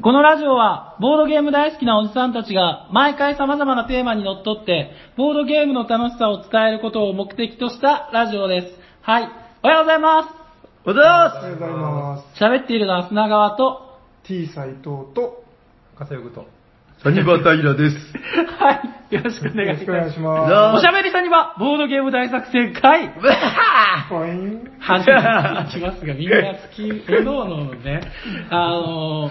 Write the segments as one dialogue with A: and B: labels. A: このラジオは、ボードゲーム大好きなおじさんたちが、毎回様々なテーマにのっとって、ボードゲームの楽しさを伝えることを目的としたラジオです。はい。おはようございま
B: おはようござい
C: おは
B: ま
C: ようございます
A: 喋っているのは砂川と、
C: す。T 斎藤と、
D: 笠よくと。
B: すサニバタイラです。
A: はい。よろしくお
C: よ
A: 願
C: ろ
A: い
C: し
A: し
C: くお願
A: ま
C: い
A: す。
C: します。
B: どう
A: おしゃべりさんには、ボードゲーム大作戦会
B: うわ
C: ポイン
A: 始めていきますが、みんな好き、各々のね、 あのー、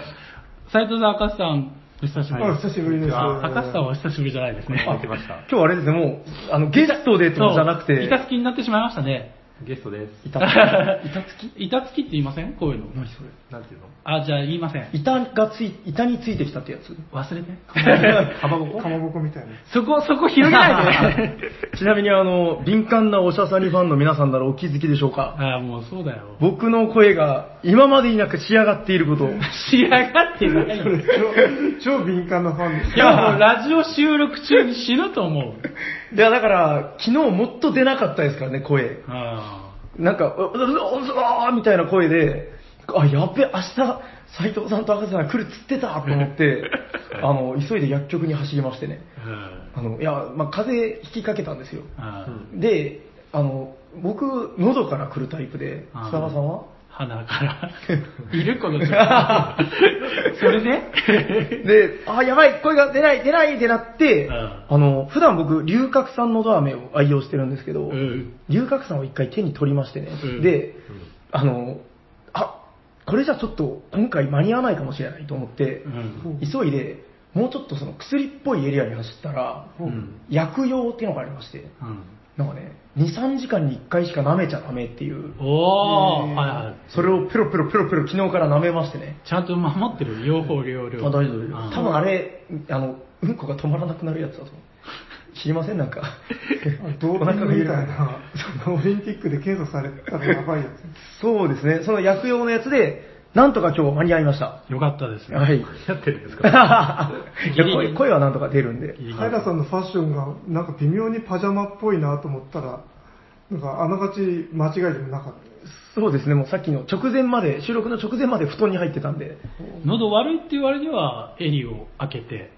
A: 斉藤さん、赤瀬さん、お久しぶり
C: お
A: です。
C: 久しぶりです。
A: 赤瀬さんはお久しぶりじゃないですね。
D: あ、来ました。
B: 今日あれですね、もう、あの、ゲストでとかじゃなく
A: そう
B: て、
A: 板付きになってしまいましたね。
D: ゲストです。
B: 板
A: 板付き板付きって言いませんこういうの。
B: 何それ
D: なんていうの
A: あ、じゃあ言いません。
B: 板がつい、板についてきたってやつ
A: 忘れて。
D: かまぼこ
C: かまぼこみたいな。
A: そこ、そこ広げないで ね。
B: ちなみにあの、敏感なおしゃさにファンの皆さんならお気づきでしょうか
A: あ、もうそうだよ。
B: 僕の声が今までになく仕上がっていること。
A: 仕上がってないよ。
C: 超超敏感なファンです。
A: いや、もうラジオ収録中に死ぬと思う。
B: いや、だから、昨日もっと出なかったですからね、声。
A: あ
B: なんか、うううううみたいな声で、あ、やっべ、明日、斎藤さんと赤瀬さんが来るっつってたと思って、あの、急いで薬局に走りましてね。
A: ーうん
B: あの、いや、まあ、風邪ひきかけたんですよ。
A: あー。
B: で、あの、僕、喉から来るタイプで、
A: あー
B: 砂川さんは
A: 鼻 から。いる この人。それで
B: で、あ、やばい、声が出ない、出ないってなって、
A: うん
B: あの、普段僕、龍角散のど飴を愛用してるんですけど、
A: うん。
B: 龍角散を一回手に取りましてね、
A: うん
B: で、あの、あ、これじゃちょっと今回間に合わないかもしれないと思って、
A: うん。
B: 急いで、もうちょっとその薬っぽいエリアに走ったら、
A: うん。
B: 薬用っていうのがありまして、
A: うん。
B: なんかね、2、3時間に1回しか舐めちゃダメっていう、
A: お
C: え
A: ー、は
C: ー
A: いはい。
B: それをペロペロペロペロ昨日から舐めましてね、
A: ちゃんと守ってる。両方両
B: あ
A: 両。
B: 大丈夫、多分
A: あ
B: あれ、あの、うんこが止まらなくなるやつだと思う。知りませんなんか。
C: ドーピングみた
B: お腹が
C: い
B: 緩む
C: な、そのオリンピックで検査されたらやばいや
B: そうですね、その薬用のやつで、なんとか今日間に合い ました。
A: よかったですね。
B: はい。
D: やってるんです
B: い
D: か
B: や
A: ギリギリ
B: 声声はなんとか出るんで。
C: つ。平さんのファッションが、なんか微妙にパジャマっぽいなと思ったら、なんかあながち間違いでもなかった。
B: そうですね、もうさっきの直前まで、収録の直前まで布団に入ってたんで、
A: 喉悪いって言われには、襟を開けて。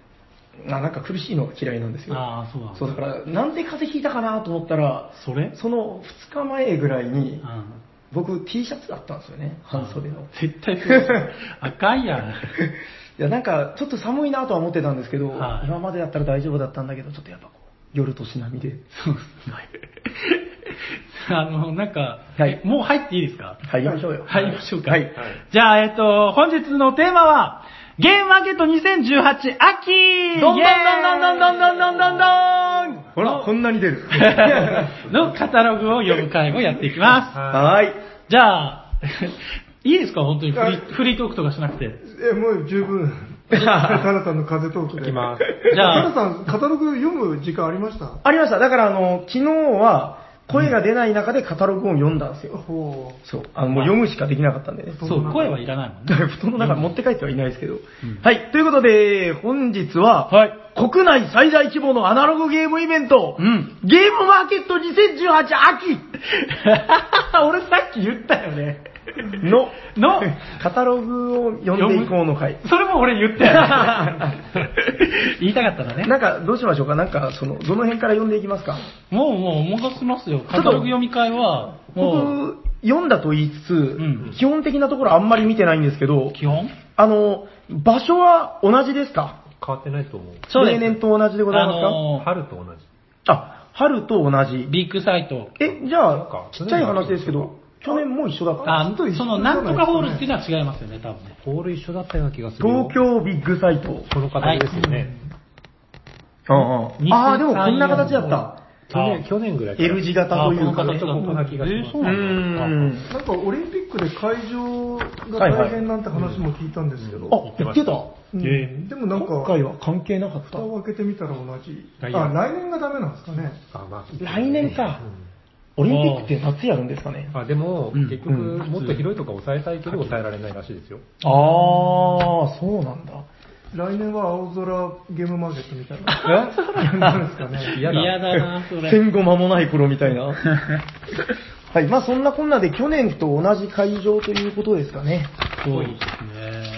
B: あなんか苦しいのが嫌いなんですよ。
A: ああ、そうなんだ。
B: そうだから、なんで風邪ひいたかなと思ったら、
A: それ
B: その2日前ぐらいに
A: う、ん。
B: 僕 T シャツだったんですよね、半袖の。
A: 絶対そうです。あかんやん。
B: いや、なんか、ちょっと寒いなとは思ってたんですけど、
A: はい
B: 今までだったら大丈夫だったんだけど、ちょっとやっぱこう、夜としなみで。
A: そうですね。あの、なんか、
B: はい
A: えもう入っていいですか
B: 入りましょうよ。
A: 入りましょうか。
B: はい。
A: じゃあ、えっと、本日のテーマは、ゲームマーケット2018秋
B: どんど
A: イエ
B: ん
A: ーイ
B: どんどんどんどんどんどんどんほら、こんなに出る。
A: のカタログを読む会もやっていきま
B: はーい。
A: す。じゃあ、 いいですか本当にフリ
C: はい
A: ーフリートークとかしなくて。
C: え、もう十 分。タラさんの風トークで。
D: いきます。
A: じゃ
C: タラ
A: あ、
C: さん、カタログ読む時間ありました
B: ありました。だから、あの、昨日は、声が出ない中でカタログを読んだんですよ。
C: ほ
B: そう。あの、もう読むしかできなかったんでね。
A: そう、声はいらないもんね。
B: 布団の中に持って帰ってはいないですけど。
A: ん
B: はい。ということで、本日 は、
A: はい
B: 国内最大規模のアナログゲームイベント、
A: うん
B: ゲームマーケット2018秋 俺さっき言ったよね。の、
A: の、
B: カタログを読んでいこうの回。
A: それも俺言ったよ、 ね。言いたかったんだね。
B: なんか、どうしましょうかなんか、その、どの辺から読んでいきますか
A: もうもう思い出しますよ。カタログ読み会は、もう、
B: 僕、読んだと言いつつ、
A: ん
B: 基本的なところあんまり見てないんですけど、
A: 基本
B: あの、場所は同じですか
D: 変わってないと思う。
A: そうです
B: 例年と同じでございますか、
A: あのー
D: 春と同じ。
B: あ、春と同じ。
A: ビッグサイト。
B: え、じ
D: な
B: ゃ
D: ん
B: あ
D: か、
B: ちっちゃい話ですけど、去年も一緒だった。
A: あ、その、なんとかホールっていうのは違いますよね、多分ね。
D: ホール一緒だったような気がするよ。
B: 東京ビッグサイト。
D: この形ですよね。
B: うんうんああ、でもこんな形だった。
D: 去年、去年ぐらいから。
B: L 字型という
A: あこ
B: か。
A: の形だった
D: こんな気がしま
A: えー
D: す。
A: そう
B: うーん。
C: なんかオリンピックで会場が大変なんて話も聞いたんですけど、
B: あ、言ってた。
C: うん
D: え
C: でもなん
B: 今
C: か
B: 回、は関係なかった
C: 蓋。を開けてみたら同じ。
D: 来年
C: あ、来年がダメなんですかね。
D: あ、まあ
B: 来年かオリンピックって夏やるんですかね
D: あ、でも、
A: うん
D: 結局、
B: うん
D: もっと広いとこ抑えたいけど抑えられないらしいですよ。
B: ああ、そうなんだ。
C: 来年は青空ゲームマーケットみたいな。えなんですかね。
D: 嫌だ。
A: 嫌だな、そ れ。
B: 戦後間もない頃みたい な。はい、まあそんなこんなで去年と同じ会場ということですかね。
E: そうですね。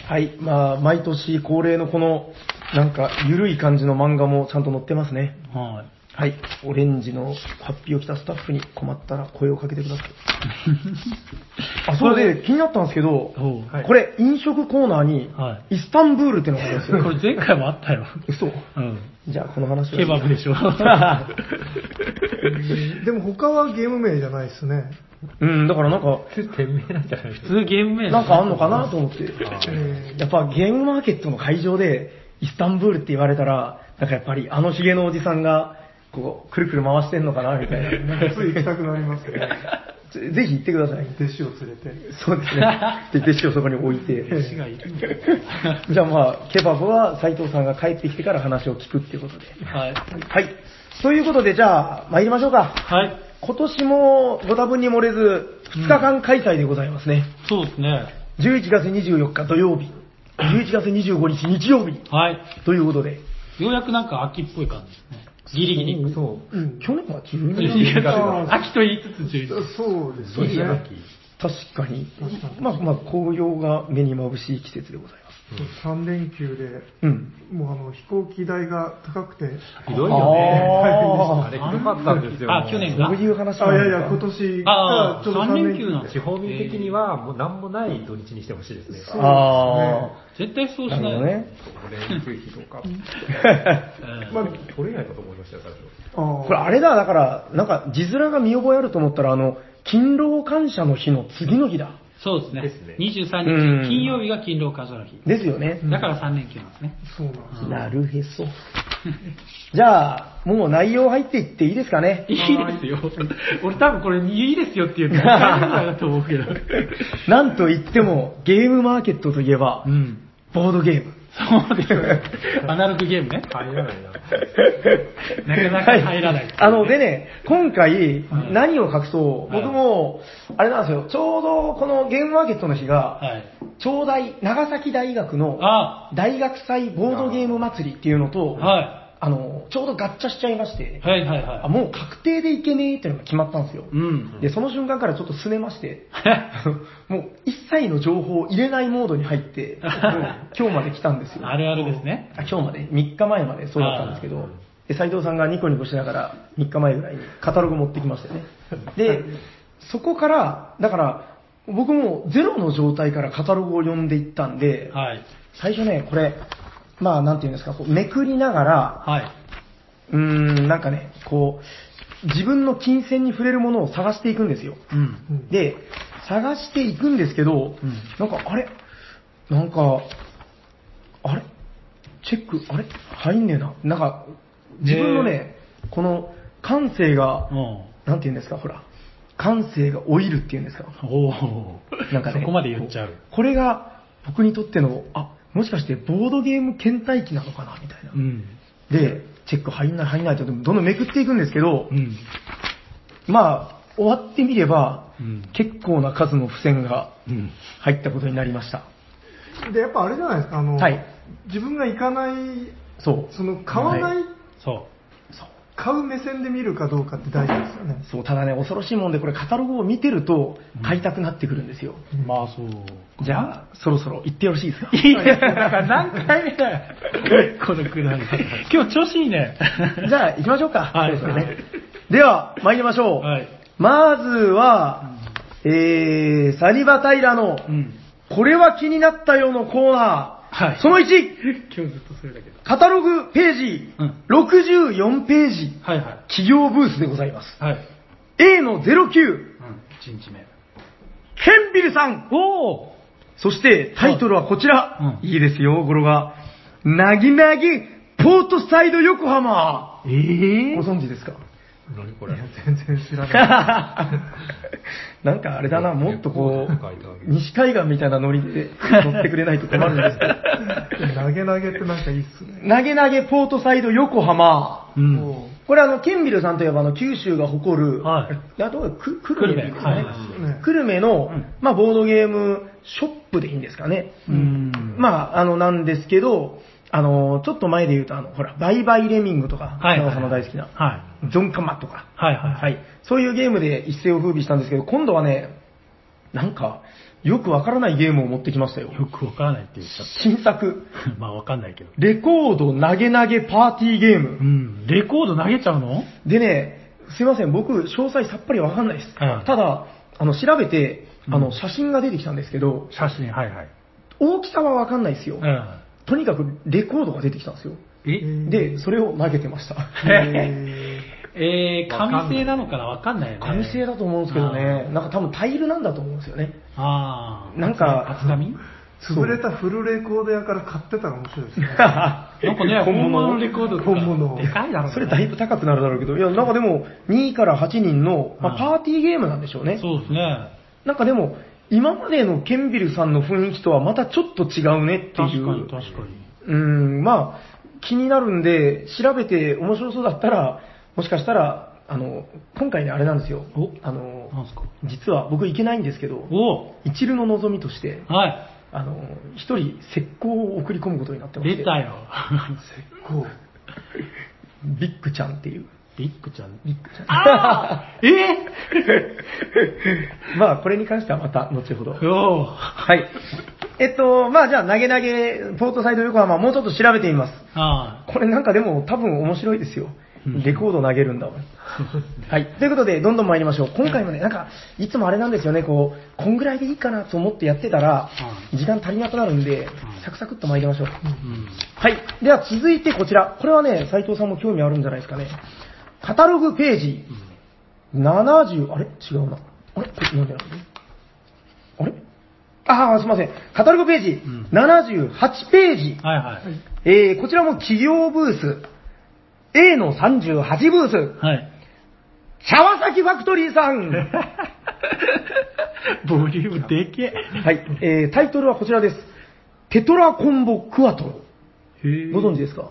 B: はい。まあ、毎年恒例のこの、なんか、ゆるい感じの漫画もちゃんと載ってますね。
E: はい。
B: はい。オレンジのハッピーを着たスタッフに困ったら声をかけてください。あ、それで気になったんですけど、
E: おう
D: はい
B: これ、飲食コーナーに、
E: は
B: イスタンブールってのがあるんです
E: こ
B: よ。
E: れ前回もあったよ。
B: 嘘
E: うん。
B: じゃあ、この話は
E: ケバブで しょ。
C: でも他はゲーム名じゃないです ね。
B: うん、だからなんか、
D: 店名なんじゃないですか
E: 普通ゲーム名
B: なんかあんのかなと思って。
C: え
B: やっぱゲームマーケットの会場で、イスタンブールって言われたら、なんかやっぱりあのヒゲのおじさんが、こう、くるくる回してんのかな、みたいな。
C: ー なんかつい行きたくなりますね。
B: ぜぜひ行ってください。
C: 弟子を連れて。
B: そうですね。で、弟子をそこに置いて。
E: 私がいる
B: じゃあまあ、ケバブは斉藤さんが帰ってきてから話を聞くっていうことで。
E: はい。
B: はい。ということで、じゃあ、参りましょうか。
E: はい。
B: 今年もご多分に漏れず、2日間開催でございますね。
E: そうですね。
B: 11月24日土曜日、11月25日日曜日、
E: はい。
B: ということで、
E: ようやくなんか秋っぽい感じですね。ギリギリ。
D: そ
C: うん。
B: 去年は12
E: 12
B: 月。
E: 月
C: あー
E: 秋と言いつつ11
C: そうです
D: う。
C: ね。
D: いいやんき
B: 確かに。まあまあ、紅葉が目に眩しい季節でございます。
C: 3連休で、
B: うん。
C: もうあの飛行機代が高くて、
D: ひどいよね。
B: あー
D: あれひどかったんですよ。
E: あ去年が
B: そういう話
C: あ、いやいや、
B: 今
C: 今年
E: あー
C: がちょうど
E: 三
C: 3
E: 連
C: 連
E: 休
C: 休
E: なん
C: で
E: だ。
D: 地方民的には、もう何もない土日にしてほしいですね。
C: そう
B: あ
E: 絶対そう
B: あ、
E: し
B: な
E: な
B: るほ
E: い。
B: どね。
D: そう連休ひどかった。
E: ええ
C: まあ、
D: 取れないかと思いましたよ、最初。
C: あ
B: こ
C: ー
B: れあれだ、だから、なんか、字面が見覚えあると思ったら、あの、勤労感謝の日の次の日だ。
E: そうですね。
D: ですね
E: 23
B: うん
E: 日、金曜日が勤労感謝の日。
B: ですよね。
E: だから3連休なんですね。
C: そうなんです。
B: なるへそ。 じゃあ、もう内容入っていっていいですかね。
E: いいですよ。俺多分これいいですよって言うと大丈夫だと思うけど。
B: なんといっても、ゲームマーケットといえば
E: う、ん。
B: ボードゲーム。
E: そうですよね。アナログゲームね。
D: 入らないな。
E: なかなか入らない。
B: あの、でね、今回、何を隠そう、
E: はい
B: 僕も、あれなんですよ、ちょうどこのゲームマーケットの日が、
E: はい。
B: 長大、長崎大学の
E: あ
B: 大学祭ボードゲーム祭りっていうのと、
E: は
B: あの、ちょうどガッチャしちゃいまし
E: い。
B: て、
E: はいはいは
B: あ
E: い。
B: もう確定でいけねえっていうのが決まったんですよ。
E: うん。
B: で、その瞬間からちょっと拗ね まして、もう一切の情報を入れないモードに入って、もう今日まで来たんですよ。
E: あるあるですね。
B: あ今日まで、3日前までそうだったんですけど、で斉藤さんがニコニコしながら、3日前ぐらいにカタログ持ってきましたよね。で、そこから、だから、僕もゼロの状態からカタログを読んでいったんで、
E: はい。
B: 最初ね、これ、まあ、なんていうんですか、こうめくりながら、
E: はい。
B: うーん、なんかね、こう、自分の金銭に触れるものを探していくんですよ。
E: うん。
C: うん
B: で、探していくんですけど、
E: うん
B: なんか、あれなんか、あれチェック、あれ入んねえな。なんか、自分のね、この感性が、
E: お
B: なんて言うんですか、ほら、感性が老いるっていうんですか。
E: おおー
B: なんかね、
E: そこまで言っちゃう
B: こ。これが僕にとっての、あ、もしかしてボードゲーム倦怠期なのかな、みたいな。
E: うん。
B: で、チェック入んない入んないと、どんどんめくっていくんですけど、
E: うん。
B: まあ、終わってみれば、
E: うん
B: 結構な数の付箋が
E: うん。
B: 入ったことになりました。
C: で、やっぱあれじゃないですか、あの、
B: はい
C: 自分が行かない、
B: そう。
C: その、買わない、
B: は
E: そ
C: 買う目線で見るかどうかって大事ですよね。
B: そう、ただね、恐ろしいもんで、これカタログを見てると、買いたくなってくるんですよ。
E: う。まあそう。
B: じゃあ、そろそろ行ってよろしいですか
E: いいですだから何回目だよ。このくだり。今日調子いいね。
B: じゃあ、行きましょうか。
E: はい
B: そろそろね。では、参りましょう。
E: はい
B: まずは、えー、サニバタイラの、
E: うん。
B: これは気になったよのコーナー。
E: はい
B: その1、
E: 今日ずっとそれだけど。
B: カタログページ、
E: うん
B: 64ページ、
E: はいは
B: 企業ブースでございます。
E: い。はい。
B: A の09、ケン
E: うん。1日目。
B: ビルさん。
E: おお
B: そして、タイトルはこちら。
E: うん
B: いいですよ、語呂が。なぎなぎ、ポートサイド横浜。
E: ええ
B: ご存知ですか
D: 何これ。
C: 全然知 らない。
B: なんかあれだな、もっとこ
D: レコード書いてあ
B: う、
D: る
B: 西海岸みたいなノリで乗ってくれないと困るんですけ
C: 投げ投げってなんかいいっすね。
B: ど。なげなげポートサイド横浜。
E: うん。
C: も
B: これあの、ケンビルさんといえばあの、九州が誇る、
E: はい
B: いや、どうく、くるめですかね
E: 久留米は。
C: う、ね。
B: 久留米の
E: うん、
B: まあ、ボードゲームショップでいいんですかね。
E: うん
B: まあ、あの、なんですけど、あの、ちょっと前で言うと、あの、ほら、バイバイレミングとか、
E: はい
B: 長尾さんの大好きな、
E: は
B: ジョンカマとか、
E: はいはい
B: はい。そういうゲームで一世を風靡したんですけど、今度はね、なんか、よくわからないゲームを持ってきましたよ。
A: よくわからないって言っち ゃっ
B: 新作、
A: た。まあわかんないけど。
B: レコード投げ投げパーティーゲーム
A: う。ん。レコード投げちゃうの
B: でね、すいません、僕、詳細さっぱりわかんないです。
A: うん
B: ただ、あの、調べて、あ
A: う
B: の、
A: ん
B: 写真が出てきたんですけど、
A: 写真、はいはい。
B: 大きさはわかんないですよ。
A: うん。
B: とにかく、レコードが出てきたんですよ。
A: え
B: で、それを投げてました。
E: えー、紙製なのかなわかんないよね。
B: 紙製だと思うんですけどね、なんか多分タイルなんだと思うんですよね。
E: ああ。
B: なんか
E: 厚 紙
C: 潰れたフルレコード屋から買ってたら面白いですね。
E: なんかね、
B: 本物
E: 本物のレコードとか。
C: 本物
E: でかいだろうね。
B: それだいぶ高くなるだろうけど、いや、なんかでも、2から8人の、まあ、
E: う
B: パーティーゲームなんでしょうね。
E: そうですね。
B: なんかでも、今までのケンビルさんの雰囲気とはまたちょっと違うねってい
E: 確かに
B: う。
E: 確かに。
B: うん、まあ、気になるんで、調べて面白そうだったら、もしかしたら、あの、今回ね、あれなんですよ。あの、
E: なんすか
B: 実は僕行けないんですけど、
E: お
B: 一流の望みとして、
E: はい。
B: あの、一人、石膏を送り込むことになってまして。
E: 出た よ。
C: こ
B: ビッグちゃんっていう。
A: ビッグちゃん、ビッグちゃん。
E: ああ え
B: まあ、これに関してはまた後ほど。
E: ー、おー
B: はい。えっと、まあじゃあ、投げ投げ、ポートサイド横浜、もうちょっと調べてみます。
E: あ
B: これなんかでも多分面白いですよ。レコード投げる んだもん。はい。ということで、どんどん参りましょう。今回もね、なんか、いつもあれなんですよね、こう、こんぐらいでいいかなと思ってやってたら、時間足りなくなるんで、サクサクっと参りましょう。はい。では続いてこちら。これはね、斉藤さんも興味あるんじゃないですかね。カタログページ、70、あれ違うな。あれこれ読んでないあれああ、すいません。カタログページ、78ページ。
E: あ。はいはい。
B: えーこちらも企業ブース、A の38ブース、
E: はい。
B: 茶わさきファクトリーさん。
A: ボリュームでけえ。
B: はい、えータイトルはこちらです。テトラコンボクワトロ。ご存知ですか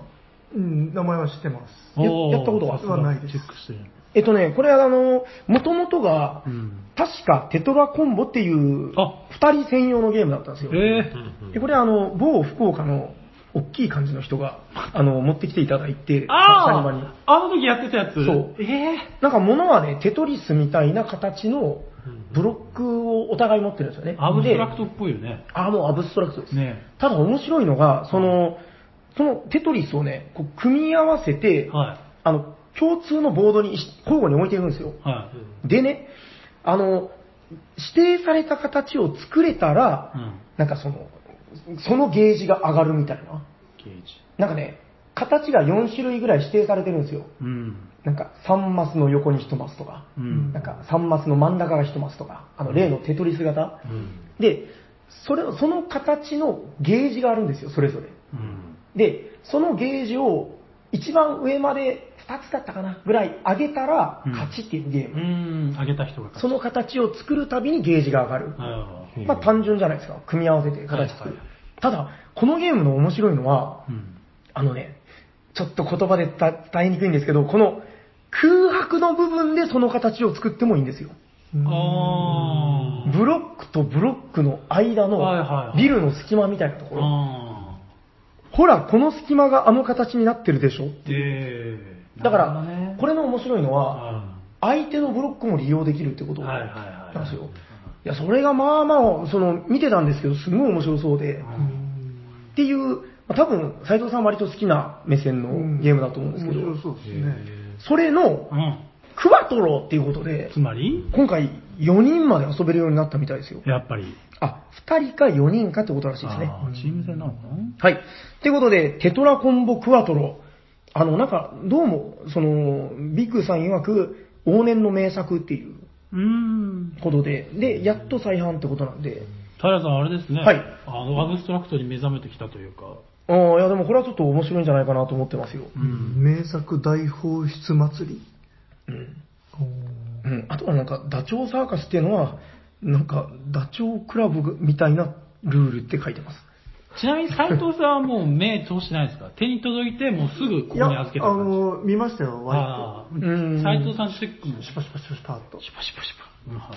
C: う。うん、名前は知ってます。
B: ややったことは
A: さすが
C: はないです
A: チェックしてる。
B: えっとね、これはあの、もともとが
A: う、ん。
B: 確かテトラコンボっていう、
E: あ
B: 二人専用のゲームだったんですよ。
E: え
B: で、これはあの、某福岡の、大きい感じの人が、あの、持ってきていただいて、
E: ー、あ
B: サニバに
E: ああの時やってたやつ
B: そう
E: え
B: なんか物はね、テトリスみたいな形のブロックをお互い持ってるんですよね。
E: ー、アブストラク
B: ト。
E: トっぽいよね。
B: ああ、もうアブストラクトです。
E: ね
B: ただ面白いのが、その、そのテトリスをね、こう組み合わせて、
E: は
B: あの、共通のボードに交互に置いていくんですよ。
E: い。はい。
B: でね、あの、指定された形を作れたら、
E: うん。
B: なんかその、そのゲージが上がるみたいな。
A: ゲージ。
B: なんかね、形が4種類ぐらい指定されてるんですよ。
A: うん。
B: なんか3マスの横に1マスとか、
A: うん
B: なんか3マスの真ん中が1マスとか、あの例のテトリス型。
A: うん。
B: で、それを、その形のゲージがあるんですよ、それぞれ。
A: うん。
B: で、そのゲージを一番上まで2つだったかなぐらい上げたら
A: うん
B: 勝ちっていうゲー
E: う
B: ム。
E: ん、あげた人が勝
B: その形を作るたびにゲージが上がる
E: つ。。あー
B: まあ単純じゃないですか。組み合わせて形作る。
E: はいは
B: ただ、このゲームの面白いのは、
E: うん。
B: あのね、ちょっと言葉で伝伝えにくいんですけど、この空白の部分でその形を作ってもいいんですよ。
E: あー
B: ブロックとブロックの間
E: はいはい
B: の
E: はい
B: ビルの隙間みたいなところ。
E: あ
B: ほら、この隙間があの形になってるでしょ
E: ー。で、
B: だか
E: なるほどね
B: ら、これの面白いのは、
E: あ
B: 相手のブロックも利用できるってこと
E: ーはいはいはい。
B: なんですよ。いや、それがまあまあ、その、見てたんですけど、すごい面白そうで、っていう、まあ多分、斉藤さん割と好きな目線
C: うん
B: のゲームだと思うんですけ
C: 面白
B: ど、
C: そうですね。
B: それの
E: う、ん。
B: クワトロっていうことで
E: つ、まり
B: 今回4人まで遊べるようになったみたいですよ。
E: やっぱり。
B: あ、2人か4人かってことらしいですね。
E: あーチーム戦なのかな
B: はい。ということで、テトラコンボクワトロ。あの、なんか、どうも、その、ビッグさん曰く、往年の名作っていう
E: うーん。
B: ことで、で、やっと再販ってことなんで、
E: 平さん、あれですね。
B: はい
E: あの、アブストラクトに目覚めてきたというか。
B: あーいや、でもこれはちょっと面白いんじゃないかなと思ってますよ。
C: 名作大放出祭り。
B: うん。
C: おー
B: うん。あとはなんか、ダチョウサーカスっていうのは、なんか、ダチョウクラブみたいなルールって書いてます。
E: ちなみに斉藤さんはもう目通してないですか手に届いて、もうすぐここ
C: い
E: に
C: や、あ
E: 預けた感じ。
C: の、見ましたよ、割
E: あ
B: う
E: ー
B: ん
E: 斉藤さんチェックも
C: と。シュパシュパシュパシュパッと。
E: パシパシパ。うんはい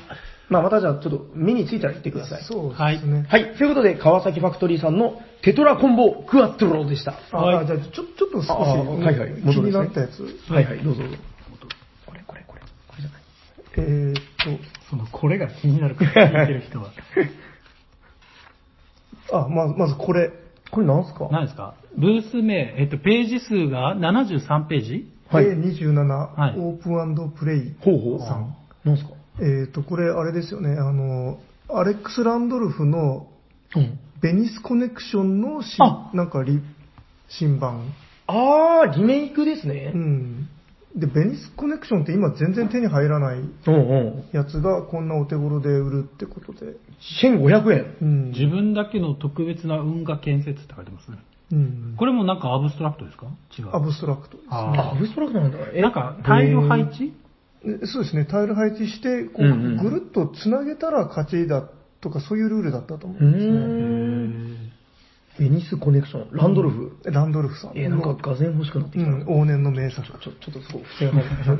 B: まあ、またじゃあ、ちょっと、目についたら言ってください。
C: そう
E: は
C: で
E: い
C: すね。
B: はい。ということで、川崎ファクトリーさんの、テトラコンボクワトロでした。
C: あ
E: はい
C: あじゃあ、ちょ、ちょっと少し、
B: ああはいはい
C: 気になったやつ。
B: はいはい、どうぞどうぞ。これこれこれ。これじゃない。
C: えーっ
A: その、これが気になるから聞いてる人は。
B: あ、まず、まずこれ。これなんすか
A: 何ですかブース名、えっと、ページ数が73ページ
B: はい
C: A27、
A: い
C: オープンプレイ。
B: ほうほう。
C: さん
B: なんすか
C: えっ、と、これ、あれですよね、あの、アレックス・ランドルフの
B: うん。
C: ベニスコネクションの新
B: あ、
C: なんかリ、新版。
B: あー、リメイクですね
C: う。ん。で、ベニスコネクションって今全然手に入らない
B: うんうん。
C: やつがこんなお手頃で売るってことで。
B: 1500円。
C: うん。
A: 自分だけの特別な運河建設って書いてますね。
C: うん。
A: これもなんかアブストラクトですか違う。
C: アブストラクト。
B: あ、アブストラクトなんだ。え
A: なんか、タイル配置
C: えそうですね、タイル配置して、こ
B: うんうん
C: う、ぐるっとつなげたら勝ちだとか、そういうルールだったと思
B: うー
C: うんですね。
B: ん。ベニスコネクション。ランドルフ。
C: ランドルフさんの。
B: えー、なんか画然欲しくなって
C: う
B: きた。
C: ん、往年の名作。
B: ちょ、ちょっとそう、不正が入っ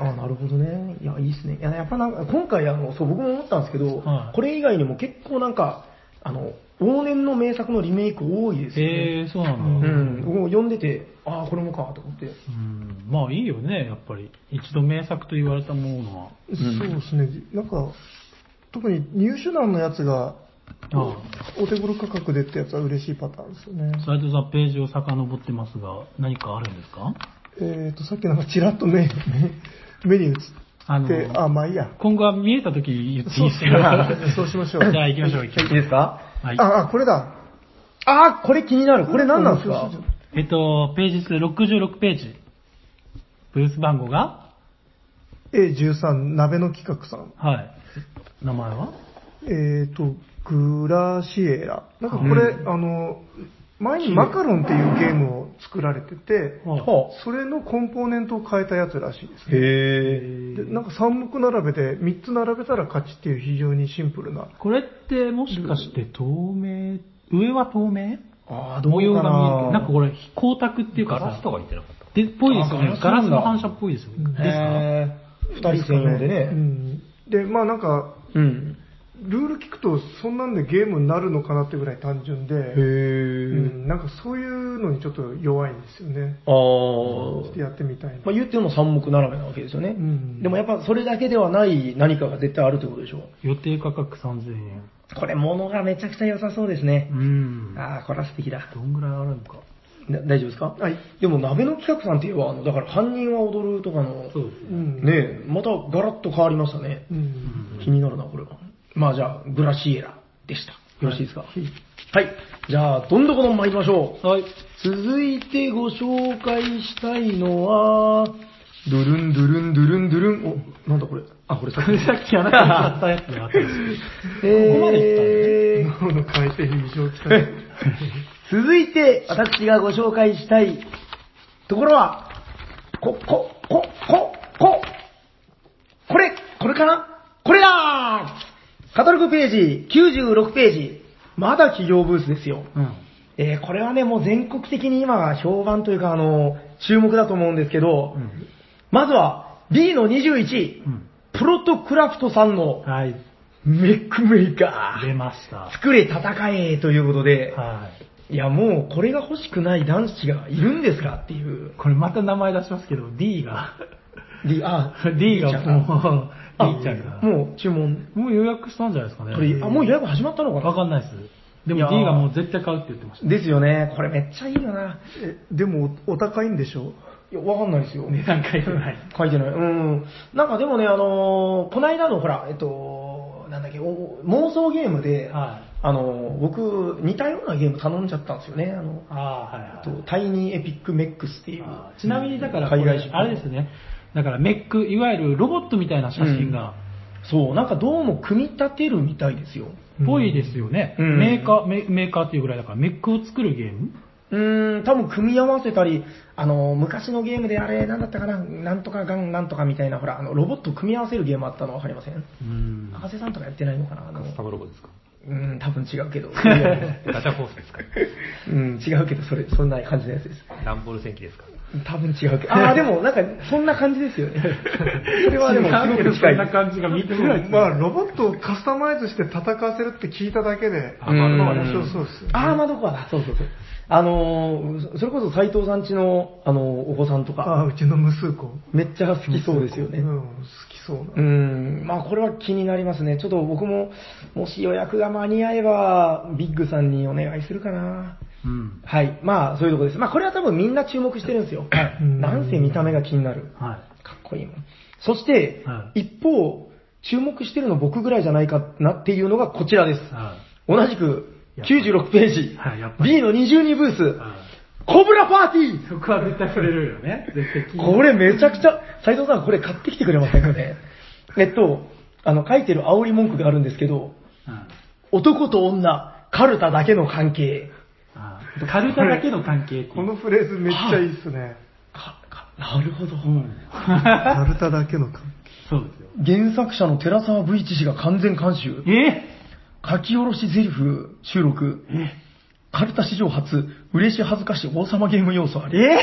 B: た。 ああ、なるほどね。いや、いいですね。いや、やっぱなんか、今回、あの、そう、僕も思ったんですけど、
A: はい
B: これ以外にも結構なんか、あの、往年の名作のリメイク多いですよね。
A: えー、そうな
B: うん
A: だ。
B: ん。僕も読んでて、ああ、これもか、と思って。
A: うん。まあいいよね、やっぱり。一度名作と言われたものは。
C: そうですね、なんか、特に入手難のやつが、
A: あ
C: お手頃価格でってやつは嬉しいパターンですよね。
A: 斉藤さん、ページを遡ってますが、何かあるんですか
C: えっ、と、さっきなんかちらっ と目、目目に映って、
A: あ
C: あ
A: の
C: まあいいや。
A: 今後は見えた時言っていいです
C: そう
A: か
C: そうしまし
A: じ
C: ょう。
A: ゃあ行きましょう、行きましょう。
B: ですか
A: はい。
C: あ、あ、これだ。
B: ああ、これ気になる。これ何なんですか
A: えっと、ページ数66ページ。ブース番号が
C: A13 鍋の企画さん。
A: はい。名前は
C: えっ、と、グラシエラ。なんかこれ、あの、前にマカロンっていうゲームを作られてて、
B: は
C: それのコンポーネントを変えたやつらしいです
B: あ。へ
C: でなんか3目並べで3つ並べたら勝ちっていう非常にシンプルな。
A: これってもしかして透明、上は透明
B: ああ、ど
A: 模
B: うい
A: 様
B: う
A: が
B: か
A: 見え
B: な
A: て、なんかこれ光沢っていうか
D: ガラスと
A: さ、
D: か言ってなかった。
A: で、っぽいですよねガ
B: あ。ガ
A: ラ
B: ラ
A: ス
B: ス
A: の
B: の
A: 反射っぽいですよね。ですか
B: へー二人専用で
C: う
B: ね。
C: ん。で、まあなんか、
B: うん。
C: ルール聞くとそんなんでゲームになるのかなってぐらい単純で、う
B: へえ。
C: ん、なんかそういうのにちょっと弱いんですよね。
B: ああ
C: ちょっ。とやってみたいな。
B: まあ、言っても三目並べなわけですよね。
C: ん
B: でもやっぱそれだけではない何かが絶対あるってことでしょう。
A: 予定価格3000円。
B: これ物がめちゃくちゃ良さそうですね
A: う。ん。
B: ああ、これは素敵だ。
A: どんぐらいあるのか。
B: な大丈夫ですか
C: はい。
B: でも鍋の企画さんって言えば、あの、だから犯人は踊るとかの、
A: そうです。
C: う
B: ね
C: ん。
B: え、またガラッと変わりましたね
C: う。 ん。
B: 気になるな、これは。まあじゃあ、グラシエラでした。よろしいですかはい。じゃあ、どんどこどん参りましょう。
A: はい。
B: 続いてご紹介したいのは、ドゥルンドゥルンドゥルンドゥルン。お、なんだこ れ。あ、これさっき。
A: さっきあなたが買ったやつがあったんですよ
B: えー
A: ここまで
C: うん。脳の回転に異常きたね。
B: 続いて、私がご紹介したいところは、こ、こ、こ、こ、こ、これ、これかなこれだーカタログページ、96ページ。まだ企業ブースですよ。
A: うん。
B: えーこれはね、もう全国的に今評判というか、あの、注目だと思うんですけど、
A: うん
B: まずは B の21、
A: うん
B: プロトクラフトさんの
A: はい。
B: メックメーカ
A: 出
B: ー、
A: ました。
B: 作れ戦えということで、
A: はい。
B: いやもうこれが欲しくない男子がいるんですかっていう。
A: これまた名前出しますけど、D が、
B: D、あ
A: D
B: ちゃ
A: が
B: ん
A: もう、
B: あ
A: D ちゃんが。
B: もう注文。
A: もう予約したんじゃないですかね。
B: これ、あ、もう予約始まったのかな
A: わかんないです。で
B: い
A: も
B: や
A: D がもう絶対買うって言ってました。
B: ですよね。これめっちゃいいよな。
C: え、でもおお高いんでしょ
B: いや、わかんないですよ。
A: 値段書いてない。
B: 書いてない。うん。なんかでもね、あのーこの間のほら、えっと、なんだっけ、お妄想ゲームで、
A: はい
B: あのー僕、似たようなゲーム頼んじゃったんですよね。あの、
A: ああ、はい
B: えっ
A: はい
B: とタイニーエピックメックスっていう。
A: あー。ちなみにだから、こ
B: 海
A: れ
B: 外出版
A: あれですね。だからメック、いわゆるロボットみたいな写真が、
B: そう、なんかどうも組み立てるみたいですよ。
A: ぽいですよね。
B: うん
A: メーカーメ、メーカーっていうぐらいだから、メックを作るゲーム
B: うーん、多分組み合わせたり、あの、昔のゲームであれ、なんだったかな、なんとかガンなんとかみたいな、ほら、あの、ロボット組み合わせるゲームあったのわかりません
A: うん。
B: 博士さんとかやってないのかなあの
D: カスタムロゴですか
B: うん、多分違うけど。
D: ガチャコースですか
B: うん、違うけど、それ、そんな感じのやつです。
D: ダンボール戦記ですか
B: 多分違うけど。ああ、でも、なんか、そんな感じですよね。それはでも、すごく近
A: そん
B: い
A: な
B: です。
A: 感じが見て
C: ま
A: ない。
C: あ、ロボットをカスタマイズして戦わせるって聞いただけで、
B: うん
C: まあ、面白そうですよね。
B: ああ、まどこはだ。そうそうそう。あのー、それこそ斎藤さんちの、あのー、お子さんと
C: ああ、
B: か、
C: うちの無数個。
B: めっちゃ好きそうですよね。
C: うん、好きそうな。
B: うーん、まあこれは気になりますね。ちょっと僕も、もし予約が間に合えば、ビッグさんにお願いするかな。
A: うん。
B: はい。まあ、そういうとこです。まあ、これは多分みんな注目してるんですよ。
C: うん
B: なんせ見た目が気になる。
A: はい。
B: かっこいいもん。そして、
A: は
B: 一方、注目してるの僕ぐらいじゃないかなっていうのがこちらです。
A: は
B: 同じく、
A: やっぱり
B: 96ページ、
A: はいやっぱり
B: B の22ブース
A: い。、はい
B: コブラパーティー
A: そこは絶対触れるよね。絶対聞いて
B: これめちゃくちゃ、斉藤さんこれ買ってきてくれませんかねえっと、あの、書いてる煽り文句があるんですけど、
A: うん
B: 男と女、カルタだけの関係。
A: あーカルタだけの関係っていう
C: このフレーズめっちゃいいっすね。
B: かかなるほど。
C: カルタだけの関
A: そうですよ。
B: 原作者の寺沢 V 知事が完全監修。
A: え
B: 書き下ろしゼリフ収録。カルタ史上初、嬉し恥ずかし王様ゲーム要素あり。
A: え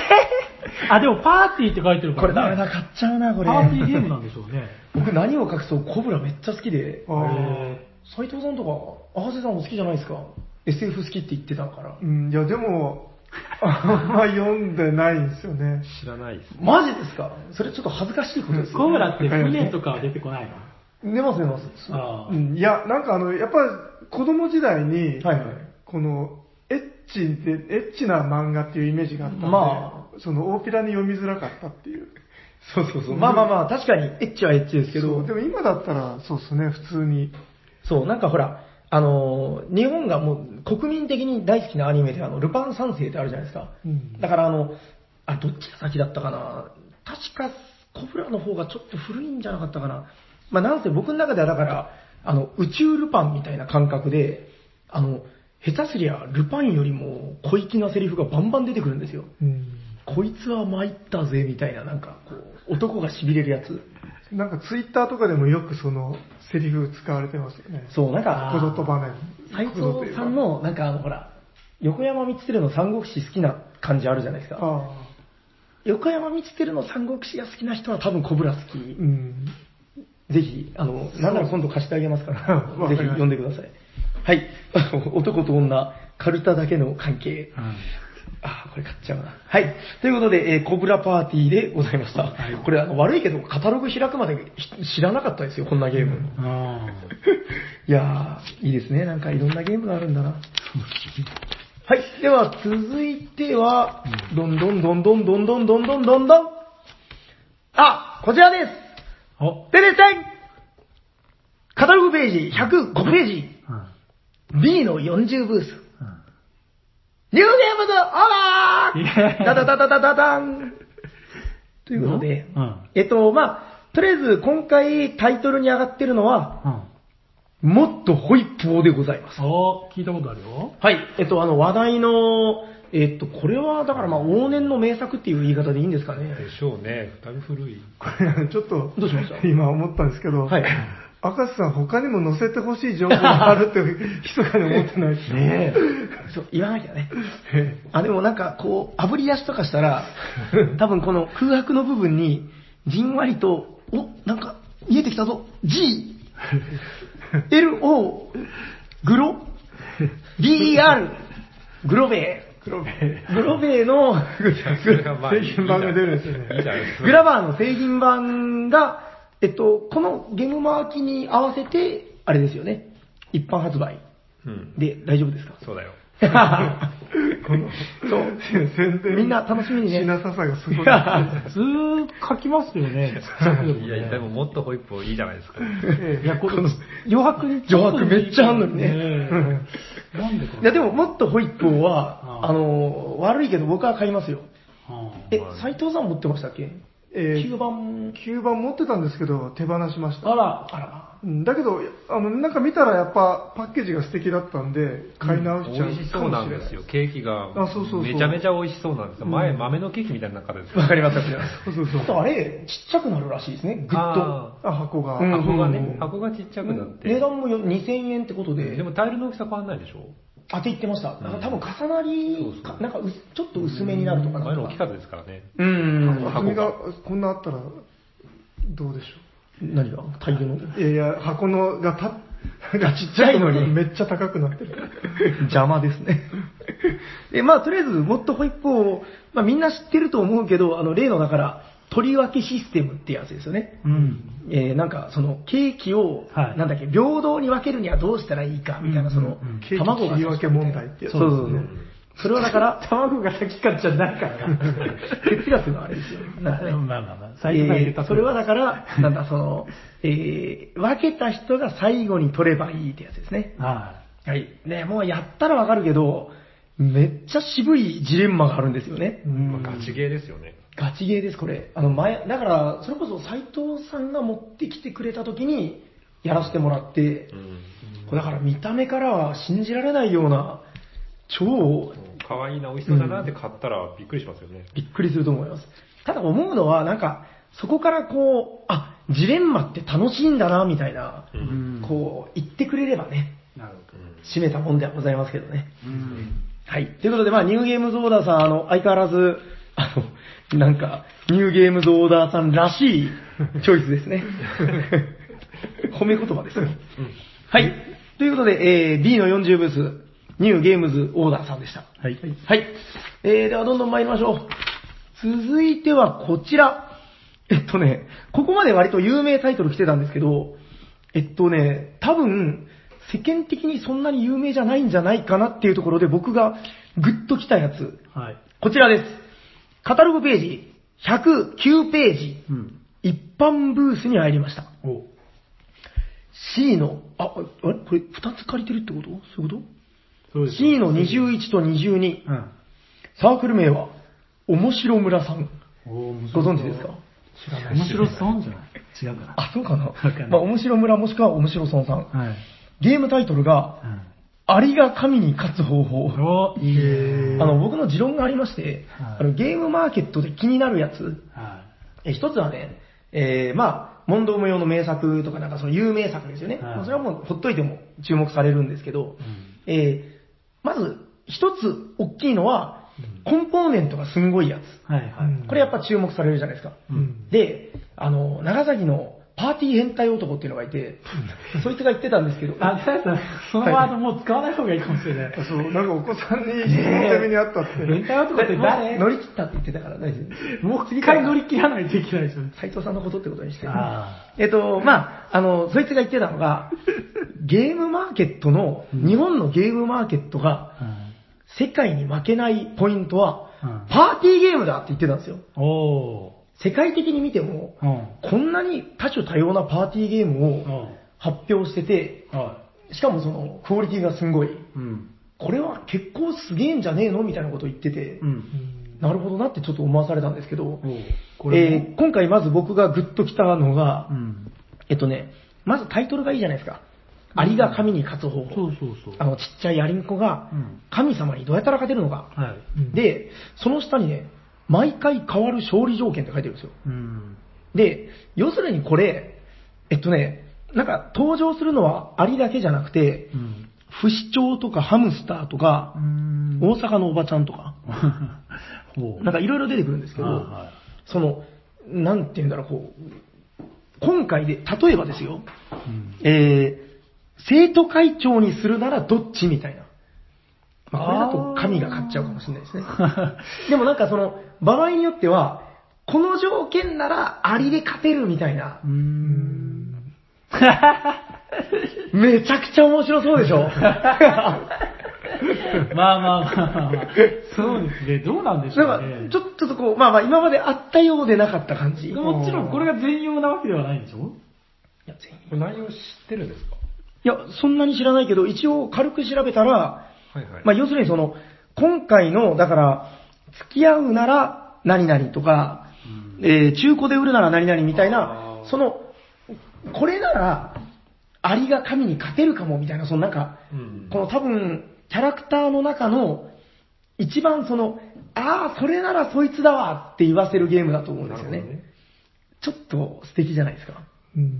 A: あ、でもパーティーって書いてるか
B: これダ
A: ら、
B: メ
A: ね。
B: だ、買っちゃうな、これ。
A: パーティーゲームなんでしょうね。
B: 僕何を隠そう、コブラめっちゃ好きで。
C: 係。
B: 斉藤さんとか、合わせさんも好きじゃないですか。SF 好きって言ってたから
C: う。ん、いや、でも、あんま読んでないんですよね。
D: 知らないです。
B: マジですかそれちょっと恥ずかしいことですよ。
A: コブラって船とかは出てこないの
B: 出ます出ます。
A: あ
C: う
A: ー
C: ん、いや、なんかあの、やっぱり子供時代に、
B: はいはい
C: この、エッチで、エッチな漫画っていうイメージがあったんで、
B: ま
C: その、大っぴらに読みづらかったっていう。
B: そうそうそう。まあまあまあ、確かにエッチはエッチですけ
C: そ
B: ど
C: う、でも今だったら、そうですね、普通に。
B: そう、なんかほら、あのー日本がもう国民的に大好きなアニメで、あの、ルパン三世ってあるじゃないですか。
C: うん
B: だからあの、あ、どっちが先だったかな確か、コブラの方がちょっと古いんじゃなかったかなまあ、なんせ僕の中ではだから、あの、宇宙ルパンみたいな感覚で、あの、下手すりゃ、ルパンよりも小粋なセリフがバンバン出てくるんですよ。
C: うん
B: こいつは参ったぜ、みたいな、なんか、こう、男が痺れるやつ。
C: なんかツイッターとかでもよくその、セリフ使われてますよね。
B: そう、なんか、
C: こぞとばなり。
B: 斉
C: こぞとい
B: 藤
C: う
B: さ
C: か
B: ん。の、なんかあの、ほら、横山光輝の三国志好きな感じあるじゃないですか。
C: あ
B: 横山光輝の三国志が好きな人は多分コブラ好き。
C: あ。うん。
B: ぜひ、あの、なんなら今度貸してあげますか、
C: わから
B: ぜ
C: りま
B: ひ
C: した
B: 読んでください。はい。 男と女、カルタだけの関係。ああ、これ買っちゃうな。はい。ということで、えーコブラパーティーでございました。これ、あの、悪いけど、カタログ開くまでひ知らなかったですよ、こんなゲーム。
A: あ
B: いやー、いいですね。なんかいろんなゲームがあるんだな。はい。では、続いては、どんどんどんどんどんどんどんどんどんどん。あ、こちらです。
A: ー。お、
B: でででんカタログページ105ページ、
A: うん
B: B の40ブ
A: うん
B: ース、ニューゲームズオーバーダダダダダダダンということで、
A: うん
B: えっと、まあ、とりあえず今回タイトルに上がってるのは、もっとホイップをでございま
A: う
B: す
A: ん。。お、聞いたことあるよ。
B: はい。えっと、あの、話題の、えっと、これは、だからまあ、往年の名作っていう言い方でいいんですかね。
D: でしょうね。だいぶ古い。
C: これ、ちょっと、
B: どうしました
C: 今思ったんですけど、
B: はい。
C: 赤瀬さん、他にも載せてほしい情報があるって、密かに思ってないですか
B: ねえ。そう、言わなきゃね。あ、でもなんか、こう、炙り出しとかしたら、多分この空白の部分に、じんわりと、お、なんか、見えてきたぞ。G、L、O、グロ、D、R、グロベ
C: 黒部。
B: ー。グロベーの、
D: それがまあ、
C: 製品版が出るんですよね
D: いいじゃないですか。
B: グラバーの製品版が、えっと、このゲームマーキに合わせて、あれですよね。一般発売
D: うん。
B: で大丈夫ですか
D: そうだよ。
B: この、そう。
C: 宣伝
B: みんな楽しみにね。
C: 品ささがすごい。
A: 普通書きますよね。
D: いや、でももっとホイップいいじゃないですか。
C: え
A: いや、この余白にちょっと
B: 余白めっちゃあんのにね
A: ねえなんでこれ。
B: いやでも、もっとホイップは、
A: うん
B: あの、悪いけど僕は買いますよ。
A: うん、
B: え、斎藤さん持ってましたっけ
C: えー
B: ?9 番。
C: 吸盤持ってたんですけど、手放しました。
A: あら、
B: あら。
C: うんだけど、あの、なんか見たらやっぱパッケージが素敵だったんで、買い直しち
D: 美
C: ゃう
D: 味し
C: か
D: そうな
C: もし
D: ん
C: れ
D: で
C: ない
D: すよ。ケーキが。
C: あそうそうそう
D: めちゃめちゃ美味しそうなんですよ。前、豆のケーキみたいな中ですよ。
B: わかります、わかります。
C: そうそう
B: あ
C: そう。
B: とあれ、ちっちゃくなるらしいですね、ぐっと。
D: あ
C: あ、箱が。
B: う
D: ー
B: ん
D: 箱がね、箱がちっちゃくなって。
B: 値段もよ2000円ってことで
D: で、もタイルの大きさ変わんないでしょ
B: 当て言ってました。なんか多分重な
D: そうそ
B: り
D: う、
B: かなんかうすちょっと薄めになるとかな
D: 前
B: ん
D: の
B: と
D: 大き
B: か。
D: かったですからね。
B: うん
D: 箱が
C: 厚みがこんなあったら、どうでし
B: 何が大量の。
C: ょう。いやいや、箱のがた、がちっ
B: ちゃいのに
C: めっちゃ高くなってる。
B: 邪魔ですね。え、まあ、とりあえず、もっとホイップを、まあ、みんな知ってると思うけど、あの、例のだから、取り分けシステムってやつですよね。
A: うん。
B: えーなんか、その、ケーキを、
A: はい
B: なんだっけ、平等に分けるにはどうしたらいいか、みたいな、その
A: うんうんうん、
C: ケーキ
B: 卵が
C: 切り分け問題ってやつ
B: そうそうそう。それはだから、
A: 卵が先かじゃないからな。
B: 哲学のあれですよ。なんかね
A: まあまあまあ、最初から入れた、
B: えーそれはだから、なんだ、その、えー分けた人が最後に取ればいいってやつですね。
A: あ
B: はい。ね、もうやったらわかるけど、めっちゃ渋いジレンマがあるんですよね。
D: まあガチゲーですよね。
B: ガチゲーです、これ。あの、前、だから、それこそ斎藤さんが持ってきてくれた時に、やらせてもらって、これだから見た目からは信じられないような、超
D: 可愛いな、美味しそうだなって買ったらびっくりしますよね。
B: びっくりすると思います。ただ思うのは、なんか、そこからこう、あ、ジレンマって楽しいんだな、みたいな、
D: う
A: あ。うん。
B: こう、言ってくれればね、
A: なるほ
B: 締めたもんではございますけどね。
A: ど。うん。
B: はい。ということで、まあ、ニューゲームズオーダーさん、あの、相変わらず、あの、なんか、ニューゲームズオーダーさんら しいチョイスですね。褒め言葉ですね。はい。ということで、えー、B の40ブース、ニューゲームズオーダーさんでした。
A: はい。
B: はい。えー、ではどんどん参りましょう。続いてはこちら。えっとね、ここまで割と有名タイトル来てたんですけど、えっとね、多分、世間的にそんなに有名じゃないんじゃないかなっていうところで僕がグッと来たやつ。
A: はい。
B: こちらです。カタログページ、109ページ、
A: うん。
B: 一般ブースに入りました。
A: お
B: C の、あ、あれこれ2つ借りてるってことそういうこ
A: そう
B: と
A: です。
B: ?C の21と22。
A: うん。
B: サークル名は、おもしろ村さん。
A: お面
B: ご
A: 白そう
B: 存知ですか
A: 知らない。面白そうじゃない違うか
B: あ、そうかな。
A: かんない
B: まあ、おもしろ村もしくはおもしろ村さん。
A: な。はい。
B: ゲームタイトルが、アリが神に勝つ方法。
A: うん。おいいね。
B: あの、僕の持論がありまして、
A: はい
B: あのゲームマーケットで気になるやつ、
A: は
B: え一つはね、えー、まあ、問答無用の名作とか、なんかその有名作ですよね。
A: はい
B: まあそれはもうほっといても注目されるんですけど、
A: うん
B: えー、まず、一つ大きいのは、コンポーネントがすんごいやつ。
A: い。はいは
B: これやっぱ注目されるじゃないですか。
A: うん
B: で、あの、長崎のパーティー変態男っていうのがいて、そいつが言ってたんですけど、
A: い。あ、さやさん、 そのワードもう使わない方がいいかもしれ ない。
C: そう、なんかお子さんに質問攻めにあったって。
A: 連帯男って誰
B: 乗り切ったって言ってたから大丈夫
A: もう一回乗り切らないといけないでしょ。
B: 斎藤さんのことってことにして。
A: あ
B: えっと、まあ、あの、そいつが言ってたのが、ゲームマーケットの、日本のゲームマーケットが、世界に負けないポイントは
A: うん、
B: パーティーゲームだって言ってたんですよ。
A: おー。
B: 世界的に見ても、
A: うん。
B: こんなに多種多様なパーティーゲー
A: う
B: ムを
A: ん。
B: 発表してて、
A: は
B: しかもその、クオリティがすんごい。
A: い。うん。
B: これは結構すげえんじゃねえのみたいなことを言ってて、
A: うん。
B: なるほどなってちょっと思わされたんですけど、
A: おうこれも
B: えー今回まず僕がグッときたのが、
A: うん。
B: えっとね、まずタイトルがいいじゃないですか。アリが神に勝つ方法。
A: そうそうそう。
B: あの、ちっちゃいアリンコが
A: うん、
B: 神様にどうやったら勝てるのか。
A: はい。
B: で、その下にね、毎回変わる勝利条件って書いてるんですよ。
A: うん。
B: で、要するにこれ、えっとね、なんか登場するのはアリだけじゃなくて、
A: うん。
B: 不死鳥とかハムスターとか
A: う、ん。
B: 大阪のおばちゃんとか、
A: ほ う。
B: なんかいろいろ出てくるんですけど、
A: あはい
B: その、なんて言うんだろう、こう、今回で、例えばですよ、
A: うん
B: えー、生徒会長にするならどっちみたいな。まあ、これだ
A: あ
B: と
A: ー
B: 神が勝っちゃうかもしれないで すね。でもなんかその、場合によっては、この条件ならアリで勝てるみたいな
A: う、ん。
B: めちゃくちゃ面白そう でしょ
A: まあまあまあまあまあ。そうですね。どうなんでしょ
B: な
A: うん
B: か、
A: ね。
B: ちょっとちょっとこう、まあまあ今まであったようでなかった感じ。
A: もちろんこれが全容なわけではないんでしょ
B: いや全員
D: これ内容知ってるんですか
B: いや、そんなに知らないけど、一応軽く調べたら、
D: はいはい。
B: まあ、要するにその、今回の、だから、付き合うなら何々とか、えー中古で売るなら何々みたいな
D: あ、ー
B: その、これなら、アリが神に勝てるかもみたいな、そのなんか、
D: うん
B: この多分、キャラクターの中の、一番その、ああ、それならそいつだわって言わせるゲームだと思うんですよね。
D: なるほどね
B: ちょっと素敵じゃないですか。
C: うん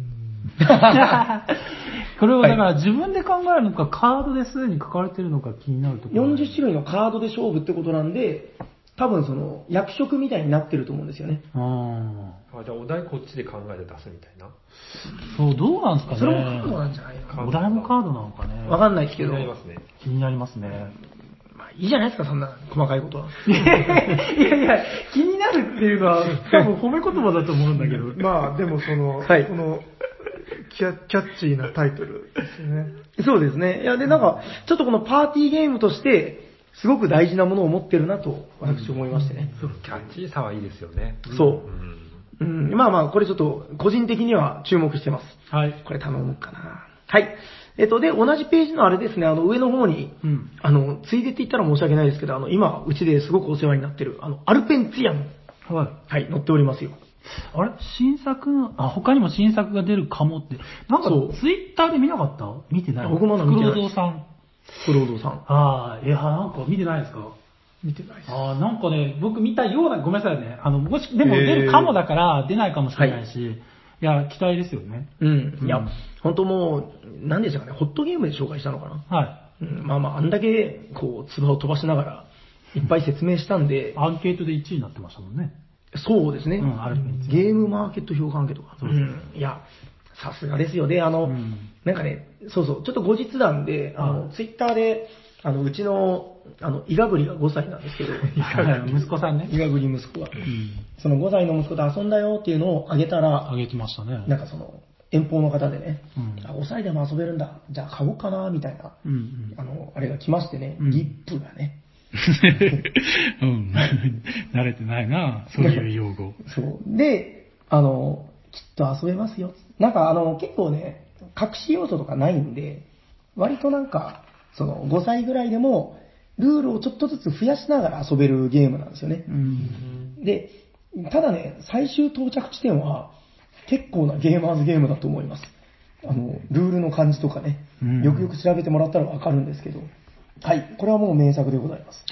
A: これをだから自分で考えるのか、カードですでに書かれてるのか気になるところ。
B: 40種類のカードで勝負ってことなんで、多分その、役職みたいになってると思うんですよね。
A: ああ。
D: あじゃあお題こっちで考えて出すみたいな。
A: そう、どうなんですかね。
B: それもカードなんじゃないの
D: カード
A: お題もカードなのかね。
B: わかんないですけ
D: 気に
B: ど、
D: な
B: ま
D: りますね。
A: 気になりますね。
B: あいいじゃないですか、そんな細 かいことは。
C: いやいや、気になるっていうのは、多分褒め言葉だと思うんだけど。まあ、でもその、
B: はい
C: このキャ、キャッチーなタイトルですよね。
B: そうですね。いや、で、なんか、ちょっとこのパーティーゲームとして、すごく大事なものを持ってるなと、私思いましてね。
D: キャッチーさはいいですよね。
B: そうう。
D: ん。
B: うん、まあまあ、これちょっと、個人的には注目してます。
A: はい。
B: これ頼もうかな。はい。えっと、で、同じページのあれですね、あの、上の方に、
A: うん
B: あの、ついでって言ったら申し訳ないですけど、あの、今、うちですごくお世話になってる、あの、アルペンツィアム。
A: はい。
B: はい、載っておりますよ。
A: あれ新作の、あ、他にも新作が出るかもって。なんか
B: そう、
A: ツイッターで見なかった見てない。
B: 僕まだ見てない
A: 黒蔵さん。
B: 黒堂さん。
A: あー、いや、なんか見てないですか
B: 見てないです。
A: あー、なんかね、僕見たような、ごめんなさいね。あの、もし、でも出るかもだから、出ないかもしれないし、い、や、期待ですよね。
B: うん。いや、
A: うん
B: 本当もう、何でしたかね、ホットゲームで紹介したのかな。
A: は
B: うん、まあまあ、あんだけ、こう、唾を飛ばしながら、いっぱい説明したんで
A: い。、アンケートで1位になってましたもんね。
B: そうですね、
A: うんアルペンツィアム
B: ゲームマーケット評価アンケートか。うん。いや、さすがですよね。あの、
A: うん
B: なんかね、そうそう、ちょっと後日談で、あの、ツイッターで、あの、うちの、あの、イガグリが5歳なんですけど、
A: はい息子さんね。
B: イガグリ息子が、
A: うん。
B: その5歳の息子と遊んだよっていうのをあげたら、
A: あげてましたね。
B: なんかその、遠方の方でね、
A: うん
B: あ5歳でも遊べるんだ、じゃあ買おうかな、みたいな、
A: うんうん。
B: あの、あれが来ましてね、
A: うん
B: リップがね、
A: うん。 慣れてないな、そういう用語。
B: そう。で、あの、きっと遊べますよ。なんかあの、結構ね、隠し要素とかないんで、割となんか、その、5歳ぐらいでも、ルールをちょっとずつ増やしながら遊べるゲームなんですよね
A: う。ん。
B: で、ただね、最終到着地点は、結構なゲーマーズゲームだと思います。あの、ルールの感じとかね
A: うん、
B: よくよく調べてもらったらわかるんですけど、はい、これはもう名作でございます。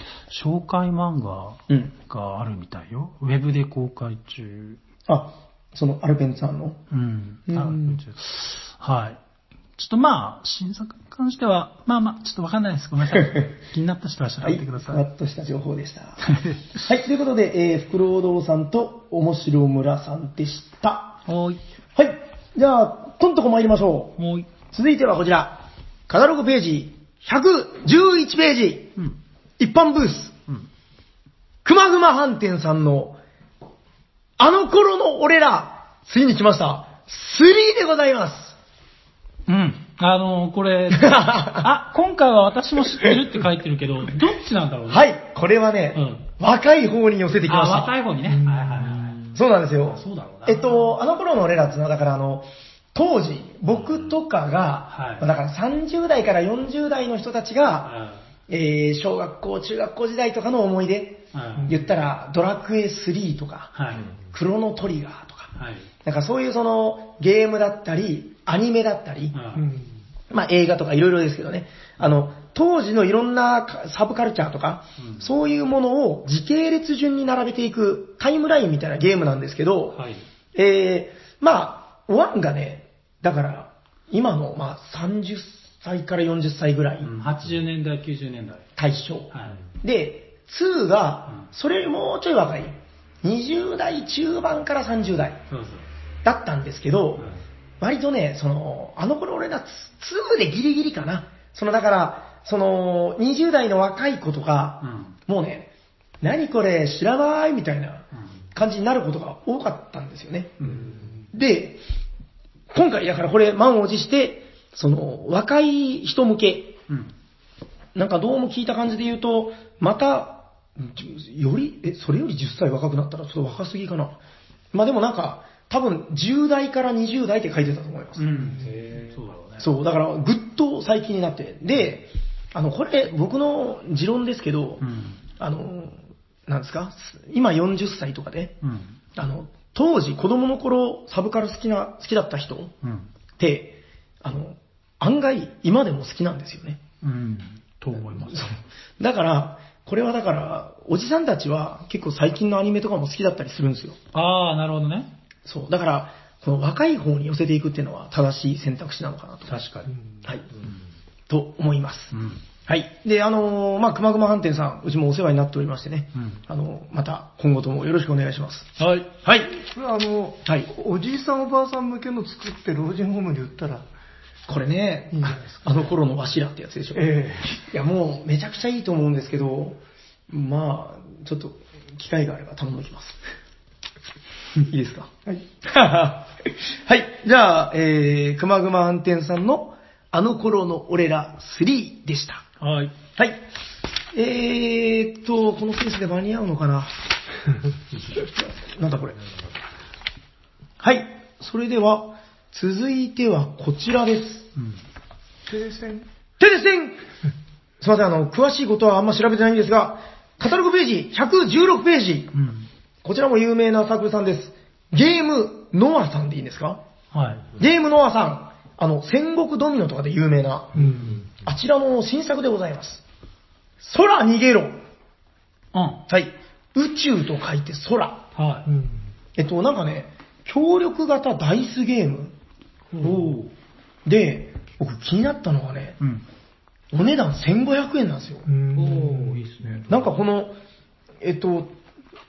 A: 紹介漫画
B: うん。
A: があるみたいよ。ウェブで公開中。
B: あ、その、アルペンツァンの
A: うん。
B: うん
A: あはい。ちょっとまあ、新作に関しては、まあまあ、ちょっとわかんないです。ごめんなさい。 気になった人は調
B: は
A: べ
B: い、
A: てください。
B: ふわっとした情報でした。 はい、ということで、えー、フクロウ堂さんと、おもしろ村さんでした。
A: はーい。
B: はい、じゃあ、とんとこ参りましょ
A: はーい。
B: う。続いてはこちら、カタログページ、111ページ、
A: うん。
B: 一般ブース、
A: うん。
B: くまぐま飯店さんの、あの頃の俺ら、ついに来ました、3でございます。
A: うん。あのーこ れ、あ、今回は私も知ってるって書いてるけど、どっちなんだろうね。。
B: はいい、これはね、
A: うん
B: 若い方に寄せてきま
A: あ、
B: した。
A: 若い方にね。はいはいはい。
B: そうなんですよ。
A: そうだろうな
B: えっと、あの頃の俺らっていうのは、だからあの、当時、僕とかが、
A: はい
B: だから30代から40代の人たちが、
A: あ
B: えー小学校、中学校時代とかの思い出、
A: はい
B: 言ったら、ドラクエ3とか、
A: はい。
B: クロノトリガーとか、
A: はい。
B: なんかそういうその、ゲームだったり、アニメだったり、
A: は
C: う
A: い
C: ん。
B: まあ映画とかいろいろですけどね、あの、当時のいろんなかサブカルチャーとか、
A: うん
B: そういうものを時系列順に並べていくタイムラインみたいなゲームなんですけど、
A: はい。
B: えー、まあ、ワンがね、だから、今の、まあ、30歳から40歳ぐらい、
A: うん80年代、90年代。
B: 対象。
A: はい。
B: で、ツーが
A: うん、
B: それよりもうちょい若い、20代中盤から30代
A: そうそう。
B: だったんですけど、
A: はい
B: 割とね、その、あの頃俺らツーでギリギリかな。その、だから、その、20代の若い子と
A: う
B: か、
A: ん。
B: もうね、何これ知らないみたいな
A: うん
B: 感じになることが多かったんですよね。
A: うん
B: で、今回、だからこれ、満を持して、その、若い人向け、
A: うん。
B: なんかどうも聞いた感じで言うと、また、じゅより、え、それより10歳若くなったらちょっと若すぎかな。まあでもなんか、多分10代から20代って書いてたと思います。
A: うん。そうだろうね。
B: そう、だからぐっと最近になって。で、あの、これ、僕の持論ですけど、
A: うん。
B: あの、なんですか、今40歳とかで、
A: うん。
B: あの、当時子供の頃サブカル好きな、好きだった人、
A: うん。
B: って、あの、案外今でも好きなんですよね。
A: うん。と思います。
B: だから、これはだから、おじさんたちは結構最近のアニメとかも好きだったりするんですよ。
A: ああ、なるほどね。
B: そう。だから、この若い方に寄せていくっていうのは正しい選択肢なのかなと。
A: 確かに。
B: はい。と思います。
A: うん。
B: はい。で、あのーまあ、くまぐま飯店さん、うちもお世話になっておりましてね。
A: うん
B: あのーまた今後ともよろしくお願いします。
A: はい。
B: はい。
C: これあの、
B: はい
C: おじいさんおばあさん向けの作って老人ホームに売ったら、
B: これね、
C: いいんじゃないです
B: あの頃のわしらってやつでしょ。
C: え
B: いや、もうめちゃくちゃいいと思うんですけど、まあ、ちょっと、機会があれば頼んできます。 いいですか
C: えはい。
B: はい。じゃあ、えー、くまぐま暗転さんの、あの頃の俺ら3でした。
E: はい。
B: はい。えーっと、このペースで間に合うのか ななんだこれ。はい。それでは、続いてはこちらです。
C: 停戦
B: テレセンすいません、あの、詳しいことはあんま調べてないんですが、カタログページ、116ページ。こちらも有名なサークルさんです。ゲーム、ノアさんでいいんですか
A: はい。
B: ゲームノアさん。あの、戦国ドミノとかで有名な、
C: うん。
B: あちらの新作でございます。空逃げろ。
A: うん。
B: はい。宇宙と書いて空。
A: は
C: うん。
B: えっと、なんかね、協力型ダイスゲーム。
A: い。お
B: で、僕気になったのがね、
A: うん。
B: お値段1500円なんですよ。
C: うん。
A: いいですね。
B: なんかこの、えっと、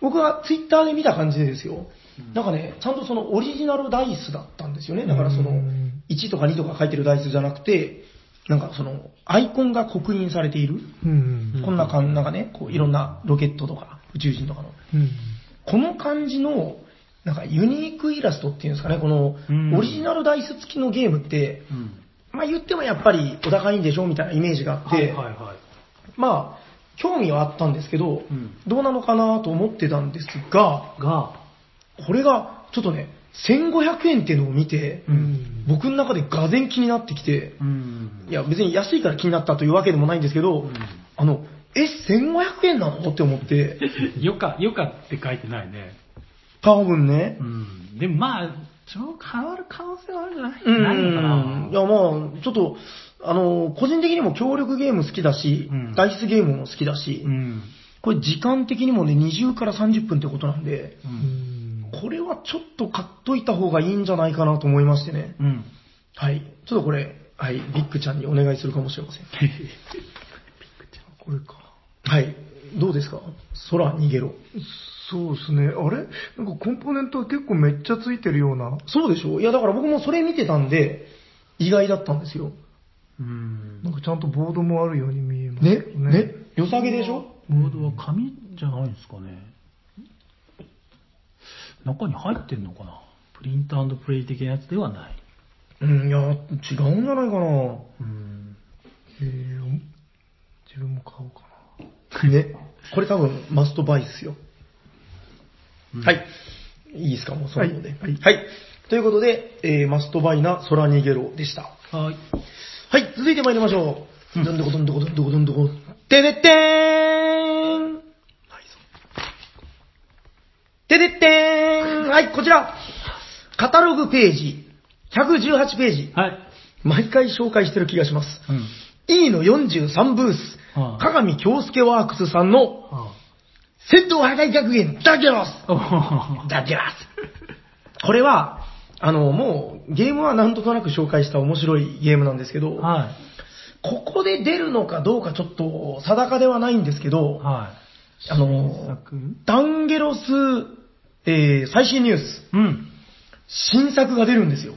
B: 僕はツイッターで見た感じでですよ、なんかね、ちゃんとそのオリジナルダイスだったんですよね。だからその
C: うん、
B: 1とか2とか書いてるダイスじゃなくて、なんかその、アイコンが刻印されている。
C: うん。
B: こんな感じ、なんかね、こういろんなロケットとか宇宙人とかの。
C: うん。
B: この感じの、なんかユニークイラストっていうんですかね、この
A: うん
B: オリジナルダイス付きのゲームって、
A: うん。
B: まあ言ってもやっぱりお高いんでしょみたいなイメージがあっ
A: はい
B: て、
A: はいはい。
B: まあ、興味はあったんですけど、
A: うん
B: どうなのかなと思ってたんですが、
A: が、
B: これが、ちょっとね、1500円っていうのを見て、
C: うん。
B: 僕の中でがぜん気になってきて、
A: うん。
B: いや、別に安いから気になったというわけでもないんですけど、あの、え、1500円なのって思って、
A: よか、よかって書いてないね。
B: 多分ね
A: う、ん。でもまあ、ちょ、変わる可能性はあるんじゃない
B: うん、
A: ないのかない
B: や、まあ、ちょっと、あの、個人的にも協力ゲーム好きだし、
A: うん
B: ダイスゲームも好きだし、
A: うん。
B: これ時間的にもね、20から30分ってことなんで、
A: うん。
B: これはちょっと買っといた方がいいんじゃないかなと思いましてね。
A: うん。
B: はい。ちょっとこれ、はい、ビッグちゃんにお願いするかもしれません。
C: これか。
B: はい。どうですか空逃げろ。
C: そうですね。あれなんかコンポーネントは結構めっちゃついてるような。
B: そうでしょいや、だから僕もそれ見てたんで、意外だったんですよ。
A: うん。
C: なんかちゃんとボードもあるように見えます
B: ね
C: けど
B: ね良さげでしょ
A: ボードは紙じゃないんですかね。中に入ってんのかなプリントプレイ的なやつではない。
B: うん、いや、違うんじゃないか
A: うん。
C: えーお自分も買おうかな。
B: な。ね。これ多分、マストバイっすよ。はい。いいですかもうそういうので。
C: は
B: はいい。ということで、えー、マストバイな空逃げろでした。
A: はい。
B: はい、続いて参りましょう。どんどこどんどこどんどこどんどこ。てでってーんてでってーんはい、こちらカタログページ、118ページ。
A: はい。
B: 毎回紹介してる気がします。
A: うん。
B: E の43ブース
A: は、い
B: 鏡京介ワークスさんの、
A: あ
B: 戦闘破壊学園、だけます
A: あ。おは
B: だけます。これは、あの、もう、ゲームはなんとなく紹介した面白いゲームなんですけど、
A: い。は
B: ここで出るのかどうかちょっと定かではないんですけ
A: い。
B: ど、あの
A: 作、
B: ダンゲロス、えー、最新ニュース、
A: うん。
B: 新作が出るんですよ。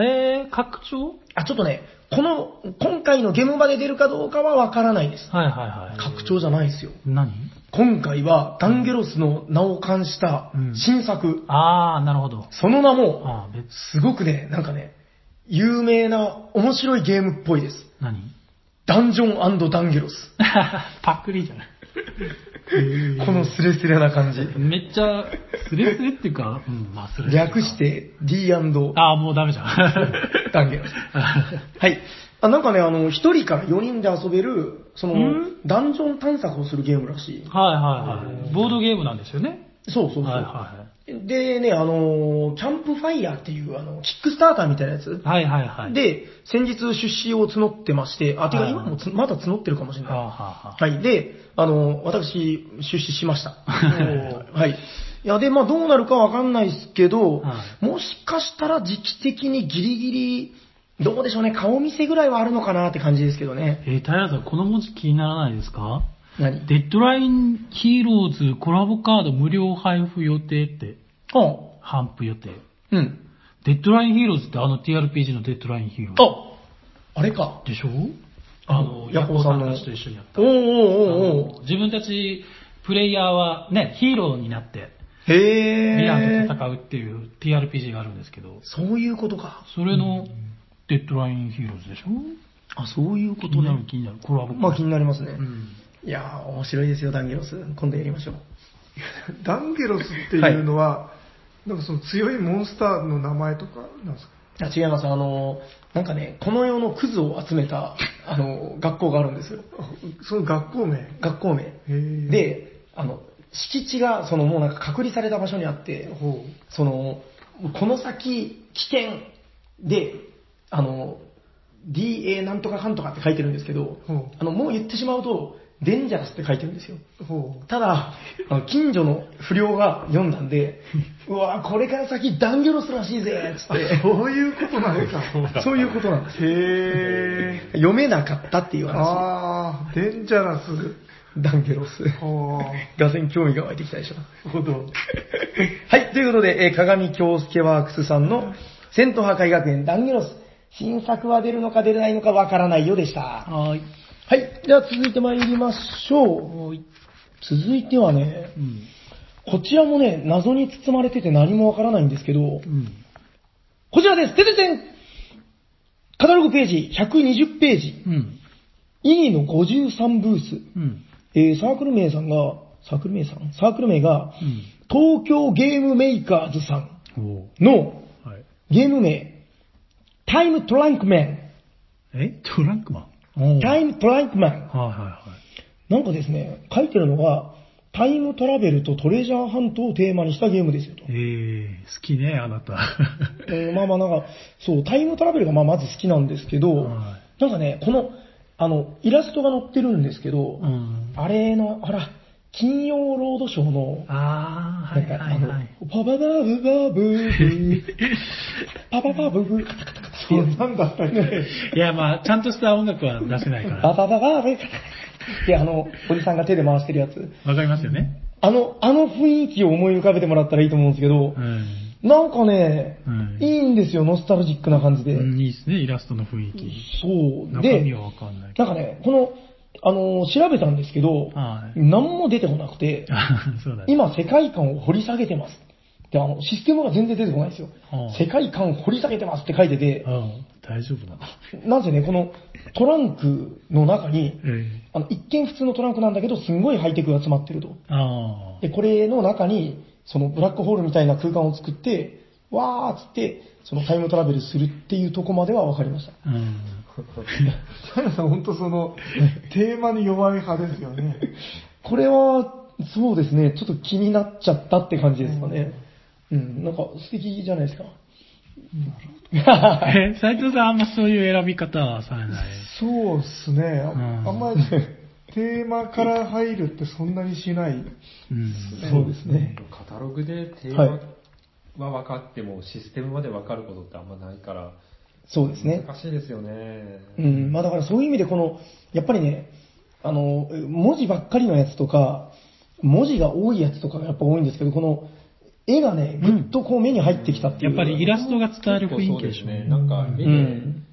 A: えー、拡張
B: あ、ちょっとね、この、今回のゲームまで出るかどうかはわからないです。
A: はいはいはい。
B: 拡張じゃないですよ。
A: 何
B: 今回はダンゲロスの名を冠した
A: うん
B: 新作、
A: あー、なるほど。
B: その名も、
A: あー、別、
B: すごくね、なんかね、有名な面白いゲームっぽいです。
A: 何
B: ダンジョンダンゲロス。
A: パクリじゃ ない。
B: このスレスレな感じ。
A: めっちゃ、スレスレっていうか、うん、まあ、スレスレ。
B: 略し。て D& ダン
A: あー、もうダメじゃん。
B: ゲロス。はい。あなんかね、あの、一人から4人で遊べる、その
A: ん、
B: ダンジョン探索をするゲームらしい。
A: はいはいはい。ボードゲームなんですよね。
B: そうそうそう。
A: はいは
B: でね、あの、キャンプファイヤーっていう、あの、キックスターターみたいなやつ。
A: い。はいはいはい。、
B: で、先日出資を募ってまして、あ、てか
A: はい
B: 今もつまだ募ってるかもしれ
A: はあ、
B: な。
A: はい
B: はい。で、あの、私、出資しました。はい。いや、で、まあ、どうなるかわかんないですけど、
A: は
B: もしかしたら時期的にギリギリ、どうでしょうね、顔見せぐらいはあるのかなって感じですけど
A: い
B: ね。
A: はい。えー、平さん、この文字気にならないですか
B: 何
A: デッドラインヒーローズコラボカード無料配布予定って、
B: あ、
A: 頒布予定。
B: うん。
A: デッドラインヒーローズってあの TRPG のデッドラインヒーローズ。
B: あ、あれか。
A: でしょ
B: あ
A: あ
B: の
A: の、
B: ヤ
A: ヤ
B: コウ
A: コ
B: さ
A: さ
B: ん
A: ん
B: の
A: たちと一緒にやった。
B: おうおうおう
A: あの
B: お
A: 自分たち、プレイヤーはね、ヒーローになって、
B: う。へ
A: ヴィラン
B: え
A: と。戦うっていう TRPG があるんですけど、
B: そういうことか。
A: それの、デッドラインヒーローズでしょ
B: あ、そういう
A: 気
B: こと
A: にな
B: ね
A: る。気になる。これは僕
B: まあ気になりますね。
A: うん。
B: いやー、面白いですよ、ダンゲロス。今度やりましょう。
C: ダンゲロスっていうのは、なんかその強いモンスターの名前とかなんですか
B: あ違います。あの、なんかね、この世のクズを集めた、あの、学校があるんですよ。
C: その学校名。
B: 学校名。
C: ー
B: で、あの、敷地が、そのもうなんか隔離された場所にあって、
C: ほ
B: その、この先、危険で、あの、DA なんとかかんとかって書いてるんですけど
C: うん、
B: あの、もう言ってしまうと、デンジャラスって書いてるんですよ。
C: う。ほ
B: ただ、あの近所の不良が読んだん で、うわーこれから先ダンギョロスらしいぜつっ
C: う。そういうことなのか。
B: て、そういうことなんですよ。
C: へえ。
B: 読めなかったっていう話。
C: あー、デンジャラス。
B: ダンギョロス。
C: ほう。
B: 画線興味が湧いてきたでしょ。 ほど。はい、ということで、えー鏡京介ワークスさんの、セント破壊学園ダンギョロス、新作は出るのか出れないのかわからないよでした。は
A: はーい。
B: い、では続いて参りましょう。
A: はい。
B: 続いてはね、
A: うん。
B: こちらもね、謎に包まれてて何もわからないんですけど、
A: うん。
B: こちらです。てててんカタログページ、120ページ、
A: うん。
B: E の53ブース、
A: うん。
B: えー、サークル名さんが、サークル名さんサークル名が、
A: うん
B: 東京ゲームメーカーズさん
A: お
B: の
A: ーはい。
B: ゲーム名、タイムトランクマン。
A: えトランクマンおー
B: タイムトランクマン。
A: はいはいはい。
B: なんかですね、書いてるのが、タイムトラベルとトレジャーハントをテーマにしたゲームですよと。
A: ええ好きね、あなた。
B: うんまあまあなんか、そう、タイムトラベルがまあまず好きなんですけど、
A: は
B: なんかね、この、あの、イラストが載ってるんですけど、
A: うん。
B: あれの、あら、金曜ロードショーの、
A: ああ、は
B: なん
A: い
B: か、
A: はいは
B: あ
A: い。
B: の、パパパブバブー、パパパブブー、カタカタカタっていう
C: なんだったっけ
A: いや、まあ、ちゃんとした音楽は出せないから。
B: ババババブー、カタカタカタってあの、おじさんが手で回してるやつ。
A: わかりますよね。
B: あの、あの雰囲気を思い浮かべてもらったらいいと思うんですけど
A: う、ん。
B: なんかね、
A: はい
B: いいんですよ、ノスタルジックな感じで。
A: うんいいですね、イラストの雰囲気。
B: そう。
A: 中
B: で、
A: 身はわかんないけ
B: なんかね、この、あのー調べたんですけど、
A: はい
B: 何も出てこなくて
A: ど。、あそうだね。
B: 今世界観を掘り下げてます。で、あの、システムが全然出てこないんですよ
A: は。あ
B: 世界観を掘り下げてますって書いてて、
A: うん大丈夫なの。
B: なぜね、このトランクの中に、
A: ええ
B: あの、一見普通のトランクなんだけど、すんごいハイテクが詰まってると。
A: あ
B: で、これの中に、そのブラックホールみたいな空間を作って、わーっつって、そのタイムトラベルするっていうとこまでは分かりました。
A: あ。うん。
C: サラさん、本当そ の、テーマに弱い派ですよね。
B: これは、そうですね、ちょっと気になっちゃったって感じですかね。うん、なんか素敵じゃないですか。
A: え、斎藤さんあんまそういう選び方はされない。
C: そうっすね。あ,、
A: うん
C: あんまり、テーマから入るってそんなにしない。
A: うん。
B: そうですね。
D: カタログでテー
B: はい
D: マは分かっても、システムまで分かることってあんまないから、
B: そうですね。
D: 難しいですよね。
B: うん、まあだからそういう意味でこの、やっぱりね、あの、文字ばっかりのやつとか、文字が多いやつとかがやっぱ多いんですけど、この絵がね、ぐっとこう目に入ってきたってい
A: や
B: う。
A: っぱりイラストが伝わる
D: 結構
A: 雰囲
D: そう
A: 気
D: で
A: でし
D: す
A: ょ。
D: ね。なんか、
B: う
D: 絵で
B: ん。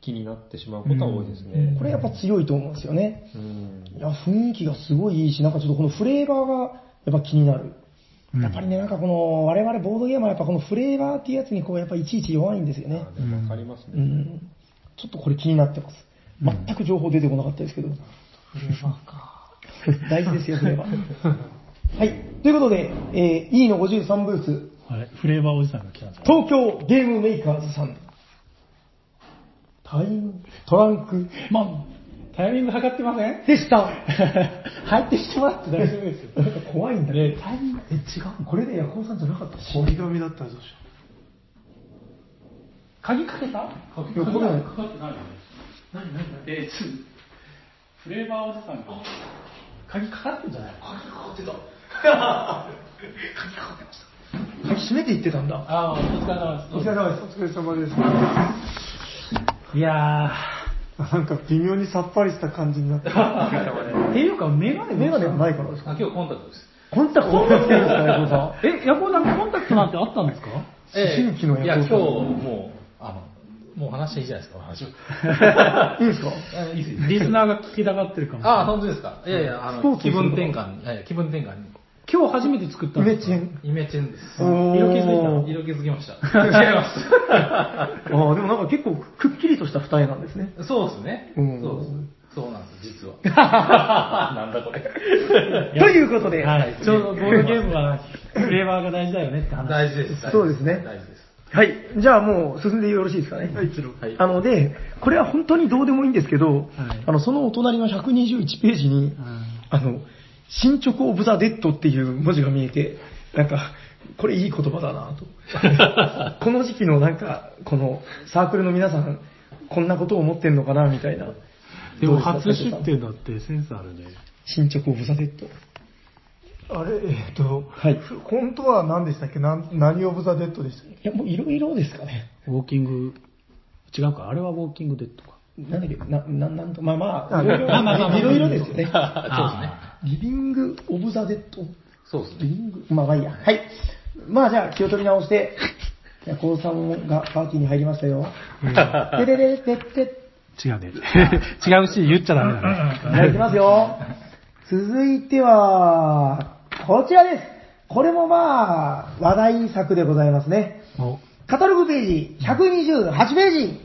D: 気になってしまうことは多いですね。
B: これやっぱ強いと思うんですよね。
D: うん。
B: いや、雰囲気がすごいいいし、なんかちょっとこのフレーバーがやっぱ気になる。
A: うん
B: やっぱりね、なんかこの、我々ボードゲーマーはやっぱこのフレーバーっていうやつにこう、やっぱいちいち弱いんですよね。
D: あでも分かります
B: う
D: ね。
B: ん。ちょっとこれ気になってます。全く情報出てこなかったですけど。フレーバーか。 大事ですよ、フレーバー。はい。ということで、えー E の53ブース、
A: はい。フレーバーおじさんが来たんですよ。
B: 東京ゲームメーカーズさん。タイム、トランク、
A: まあ、タイミング測ってません
B: でした。 入ってきてもらって大丈夫ですよ。なんか怖いんだね。タイム、え、違う。これでヤコウさんじゃなかった
C: 折り紙だったらどうしよ
B: 鍵かけた
C: う。いや、これ、
A: えちょっとフレーバーおじさんが、鍵かかってんじゃない
B: 鍵閉めていってたんだ。
A: ああ、お疲れ様です
C: お疲れ様です。お疲れ様です。
A: いや
C: なんか微妙にさっぱりした感じになって。
A: ー、っていうか、メガネ、
B: メガネがないからですか
F: あ今日コンタクトです。
B: コンタクト持ってるんですか、ヤコウさ ん。
A: え、ヤコウさん、コンタクトなんてあったんですか
F: ええ
B: 思春期の
F: いや、
B: ヤ
F: 今
B: ク
F: 日
B: ルト
F: もう、あの、
G: もう話していいじゃない ですか、お話。
B: いいですか
G: あのいいですいいです
A: リスナーが聞きたがってるかも。
G: ああ、本当ですか。いやいや、あ
B: スポー
G: の、
B: ツ
G: 気分転換、いやいや気分転換に。
A: 今日初めて作った
B: イ
A: ん
B: メ
A: で
B: チェン。
G: イメチェンです。
B: おー
A: 色気づいたの
G: 色気づきました。 違いま
B: あーでもなんか結構くっきりとした二重なんですね。
G: す。そうですね。
B: う
G: そ
B: ん
G: うです。そうなんです、 実は。なんだこれ。
B: ということで、
A: は
B: はい
A: い。ちょうどボードゲームは、フレーバーが大事だよねって話。
G: 大事です。
B: そうですね
G: 大事です。
B: じゃあもう進んでよろしいですかね。はい、
G: はい
B: あので、これは本当にどうでもいいんですけど、
A: はい
B: あの、そのお隣の121ページに、
A: うん
B: あの、進捗オブザデッドっていう文字が見えて、なんか、これいい言葉だな と。この時期のなんか、このサークルの皆さん、こんなことを思ってんのかなみたいな。
A: でも
B: どう
A: 初
B: です
A: 出
B: か斉
A: 店
B: 藤さん
A: だってセンスあるね。
B: 進捗オブザデッド。
C: あれ、えっと、
B: はい
C: 本当は何でしたっけなん何オブザ・デッドでしたっけ
B: いや、もういろいろですかね。
A: ウォーキング、違うか、あれはウォーキングデッドか。
B: なんだっけ、な、ななんと、まあまあ、
C: あ
B: いろいろ
A: まあまあまあまあ
B: いろいろです よね。
A: あ
B: リビング・オブ・ザ・デッド。
G: そうですね。
B: リビング、まあまあいいや。はい。まあじゃあ気を取り直して、じゃあ、コウさんがパーティーに入りましたよ。てれれれてって、
A: 違うね。 違うし、言っちゃダメだ
B: じゃあ
A: ね。
B: 行きますよ。続いては、こちらです。これもまあ、話題作でございますね。
A: お
B: カタログページ、128ページ、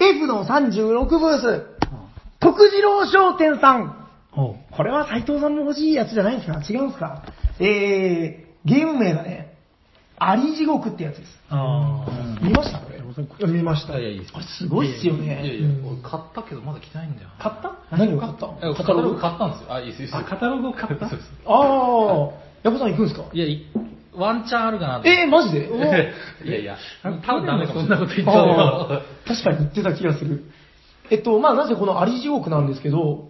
B: F の36ブース、徳次郎商店さん。
A: お
B: これは斉藤さんも欲しいやつじゃないんですか違うんですかえー、ゲーム名がね、アリ地獄ってやつです。
A: ああ。
B: 見ましたこれ。
C: 見ました。
G: いやいやいや
B: これすごいっすよ
G: いや
B: ね。
G: いや、俺買ったけどまだ着ないんだよな。
B: 買った何を買った
G: いやカタログ買ったんですよ。あ、いいですいいです。カタログを買ったそうです。
B: あー、ヤコさん行くんですか
G: いやい、ワンチャンあるかなと思って
B: えー、マジでお ー
G: いやいや、多分ダメかもしれない。そんなこと言っち
B: あ
G: ゃ
B: ー確かに言ってた気がする。えっと、まあ、なぜこのアリ地獄なんですけど、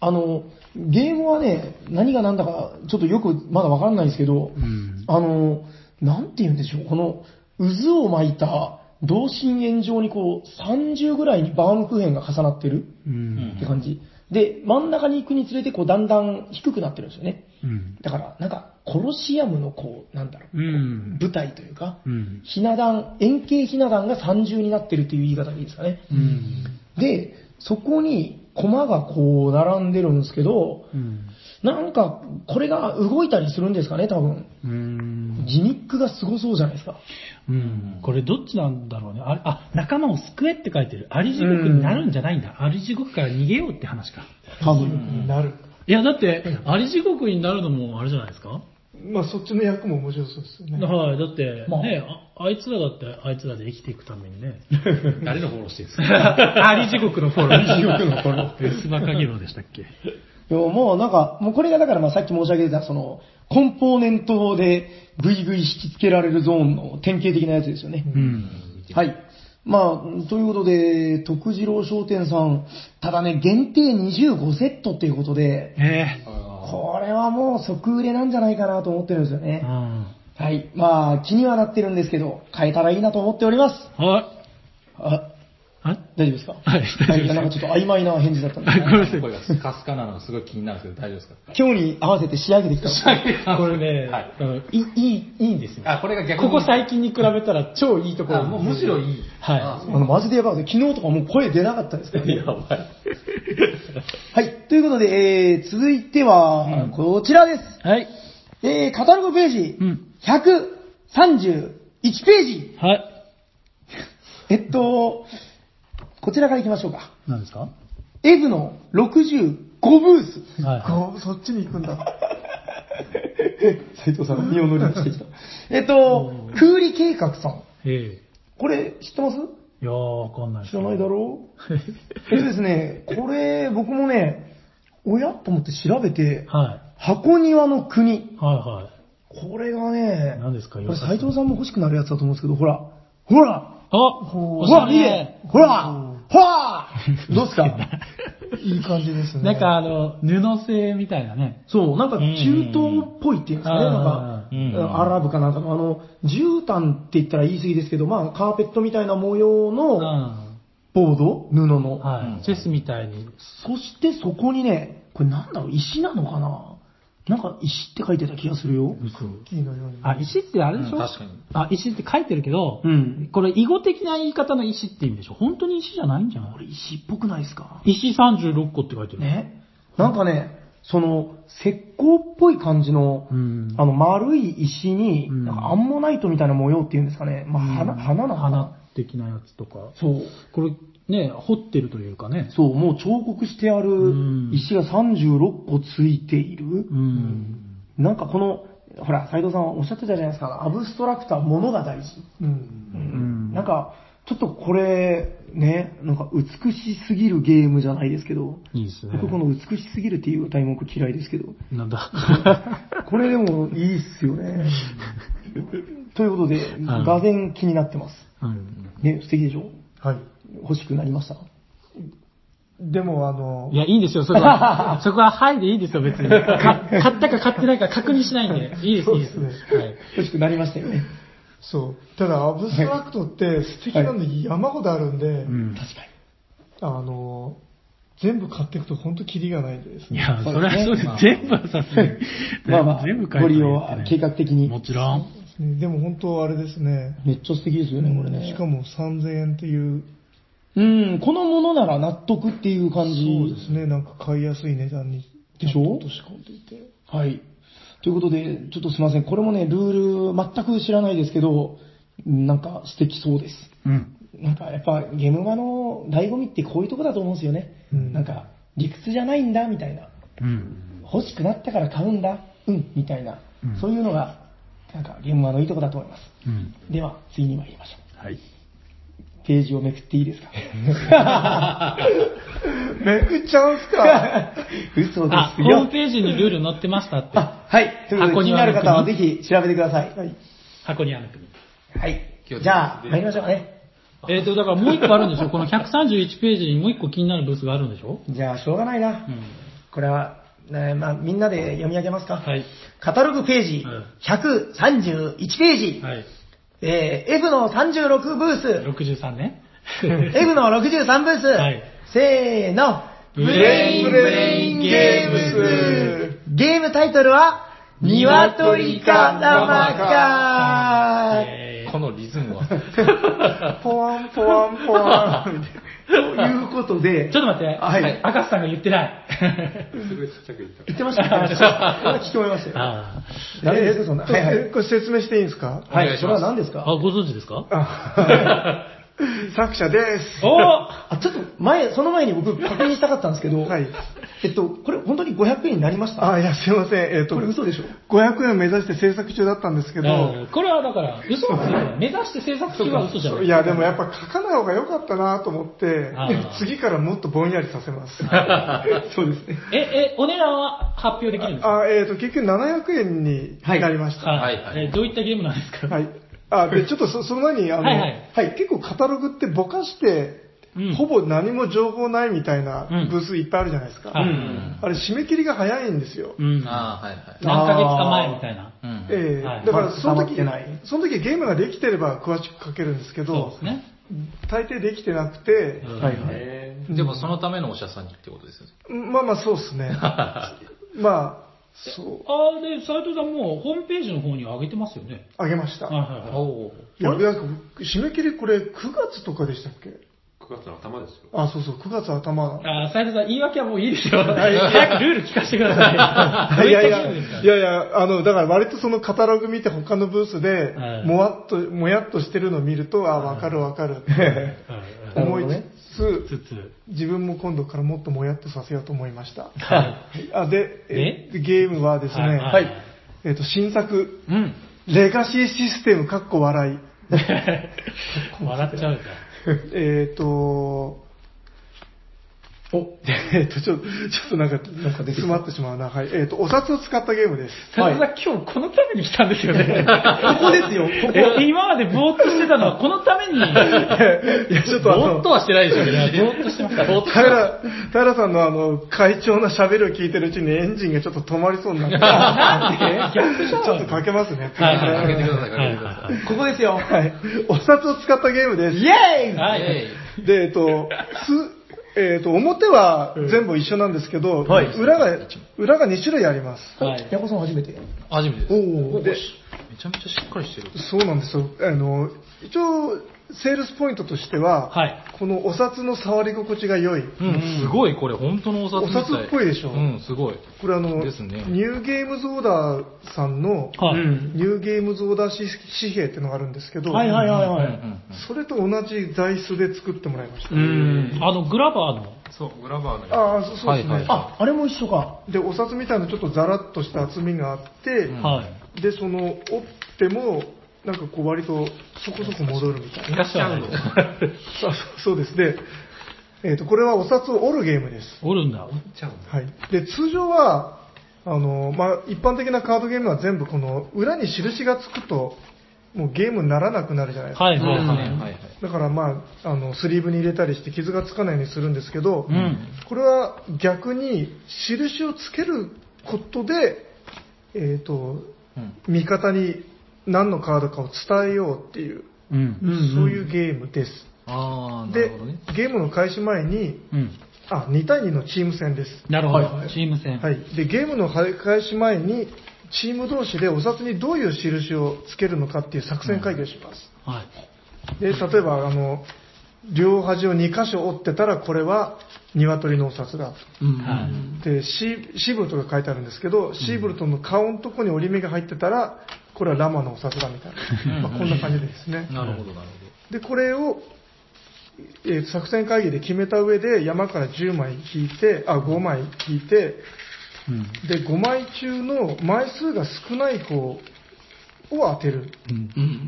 B: あの、ゲームはね、何が何だか、ちょっとよくまだわかんないですけど、
A: ん
B: あの、なんて言うんでしょう、この渦を巻いた同心円状にこう、30ぐらいにバームクーヘンが重なってる
A: うん。
B: って感じ。で、真ん中に行くにつれて、こう、だんだん低くなってるんですよね。
A: うん。
B: だから、なんか、コロシアムのこう、なんだろう、
A: うん。
B: 舞台というか、
A: うん。
B: ひな壇、円形ひな壇が30になってるという言い方でいいですかね。
A: うん。
B: で、そこに駒がこう並んでるんですけど、
A: うん。
B: なんか、これが動いたりするんですかね、多分。
A: うん。
B: ギミックがすごそうじゃないですか。
A: うん。これどっちなんだろうね。あれ、あ、仲間を救えって書いてる。あり地獄になるんじゃないんだ。あり地獄から逃げようって話か。
B: 多分。
C: なる。
A: いや、だって、あり地獄になるのもあれじゃないですか
C: まあ、そっちの役も面白そうですよね。
A: はい、だって、
B: まあ
A: ねあ、あいつらだって、あいつらで生きていくために ね。
G: う。誰のフォローしてるんですか
A: あり地獄のフォロー。 あり地獄のフォロー。スバカギロでしたっけ
B: でももうなんか、もうこれがだからまあさっき申し上げてた、その、コンポーネントでぐいぐい引き付けられるゾーンの典型的なやつですよね。
A: うん。
B: はい。まあ、ということで、徳次郎商店さん、ただね、限定25セットっていうことで、
A: え
B: これはもう即売れなんじゃないかなと思ってるんですよ
A: え
B: ね。
A: あ
B: はい。まあ、気にはなってるんですけど、変えたらいいなと思っております。
A: あ。はい。
B: あ、
A: あ
B: 大丈夫ですか
A: はい大丈夫です
B: なんかちょっと曖昧な返事だったんですけど、
G: 声がスカスカなのがすごい気になるんですけど、大丈夫ですか
B: 今日に合わせて仕上げてきた。
A: これね、
G: はい
A: あのいい、いい、いいんですよ。
G: あ、これが逆
A: こ
G: に。
A: こ最近に比べたら超いいところ
G: あ、もうむしろいい。
A: はい
G: あそ
B: あの、マジでやばいです。昨日とかもう声出なかったですから、
G: う
B: ね。
G: やばい。
B: はい。ということで、えー、続いては、こちらです。
A: はい。
B: えー、カタログページ、
A: うん
B: 131ページ。
A: はい。
B: えっと、こちらから行きましょうか。
A: 何ですかは
B: F の65ブース。
A: いは
C: こう、そっちに行くんだ。
B: 斉藤さんが身を乗り出してきた。 えっと、空理計画さん。
A: い。え
B: これ知ってます
A: えいやー、わかんない
B: 知らないだ
A: う。
B: ろう えっとですね、これ僕もね、おやと思って調べて、
A: は
B: 箱庭の国。
A: い。はいは
B: これがね、
A: 何ですか
B: これ斉藤さんも欲しくなるやつだと思うんですけど、ほら、ほら
A: い。あ
B: ほ
A: おしゃ
B: ら、
A: れ
B: いいねほらほ らどうっすか
C: いい感じですね。
A: なんかあの、布製みたいなね。
B: そう、なんか中東っぽいっていうんですかね、
A: うん
B: なんか、
G: う
B: うんんアラブかなんかの、あの、絨毯って言ったら言い過ぎですけど、まあ、カーペットみたいな模様
A: う
B: の
A: ん。
B: ボード、布の。
A: はい。チェスみたいに。
B: そしてそこにね、これなんだろう、石なのかななんか石って書いてた気がするよ。
C: キーのように。
A: あ、石ってあれでしょ、
G: うん確かに
A: あ、石って書いてるけど、
B: うん
A: これ、囲碁的な言い方の石って意味でしょ本当に石じゃないんじゃない
B: 石っぽくないですか
A: 石36個って書いてる。。
B: ね。なんかね、その、石膏っぽい感じの、
A: うん。
B: あの、丸い石に、
A: うん
B: なんかアンモナイトみたいな模様っていうんですかね。まあ、花、花なのかな
A: 花的なやつとか。
B: そう。
A: これ、ね、掘ってるというかね。
B: そう、もう彫刻してあ
A: うん
B: る石が36個ついている。
A: うん。
B: なんかこの、ほら、斉藤さんおっしゃってたじゃないですか。アブストラクトは物が大事。
C: うん。
A: ん
B: なんか、ちょっとこれ、ね、なんか美しすぎるゲームじゃないですけど、
A: いいですね。
B: 僕この美しすぎるっていう題目嫌いですけ ど、
A: なんだ。
B: これでもいいっすよ ね。ということで、がぜん気になってます。
A: うん
B: ね、素敵でしょ
C: はい。
B: 欲しくなりました
C: でも、あの
A: い、や、いいんですよ、そこ は。そこは、はいでいいですよ、別に。か買ったか買ってないか確認しないんで。いいです、いいです。
C: そう
A: は
C: で
A: い
C: すね
B: 欲しくなりましたよね。
C: そう。ただ、アブストラクトって素敵なの山ほどあるんで、
A: うん。
B: 確か
C: あの、全部買っていくと本当キリがないです
A: い
C: ね。
A: や、
B: そう
A: それ
B: です
A: は
B: ね
A: そうです。全部はさすがに。
B: に。まあまあ
A: 全部、買
B: ご
A: え
B: 利
A: て
B: 用
A: ない
B: は
A: って
B: 計
A: ね
B: 画的に。
A: もちろん。
C: でも本当あれですね。
B: めっちゃ素敵ですよね、これね。
C: しかも3000円っていう、
B: うん、このものなら納得っていう感じ。
C: そうですね、なんか買いやすい値段に。
B: でしょ
C: ちゃんと仕込んでいて。
B: はい。ということで、ちょっとすみません。これもね、ルール全く知らないですけど、なんか素敵そうです。
A: うん。
B: なんかやっぱゲームマの醍醐味ってこういうとこだと思うんですよね。
C: うん
B: なんか理屈じゃないんだみたいな。
A: うん。
B: 欲しくなったから買うんだ。うん、みたいな。
A: うん
B: そういうのが、なんかゲームマのいいとこだと思います。
A: うん。
B: では、次に参りましょう。
A: はい。
B: ページをめくっていいですか
C: めくっちゃうんすか
B: 嘘で
A: あ、
B: す
A: ホー
B: よ
A: ム。ページにルール載ってましたって。
B: あ、はい。ということで、
A: 箱
B: 気に
A: 庭
B: な
A: の
B: る
A: 国
B: 方はぜひ調べてください。はい。
A: 箱にある国。
G: 気をつけて
B: じゃあ、参りましょうかね。
A: えっ、と、だからもう一個あるんでしょこの131ページにもう一個気になるブースがあるんでしょ
B: じゃあ、しょうがないな。
A: うん。
B: これは、ねまあ、みんなで読み上げますか。
A: はい。
B: カタログページ、
A: うん
B: 131ページ、
A: はい。
B: えー F の36ブース、
A: 63ね。
B: F の63ブース、
A: はい
B: せーの、
A: ブレインブレインゲ
C: ーム
B: ゲームタイトルは、鶏か生か
A: え
G: このリズ ムは。
C: ポワンポワンポワン。
B: ということで、
A: ーちょっと待って。
B: はい
A: 赤瀬さんが言ってない。
G: すごいちっちゃく言った。
B: 言ってま した、言ってました。聞き終えましたよ。
A: あ
B: 誰ですか、そんな。はいは
C: え
B: い。
C: これ説明していいんですか
G: お
B: は
G: 願
B: い、
G: い
B: そ
G: し
B: れ
G: ま
B: は
G: す
B: 何です
A: あ。
B: か
A: あ、ご存知ですか
C: あ作者です。
A: お
B: あ、ちょっと前、その前に僕確認したかったんですけど、
C: はい
B: えっと、これ本当に500円になりました
C: あ、いや、すいません。えっ、と
B: これ、嘘でしょ
C: 500円目指して制作中だったんですけど、
A: おこれはだから、嘘はついてない目指して制作中は嘘じゃない。
C: いや、でもやっぱ書かない方が良かったなと思って
A: あー、
C: 次からもっとぼんやりさせます。 そうですね。
A: え、え、お値段は発表できるんですか
C: あ、えっ、と、結局700円になりました。
A: あ
G: はいはい
A: えどういったゲームなんですか
C: はい。あ、で、ちょっとそその前に、あの、
A: は
C: はいい、
A: はい
C: 結構カタログってぼかして、
A: うん
C: ほぼ何も情報ないみたいな
A: うん
C: ブースいっぱいあるじゃないですか。
A: はい
C: あれ、締め切りが早いんですよ。
A: うん。何
G: ああ、はいはい。
A: ヶ月か前みたいな。
G: うん
C: ええ
A: はい
C: だからそ
B: まだ溜
C: の
B: まっ
C: 時
B: てない、
C: その時ゲームができてれば詳しく書けるんですけ
A: そう
C: ど
A: で、すね。
C: 大抵できてなくて、
A: うん
B: はいはい。
G: へーでもそのためのお医者さんにってことですよね。
C: まあまあそうで すね。まあ、そう、
A: あーで、斉藤さんもうホームページの方には上げてますよね。
C: あげました。
A: はいはいはい。
G: おお。
C: いや、なんか締め切りこれ9月とかでしたっけ
G: 9月の頭ですよ。
C: あ、そうそう、9月頭だ。
A: あー斉藤さん、言い訳はもういいですよ。早くルール聞かせてください。
C: いやいや、
A: どうったゲームですか
C: いやいや、あの、だから割とそのカタログ見て他のブースで
A: はい、
C: もわっと、もやっとしてるのを見ると、あ、わかるわかるって
A: はい
B: はい
C: 思いつ
A: つ
C: つ、
A: つ。
C: 自分も今度からもっともやっとさせようと思いました。
A: は
C: あで、えゲームはですね、
A: はいはい
C: えっ、と、新作、
A: うん。
C: レガシーシステム、かっこ笑い。
A: 笑っちゃうじ
C: えっと、お、えっ、と、ちょっと、ちょっとなんか、なんか詰まってしまうな。はい。えっ、と、お札を使ったゲームです。
A: ゃん。斉藤さん、今日このために来たんですよね。
B: ここですよ、ここ。
A: え今までぼーっとしてたのはこのために、
C: いや、ちょっとあ
G: ぼーっと
C: の、
G: はしてないでしょ、
A: ぼーっとしてました。
G: ぼーっと
C: 田原、田原さんのあの、会長の喋りを聞いてるうちにエンジンがちょっと止まりそうになって。
A: なんで逆 じゃん
C: ちょっとかけますね。
A: はい
G: はいかけてください、か
A: は
G: け
A: い
G: てくださ
A: はいはい
B: ここですよ。
C: はい。お札を使ったゲームです。
B: イェーイ
A: は
G: はい
A: い。
C: で、えっと、えっと、表は全部一緒なんですけど、
B: はい
C: 裏が、裏が2種類あります。
E: はい。
B: ヤコさん初めて。
H: 初めてです。
C: おお。で、
H: めちゃめちゃしっかりしてる。
C: そうなんですよ。あの、一応、セールスポイントとしては、
E: はい
C: このお札の触り心地が良い。
H: うん、すごい、これ、本当のお札みたい。
C: お札っぽいでしょ
H: うん、すごい。
C: これあの、
H: ですね
C: ニューゲームズオーダーさんの、
E: はい。
C: ニューゲームズオーダー紙紙幣っていうのがあるんですけど、
E: はいはいはいは
H: うん
E: い。
H: うん
C: それと同じ材質で作ってもらいました。
B: うん。
A: あの、グラバーの、
D: そう、グラバーのやつ
C: ああ、そそうですね。
H: はいはい
B: あ、あれも一緒か。
C: で、お札みたいなちょっとザラッとした厚みがあって、
A: はい。
C: で、その、折っても、なんかこう割とそこそこ戻るみたいな。
A: 昔はないです。
C: そうそうですね。えっ、と、これはお札を折るゲームです。
A: おるんだ。
C: はい。で、通常は、あの、まあ、一般的なカードゲームは全部この裏に印がつくと、もうゲームにならなくなるじゃないですか。
A: はいはい
H: は
A: はい
H: はい
A: い。
H: はい。
C: だからまあ、あの、スリーブに入れたりして傷がつかないようにするんですけど、
A: ん
C: これは逆に印をつけることで、えっ、と、
H: うん
C: 味方に何のカードかを伝えようっていう、
A: うん。
C: そういうゲームです。
H: あー、な
C: で、
H: るほどね。
C: ゲームの開始前に、
A: うん。
C: あ、2対2のチーム戦です。
A: なるほ
C: はいは
A: ど。
C: い
A: チーム戦。
C: はい。で、ゲームの開始前に、チーム同士でお札にどういう印をつけるのかっていう作戦会議をします。
A: はい。
C: で、例えば、あの、両端を2箇所折ってたら、これは鶏のお札だ。
A: はい
C: で、シーシーブルトが書いてあるんですけど、シーブルトの顔のとこに折り目が入ってたら、これはラマのお札だみたいな。まあ、こんな感じですね。
H: なるほど、なるほど。
C: で、これを、えー作戦会議で決めた上で、山から10枚引いて、あ、5枚引いて、で、5枚中の枚数が少ない方を当てる。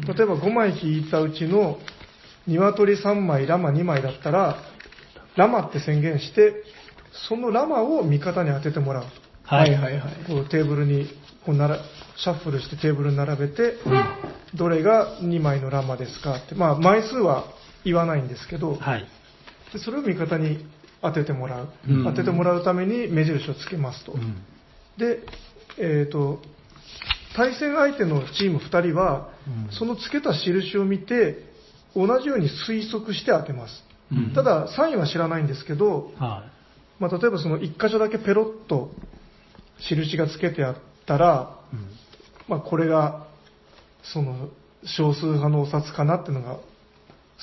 C: 例えば5枚引いたうちの、鶏3枚、ラマ2枚だったら、ラマって宣言して、そのラマを味方に当ててもらう。
B: はいはいはい。
C: こうテーブルにこうならシャッフルしてテーブルに並べて、どれが2枚のラマですかって、まあ、枚数は言わないんですけど、
A: はい。
C: でそれを味方に当ててもらう、
A: うん
C: 当ててもらうために目印をつけますと、
A: うん。
C: で、えー、と対戦相手のチーム2人は、そのつけた印を見て同じように推測して当てます、
A: うん
C: ただサインは知らないんですけど、
A: は
C: まあ、例えばその1箇所だけペロッと印がつけてあったら、
A: い。うん。
C: まあ、これがその少数派のお札かなっていうのが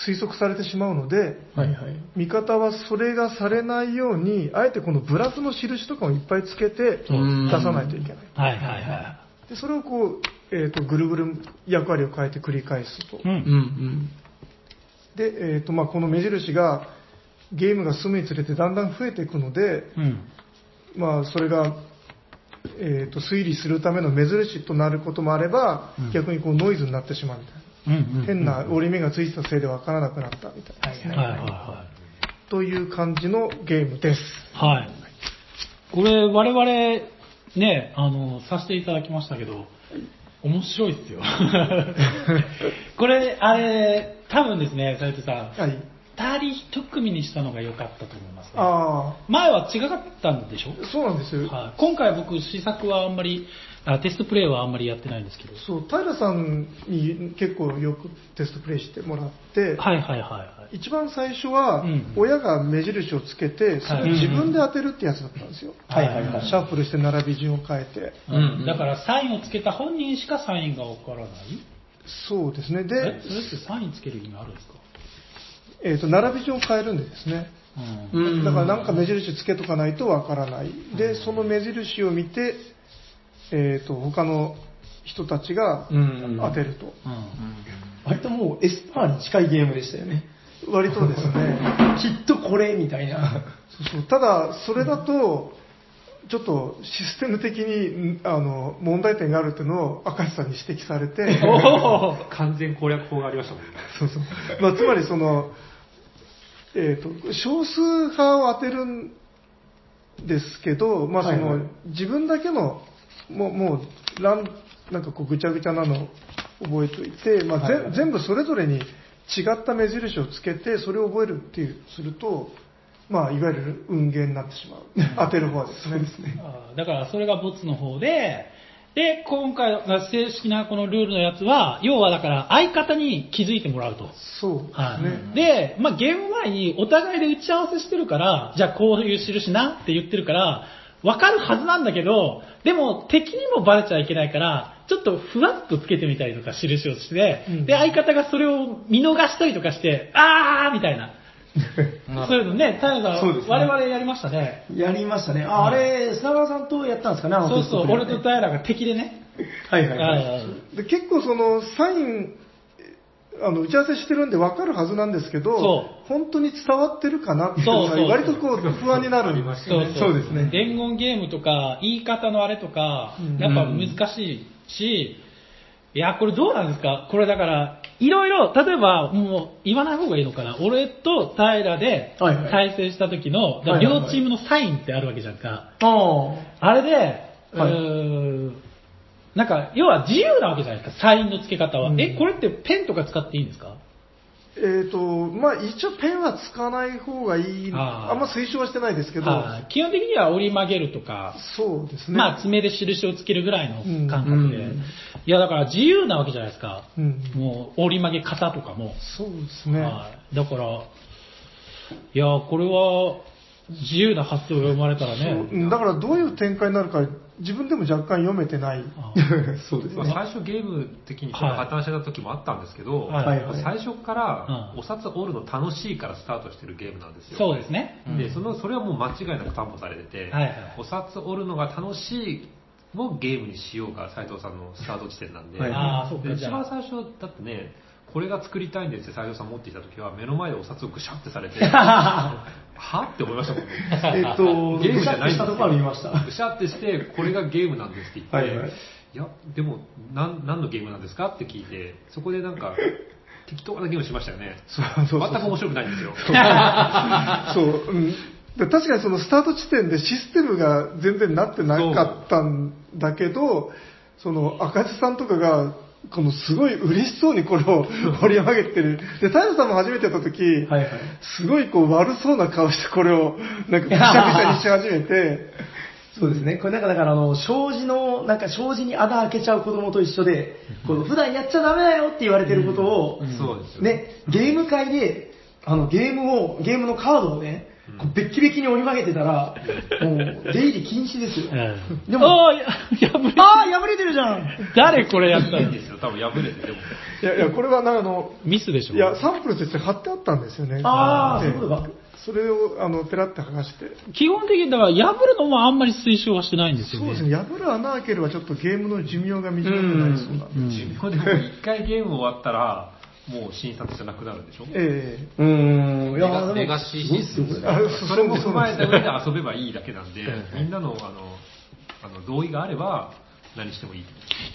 C: 推測されてしまうので、
B: はいはい。
C: 味方はそれがされないように、あえてこのブラスの印とかをいっぱいつけて出さないといけない。
A: はいはいは
C: でそれをこう、えー、とぐるぐる役割を変えて繰り返すと。
A: い。う。
B: うんん
C: で、えーとまあ、この目印がゲームが進むにつれてだんだん増えていくので、
A: うん。
C: まあ、それが、えー、と推理するための目印となることもあれば、
A: うん
C: 逆にこうノイズになってしまうみたいな、
A: うんうん。
C: 変な折り目がついてたせいで分からなくなったみたいなですね、
A: はいはいは
C: という感じのゲームです
A: い。はい。これ、我々、ね、あの、させていただきましたけど、面白いっすよ。 これ、あれ、多分ですね、斉藤さん、
C: はい
A: 二人一組にしたのが良かったと思います、ね。
C: あ
A: 前は違かったんでしょ
C: あそうなんですよ、
A: はい、今回僕試作はあんまりあテストプレイはあんまりやってないんですけど
C: そう平さんに結構よくテストプレイしてもらって、
A: はいはいはいはい
C: 一番最初は
A: うん
C: 親が目印をつけてそれを自分で当てるってやつだったんですよ、
A: はいはいはい
C: シャッフルして並び順を変えて
A: うんだからサインをつけた本人しかサインがわからない
C: そうですね
A: え
C: で
A: それってサインつける意味あるんですか、
C: えー、と並び順を変えるんでですね、
A: うん
B: うん。
C: だからなんか目印つけとかないとわからない、でその目印を見て、えー、と他の人たちが
B: うん
C: 当てると、
A: うん
B: 割ともうエスパーに近いゲームでしたよね。
C: 割とですね
B: きっとこれみたいな。
C: そうそうただそれだと、ちょっとシステム的にんあの問題点があるっていうのを明石さんに指摘されて、
G: 完全攻略法がありましたもんね。
C: そうそうまあ、つまりその、えー、と少数派を当てるんですけど、まあその
B: はいはい
C: 自分だけのもうもうランなんかこうぐちゃぐちゃなのを覚えておいて、まあぜん全部それぞれに違った目印をつけてそれを覚えるっていうすると、まあ、いわゆる運ゲーになってしまう当てる方はですね
A: あーだからそれがボツの方でで、今回が正式なこのルールのやつは、要はだから相方に気づいてもらうと。
C: そうですね。
A: はい。で、まあ、ゲーム前にお互いで打ち合わせしてるから、じゃあこういう印なって言ってるから、わかるはずなんだけど、でも敵にもバレちゃいけないから、ちょっとふわっとつけてみたりとか印をして、
C: うん
A: で、相方がそれを見逃したりとかして、あーみたいな。そういうのね、太陽さ、
B: そうんですね
A: 我々やりましたね。
B: やりましたね。あ、あれ、砂川さんとやったんですかね、あの
A: そうそう、
B: テストプレ
A: 俺
B: イ
A: と
B: はね
A: 平が敵でね。
B: はいはいはい。
A: あ
C: で結構そのサインあの打ち合わせしてるんで分かるはずなんですけ
A: そ
C: ど本当に伝わってるかなっていうの
A: そうそう
C: が割とこう不安になるんです
A: そう
C: そうですね
A: 伝言ゲームとか、言い方のあれとか、やっぱ難しいし、いや、これどうなんですかこれだから、いろいろ、例えば、もう言わない方がいいのかな俺と平で
B: はいはい
A: 対戦した時の、だから両チームのサインってあるわけじゃんか。
B: あ
A: あれで、う
B: はい
A: ーんなんか、要は自由なわけじゃないですか、サインの付け方は。え、これってペンとか使っていいんですか
C: えっ、とまあ一応ペンは使わない方がいい
A: あ
C: あ
A: ー
C: んま推奨はしてないですけど
A: はい基本的には折り曲げるとか、
C: そうですね、
A: まあ爪で印をつけるぐらいの感覚で、いやだから自由なわけじゃないですか、
C: うん
A: もう折り曲げ方とかも、
C: そうですね、
A: はいだからいやこれは自由な発想が生まれたら
C: そう
A: ね
C: うんだからどういう展開になるか自分でも若干読めてない
A: あ
B: そうです
D: ま
B: ね。
D: あ最初ゲーム的にちょっと破綻してた時もあったんですけど、
A: はい
B: はいはい
D: 最初から
A: うん
D: お札折るの楽しいからスタートしてるゲームなんですよ。
A: そうですね
D: でそのそれはもう間違いなく担保されてて、
A: はいはい
D: お札折るのが楽しいもゲームにしようが斉藤さんのスタート地点なんで、
B: はい
A: ああそうか
D: で
A: じ
D: 一
A: ゃあ
D: 番最初だってねこれが作りたいんですって斉藤さん持ってきた時は目の前でお札をぐしゃって されてはって思いましたもんね
B: えっと、
D: ゲームじゃないんです
B: ぐしゃっとした
D: よ
B: ところは見ました。
D: ぐしゃってしてこれがゲームなんですって言って、
B: はいはい
D: やでもなん何のゲームなんですかって聞いてそこでなんか適当なゲームしましたよね
C: そうそうそう
D: 全く面白くないんですよ
C: そう、うん、で確かにそのスタート地点でシステムが全然なってなかったんだけど、その赤字さんとかが、このすごい嬉しそうにこれを 掘り上げてる。で、太陽さんも初めてやった時、
B: はいはい
C: すごいこう悪そうな顔してこれをなんかぐしゃぐしゃにし始め て、
B: そうですね。これなんかだからあの、障子の、なんか障子に穴開けちゃう子供と一緒で、この普段やっちゃダメだよって言われてることを、
D: そうですよ
B: ね、ゲーム会で、あの、ゲームを、ゲームのカードをね、こうベッキベキに折り曲げてたら、もう、出入り禁止ですよ。でも、
A: ああややぶれ
B: あー、破れてるじゃん
A: 誰これやった
D: いい
A: の
D: んですよ多分破れてでも
C: いやいや、これはなんかあの、
A: ミスでしょ
C: いや、サンプルとして貼ってあったんですよね。
B: あー
C: で
B: そういうことか
C: それを、あの、ペラって剥がして。
A: 基本的にだから破るのもあんまり推奨はしてないんですよ
C: そう
A: ね
C: ですね、破る穴開けるはちょっとゲームの寿命が短くなりそうなんで。
D: 寿命でも一回ゲーム終わったらもう診察じゃなくなるんでしょ
C: ええ
B: うーん、いやーでも
H: レガシーシステム
B: すごいっすよこれ
C: あ
D: それも踏まえた上で遊べばいいだけなんでみんなのあのあの同意があれば何してもいい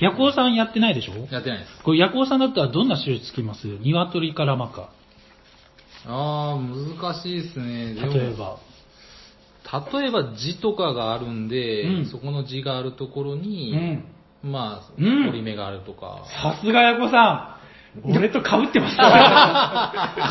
A: 夜行さんやってないでしょ
H: やってないです。
A: これ夜行さんだったらどんな種類つきます鶏かラマか
H: あー、難しいですね。でも
A: 例え。ば
H: 例えば字とかがあるんで、
A: うん
H: そこの字があるところに、まあ、
A: うん
H: 折り目があるとか。
A: さすがやこさん。俺と被ってますた。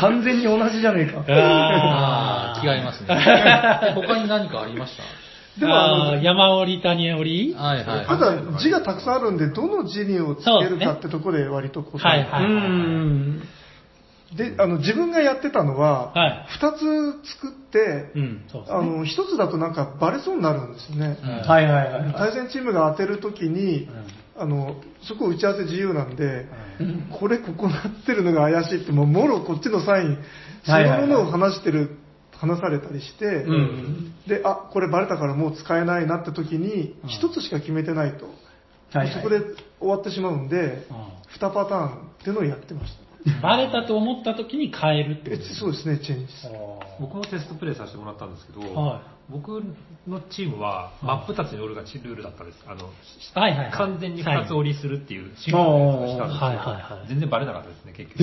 B: 完全に同じじゃねえか。
H: あー、違いますね。他に何かありました
A: でもあの、山折り谷折りは
H: はいはい。
C: ただ字がたくさんあるんで、どの字にをつけるかってところで割とこ、
A: いうはいう
B: ー
A: はい。
B: ん。
C: で、あの、自分がやってたのは、
A: はい
C: 二つ作って、
A: うん、そうです
C: あの、一つだとなんかバレそうになるんですよね。
H: うん
B: はいはいはいはい。
C: 対戦チームが当てるときに、あの、そこ打ち合わせ自由なんで、これここなってるのが怪しいって、もうもろこっちのサイン、そ
B: はいはいはい
C: のものを話してる、話されたりして、
B: ん
C: で、あ、これバレたからもう使えないなって時に、一つしか決めてないと、
B: はいはい
C: そこで終わってしまうんで、
A: う
C: 二パターンっていうのをやってました。
A: んバレたと思った時に変えるってこ
C: え
A: とです
C: そうですね、チェンジです。
A: ね。
D: 僕もテストプレイさせてもらったんですけど、
A: はい
D: 僕のチームは真っ二つに折るがチルールだったんですあの
A: はいはい。
D: 完全に二つ折りするっていうチームをしたんですけど、
A: はいはいはい
D: 全然バレなかったですね結局、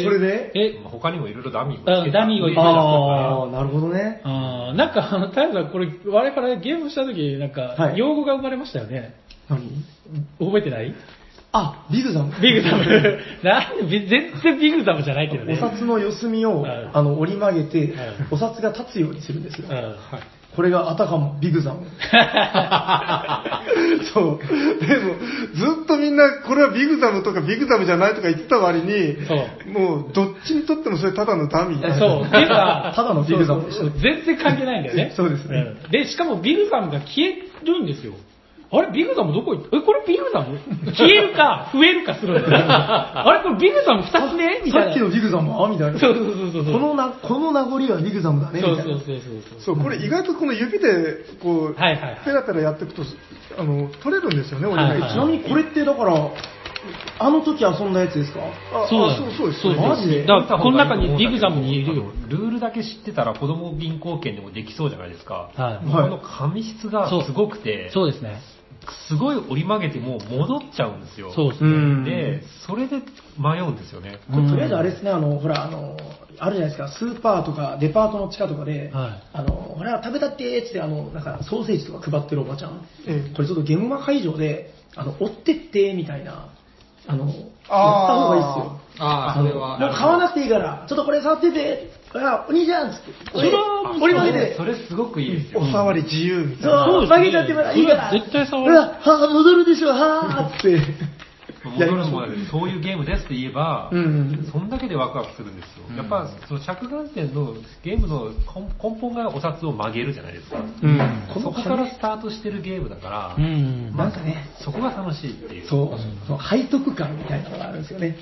A: え
B: ー、それで
A: え、
D: まあ他にもいろいろダミーを
A: あダミーを入れた
B: あー、なるほどね。
A: あーなんか、あの、太陽さん、これ、我々ゲームした時、なんか
B: は、い
A: 用語が生まれましたよね。
B: 何
A: 覚えてない
B: あ、ビグザム。
A: ビグザ ム。なんで全然ビグザムじゃないけどね。
B: お札の四隅を
A: はい
B: あの折り曲げて
A: はい、
B: お札が立つようにするんですよ
A: う。ん
B: これがあたかもビ グザム。
C: そう。でも、ずっとみんな、これはビグザムとかビグザムじゃないとか言ってた割に、もう、どっちにとってもそれただのダミーだ
A: そう。でさ、
B: ただのビグザムでした。
A: 全然関係ないんだよね。
B: そうですね
A: ん。で、しかもビグザムが消えるんですよ。あれビグザムどこ行ったえ、これビグザム消えるか、増えるかするんだよね。 あれこれビグザム2つ目みたい
B: さっ
A: な。
B: きのビグザムはみたいな。
A: そうそうそうそうそう。
B: このな、この名残はビグザムだね、み
A: そう
B: た
A: そ
B: いな。
A: うそうそう。
C: そう、これ意外とこの指で、こう、
A: はいはいはい
C: ペラペラやっていくと、あの、取れるんですよね、折り
A: はいはい
C: 目が
B: ちなみにこれってだから、あの時遊んだやつですか
C: あ
A: そう
C: あ
A: だ
C: そうそうです
A: そう
C: ね。
A: だ
B: マジで
A: だから、この中にビグザムにいるよ。
D: ルールだけ知ってたら子供銀行券でもできそうじゃないですか。
A: はい
D: もうこの紙質が
A: そう
D: すごくて、
A: そうですね。
D: すごい折り曲げてもう戻っちゃうんですよ。
A: そうですね。
D: で、それで迷うんですよね。
B: これとりあえずあれですね、あの、ほら、あの、あるじゃないですか、スーパーとかデパートの地下とかで、
A: はい
B: あの、ほら、食べたってーっつって、あの、なんかソーセージとか配ってるおばちゃん、
C: ええ
B: これちょっとゲームマ会場で、あの、追ってって、みたいな、あの、やった方
C: あー
B: がいいっすよ。
H: ああ、それは。
B: もう買わなくていいから、ちょっとこれ触ってて、あ、お兄ちゃんっつって、俺、俺曲げて、
D: それそれすごくいいですよ。
C: お触り自由みたいな。
B: そう、曲げちゃってもらいいから。
A: それは絶対触
B: う
A: る
B: わはぁ、戻るでしょ、はぁ、って。
D: 戻るのもだけど、そういうゲームですって言えば、
B: うん
D: そんだけでワクワクするんですよ。やっぱ、その着眼点のゲームの根根本がお札を曲げるじゃないですか。そこからスタートしてるゲームだから、
A: うん。
D: まあ
B: なんかね
D: そこが楽しいっていう。
B: そう、その背徳感みたいなのがあるんですよね。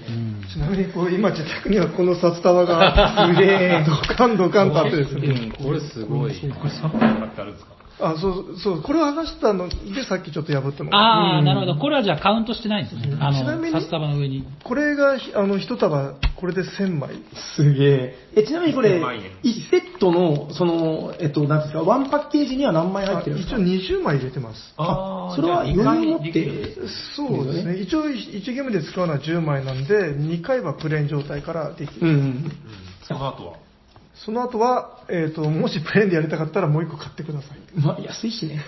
C: ちなみに、こう、今自宅にはこの札束が、すげえ、ドカンドカンとあってですね。
H: うん、これすごい。
D: これ3本とかってあるんですか
C: あ、そう、そう、これを剥がしたので、さっきちょっと破ったのが。
A: ああ、なるほど。これはじゃあカウントしてないんですね。あ
C: ちなみ
A: の、
C: に
A: 札束の上に。
C: これが、ひあの、一束、これで1000枚。
B: すげえ。え、ちなみにこれ、
D: 1000万円
B: 1セットの、その、えっと、なんていうんですか、ワンパッケージには何枚入
C: あ
B: ってるんです
C: 一
B: か
C: 応20枚入れてます。
D: あー
B: それは
D: じゃあ
B: 余裕を持っ
D: 二回できるんで
B: て
D: すね、
C: そうですね。一応、1ゲームで使うのは10枚なんで、2回はプレーン状態からでき
B: う
C: る。
B: ん。
D: うんその後は。
C: その後は、えっ、と、もしプレーンでやりたかったらもう1個買ってくださ い。
B: まあ、安いしね。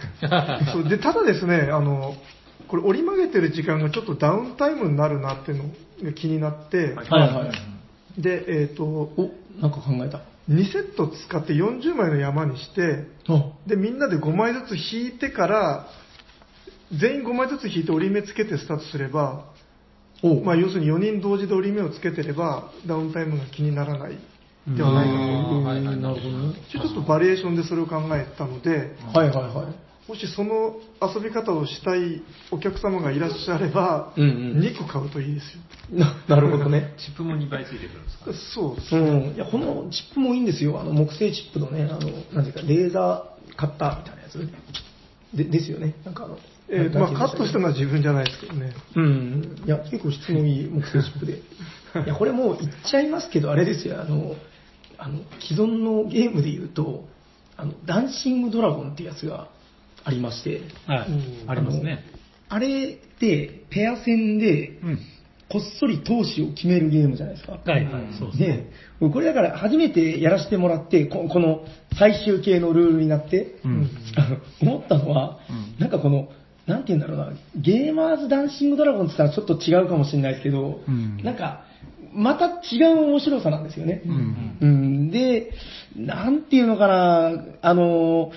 C: そうでただですね、あのこれ、折り曲げてる時間がちょっとダウンタイムになるなっていうのが気になって、
D: はい
B: はいはい。
C: でえー、と
B: お、なんか考えた。
C: 2セット使って40枚の山にして、
B: あ、
C: でみんなで5枚ずつ引いてから、全員5枚ずつ引いて折り目つけてスタートすれば、
B: お
C: まあ、要するに4人同時で折り目をつけてれば、ダウンタイムが気にならないではないかと。
H: あはいはいなるほどね。
C: 一応ちょっとバリエーションでそれを考えたので、
B: はいはいはい。
C: もしその遊び方をしたいお客様がいらっしゃれば、
B: うんうん
C: 2個買うといいですよ。
B: ななるほどね。
D: チップも2倍ついてくるんですか
C: そうです
B: う
C: ね。
B: ん。いや、このチップもいいんですよ。あの、木製チップのね、あの、なんていうか、レーザーカッターみたいなやつ。で、ですよね。なんかあの、
C: えーまあ、カットした
B: な
C: のは自分じゃないですけどね。
B: うん。いや、結構質のいい木製チップで。 いや、これもう言っちゃいますけど、あれですよ、あの、あの、既存のゲームで言うと、あの、ダンシングドラゴンっていうやつがありまして、
A: はい
C: うん。
A: ありますね。
B: あれってペア戦で、こっそり投資を決めるゲームじゃないですか。
A: はいはい。そうですね。
B: ね、これだから初めてやらせてもらって、ここの最終形のルールになって、あの 思ったのは、なんかこの、なんて言うんだろうな、ゲーマーズダンシングドラゴンって言ったらちょっと違うかもしれないですけど、なんか、また違う面白さなんですよね。うんで、なんていうのかな、あの、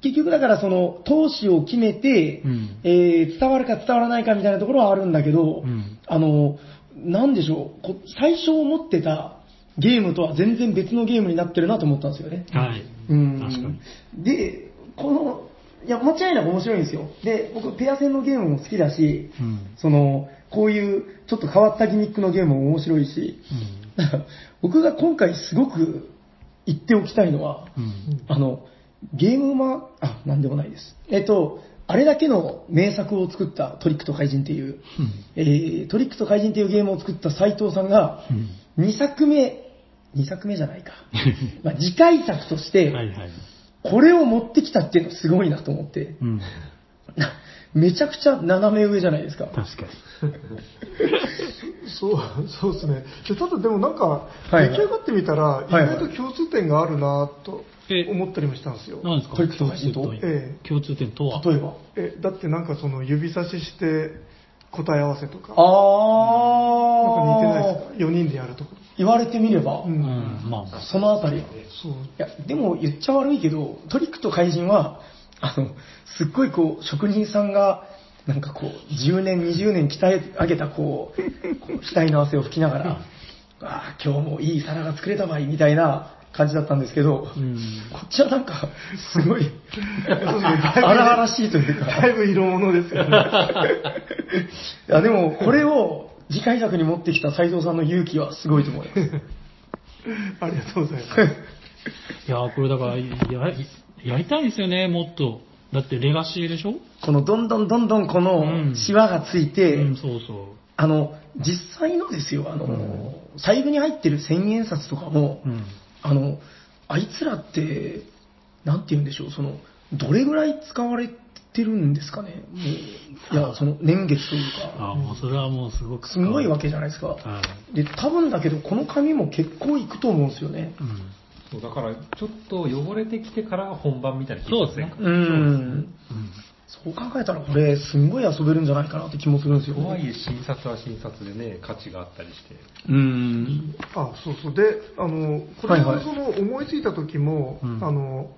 B: 結局だからその、投資を決めて、えー伝わるか伝わらないかみたいなところはあるんだけど、あの、なんでしょう、こ最初思ってたゲームとは全然別のゲームになってるなと思ったんですよね。
A: はい。
B: うん
A: 確か
B: で、この、いや、間違いなく面白いんですよ。で、僕、ペア戦のゲームも好きだし、その、こういうちょっと変わったギミックのゲームも面白いし、 だから僕が今回すごく言っておきたいのは、あの、ゲームマ、あ、なんでもないです。えっと、あれだけの名作を作ったトリックと怪人っていう、えートリックと怪人っていうゲームを作った斎藤さんが、2作目、2作目じゃない か。まあ次回作として、
A: はいはい。
B: これを持ってきたっていうのすごいなと思って、
A: うん。
B: めちゃくちゃ斜め上じゃないですか。
A: 確かに。
C: そう、そうですね。でただでもなんか、
B: はい
C: 出来上がってみたら、意
B: いはい
C: 外と共通点があるなと
A: え
C: 思ったりもしたんですよ。
A: 何ですか
B: トリックとか
A: 共通点
C: え
A: 共通点とは
B: 例えば。
C: え、だってなんかその指差しして、答え合わせとか。なんか似て
B: あ
C: ない
B: ー
C: ですか ?4 人でやるとか。
B: 言われてみれば、
C: うん。
A: まあまあ。
B: そのあたりは。
C: そう。
B: いや、でも言っちゃ悪いけど、トリックと怪人は、あの、すっごいこう、職人さんが、なんかこう、10年、20年鍛え上げたこう、こう額の汗を拭きながら、ああ、今日もいい皿が作れたまい、みたいな感じだったんですけど、こっちはなんか、すごい、荒々しいというか。
C: だいぶ色物ですよね。
B: いや、でも、これを次回作に持ってきた斎藤さんの勇気はすごいと思います。
C: ありがとうございます。
A: いやーこれだからや、やりたいんですよね、もっと。だってレガシーでしょ
B: このどんどんどんどんこ
A: うん
B: のシワがついて、
A: うん、そうそ
B: あの、実際のですよ、あの、財布に入ってる千円札とかも、
A: う。うん。
B: あの、あいつらって、なんて言うんでしょう、その、どれぐらい使われてるんですかね、もう、いや、その、年月というか、
A: あーもうそれはもうすごく
B: すごいわ
A: け。
B: けじゃないですか。
A: は
B: で、多分だけど、この紙も結構いくと思うんですよね。
A: い。うん。
D: そうだから、ちょっと汚れてきてからが本番みたいな気
A: そう
D: が
A: です
D: しま
A: ね
D: せんか。
B: うん。そう考えたら、これ、すんごい遊べるんじゃないかなって気もするんですよ、
D: とはい
B: ね。
D: え、診察は診察でね、価値があったりして。
B: うん。
C: あ、そうそう。で、あの、こ
B: は
C: れ
B: いは
C: も
B: い
C: その思いついた時も、
A: うん
C: あの、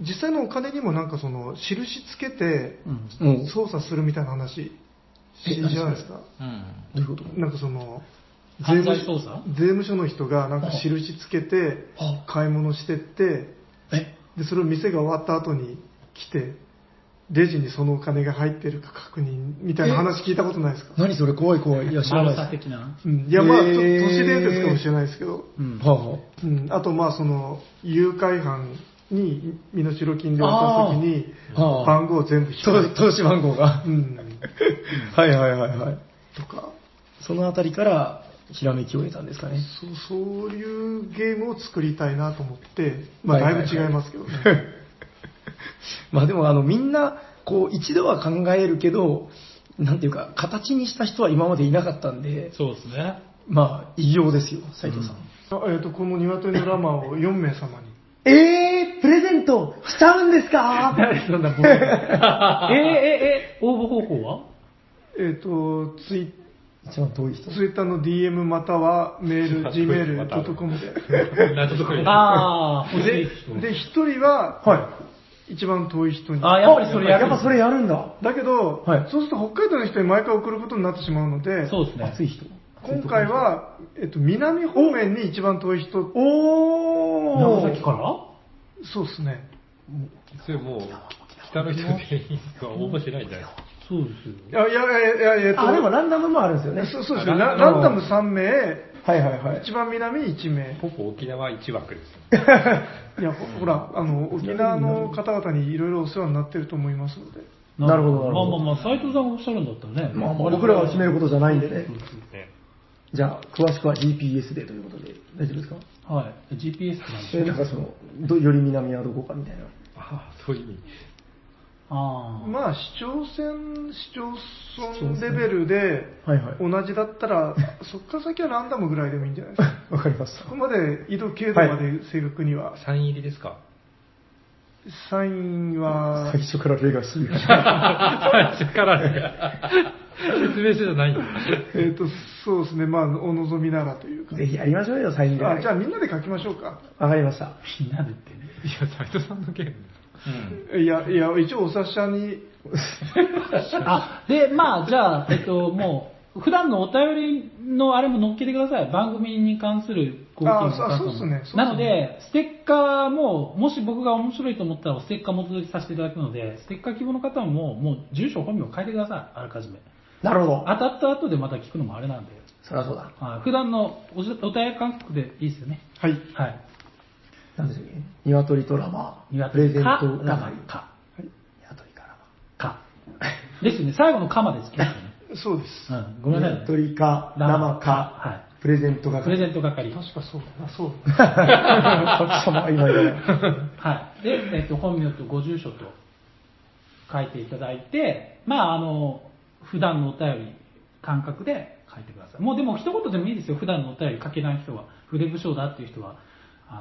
C: 実際のお金にもなんかその、印つけて
A: うん。
B: もう、ど
C: 操作するみたいな話、しじゃないですか。
H: う
B: う
H: ん。
B: いうこと
C: なんかその、
A: 犯罪捜査
C: 税務署の人がなんか印つけて
B: あ、
C: 買い物してって、
B: え
C: で、それを店が終わった後に来て、レジにそのお金が入ってるか確認みたいな話聞いたことないですか
B: 何それ怖い怖い。いや、知らない
A: マルサ
B: です。
A: 的な。
C: うんいや、まあ、ちょっと都
B: へー
C: 市伝説かもしれないですけど、
A: うん。
B: はあはあ
C: うん、あと、まあ、その、誘拐犯に身代金で渡すときに、
B: ああ
C: 番号を全部引
B: 投
C: く。
B: 投資番号が
C: う。ん、
B: はいはいはいはい。
C: とか、
B: そのあたりから、ひらめきを得たんですかね。
C: そうそういうゲームを作りたいなと思って、まあ、だ
B: はいい
C: ぶ
B: はいはい
C: 違いますけどね。
B: まあでも、あの、みんな、こう、一度は考えるけど、なんていうか、形にした人は今までいなかったんで、
A: そうですね。
B: まあ、異業ですよ、斉藤さん。
C: あえっ、と、この鶏のラマーを4名様に。
B: えー、プレゼントしちゃうんですか
C: そんな僕が
A: えー、えー、えー、応募方法は
C: えっと、ツイ
B: 一番遠い人。
C: ツイッターの DM またはメール、gmail.com
D: 謎解き
A: ああ、
C: で。で、で、1人は、一番遠い人に。
A: あーやっぱりそれやるんだ
B: っぱそれやるんだ。
C: だけど、
B: はい
C: そうすると北海道の人に毎回送ることになってしまうので、
A: そうですね。
B: 熱い人。
C: 今回は、えっと、南方面に一番遠い人、
B: お
A: 長崎から
C: そうですね。
D: それもう、北の人全員が応募してないんじゃないですか。
A: そうですよ。
C: いや、いや、いや、いや、えっと、
B: あ、でもランダムもあるんですよね。
C: そうそうですね。ラランダム3名、
B: はいはいはい
C: 一。番南1名。
D: ほぼ沖縄1枠ですよ。
C: いや、ほほら、あの、沖縄の方々にいろいろお世話になってると思いますので。
B: なるほどなるほど
A: まあまあまあ、斎藤さんがおっしゃるんだったらね。
B: まあ僕らが決めることじゃないんでね。
D: ね
B: じゃあ、詳しくは GPS でということで、大丈夫ですか
A: はい。GPS ってなんで
B: えなんかその、どより南はどこかみたいな。
D: ああ、そういう意味。
A: あ
C: まあ、市町村、市町村レベルで、
B: はいはい。
C: 同じだったら、そっから先はランダムぐらいでもいいんじゃないです か。
B: わかりまし
C: そこまで、緯度、経度まで正確には、
D: サイン入りですか
C: サイン
B: た。
C: は
B: 最、初からレガシーが。
D: 最初からね。説明書じゃないんだ。
C: えっと、そうですね、まあ、お望みならという か。
B: ぜひやりましょうよ、サイン
C: あじゃあ
B: わ
C: みんなで書きましょうか。
B: かりました。
A: あ。みんなでってね。
D: いや、斎藤さんのゲーム。
C: いや、いや、一応お察し屋に、
A: あ、で、まあ、じゃあ、えっと、もう、普段のお便りのあれも載っけてください。番組に関するご意見とか
C: あそうそうっすねそうっすね
A: なので、ステッカーも、もし僕が面白いと思ったらステッカーもお届けさせていただくので、ステッカー希望の方はもう、もう住所本名を変えてください。あらかじめ。
B: なるほど。
A: 当たった後でまた聞くのもあれなんで。
B: そりゃそうだ。
A: はい普段のおじお便り感覚でいいですよね。
C: はい。
A: はい。
B: なんでしたっけ鶏とラマー。プレゼント
A: か、
B: ラマー。
A: か、
B: 鶏か
A: か。ですよね。最後のかまですけどね。
C: そうです。
A: うん。ご
B: ラ
A: めん
B: マ
A: な
B: ー。
A: さいね。
B: 鶏か、ラマーか、
A: は
B: プレゼントが
A: い。プレゼント係。
C: 確かそうだな、そう
B: 作者も曖昧だね。
A: はい。で、えっと、本名とご住所と書いていただいて、まあ、あの、普段のお便り感覚で書いてください。もうでも一言でもいいですよ。普段のお便り書けない人は、筆不詳だっていう人は、あの、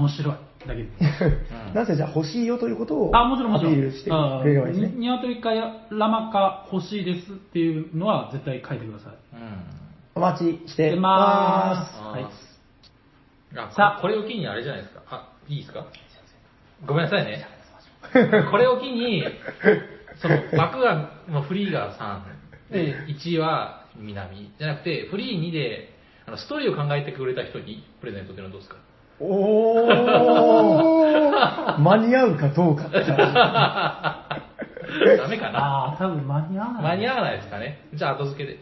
A: 面白い。だけです。
B: なぜじゃあ欲しいよということを
A: あ、もちろんも
B: ア
A: ち
B: ピ
A: ろん。
B: ールしてくれればいいです
A: うん
B: ね。
A: ニワトリかやラマか欲しいですっていうのは絶対書いてください。
B: お待ちし
A: 出
B: てま
A: ま
H: はい
A: ーす。
H: あ
A: さ
H: さあ、これを機にあれじゃないですか。あ、いいですかごめんなさい ね。これを機に、その、枠が、まあフリーが3、で、1は南、じゃなくて、フリー2で、あの、ストーリーを考えてくれた人にプレゼントっていうのはどうで すか
B: す。おー 間に合うかどうかって話
H: ダメかな
A: ああ、多分間に合わな
H: 間
A: い。
H: に合わないですかね。じゃあ後付けで。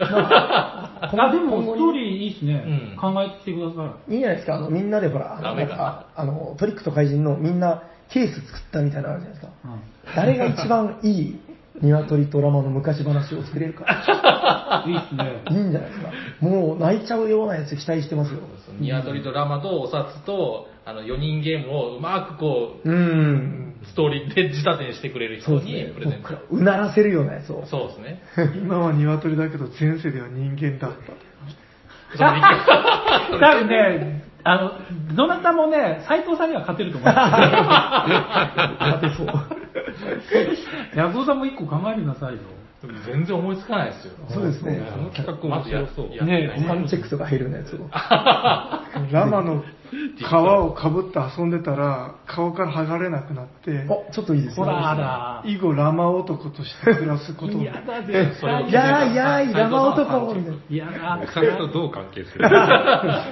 A: あ、でもストーリーいいっすね。
H: うん
A: 考えてきてくださ
B: いいんじゃないですかあのみんなでほら、あ
H: ダ
B: の
H: メ
B: なん
H: か
B: かあのトリックと怪人のみんなケース作ったみたいなのあるじゃないですか。
A: い。うん
B: 誰が一番いい鶏とラマの昔話を作れるか。
A: いいっす ね。
B: いいんじゃないですか。もう泣いちゃうようなやつ期待してますよ。
H: ニワトリとラマとお札と、あの、4人ゲームをうまくこう、
B: うん。
H: ストーリーで仕立てにしてくれる人
B: そうです
H: に
B: ね
H: プレゼ。ン
B: 僕
H: ト
B: ら。うならせるようなやつを。
H: そうですね。
C: 今は鶏だけど前世では人間だった。
H: その
A: 多分ね、あの、どなたもね、斎藤さんには勝てると思います。勝てそう。ヤコウさんも一個考えてなさいよ。
H: 全然思いつかないですよ。
B: そうですね。
H: この企画面白そう。
A: ね
H: やって
B: パンチェックとか減るようなやつを。
C: ラマの皮をかぶって遊んでたら、顔から剥がれなくなって、
B: お、ちょっといいです
A: ほ
B: よ。
A: らだ。
C: 以後ラマ男として暮らすことに。
A: 嫌だ、絶対。
B: いやーいやーい、山男みたいな。
A: 嫌だ。
D: お金とどう関係する
A: 暗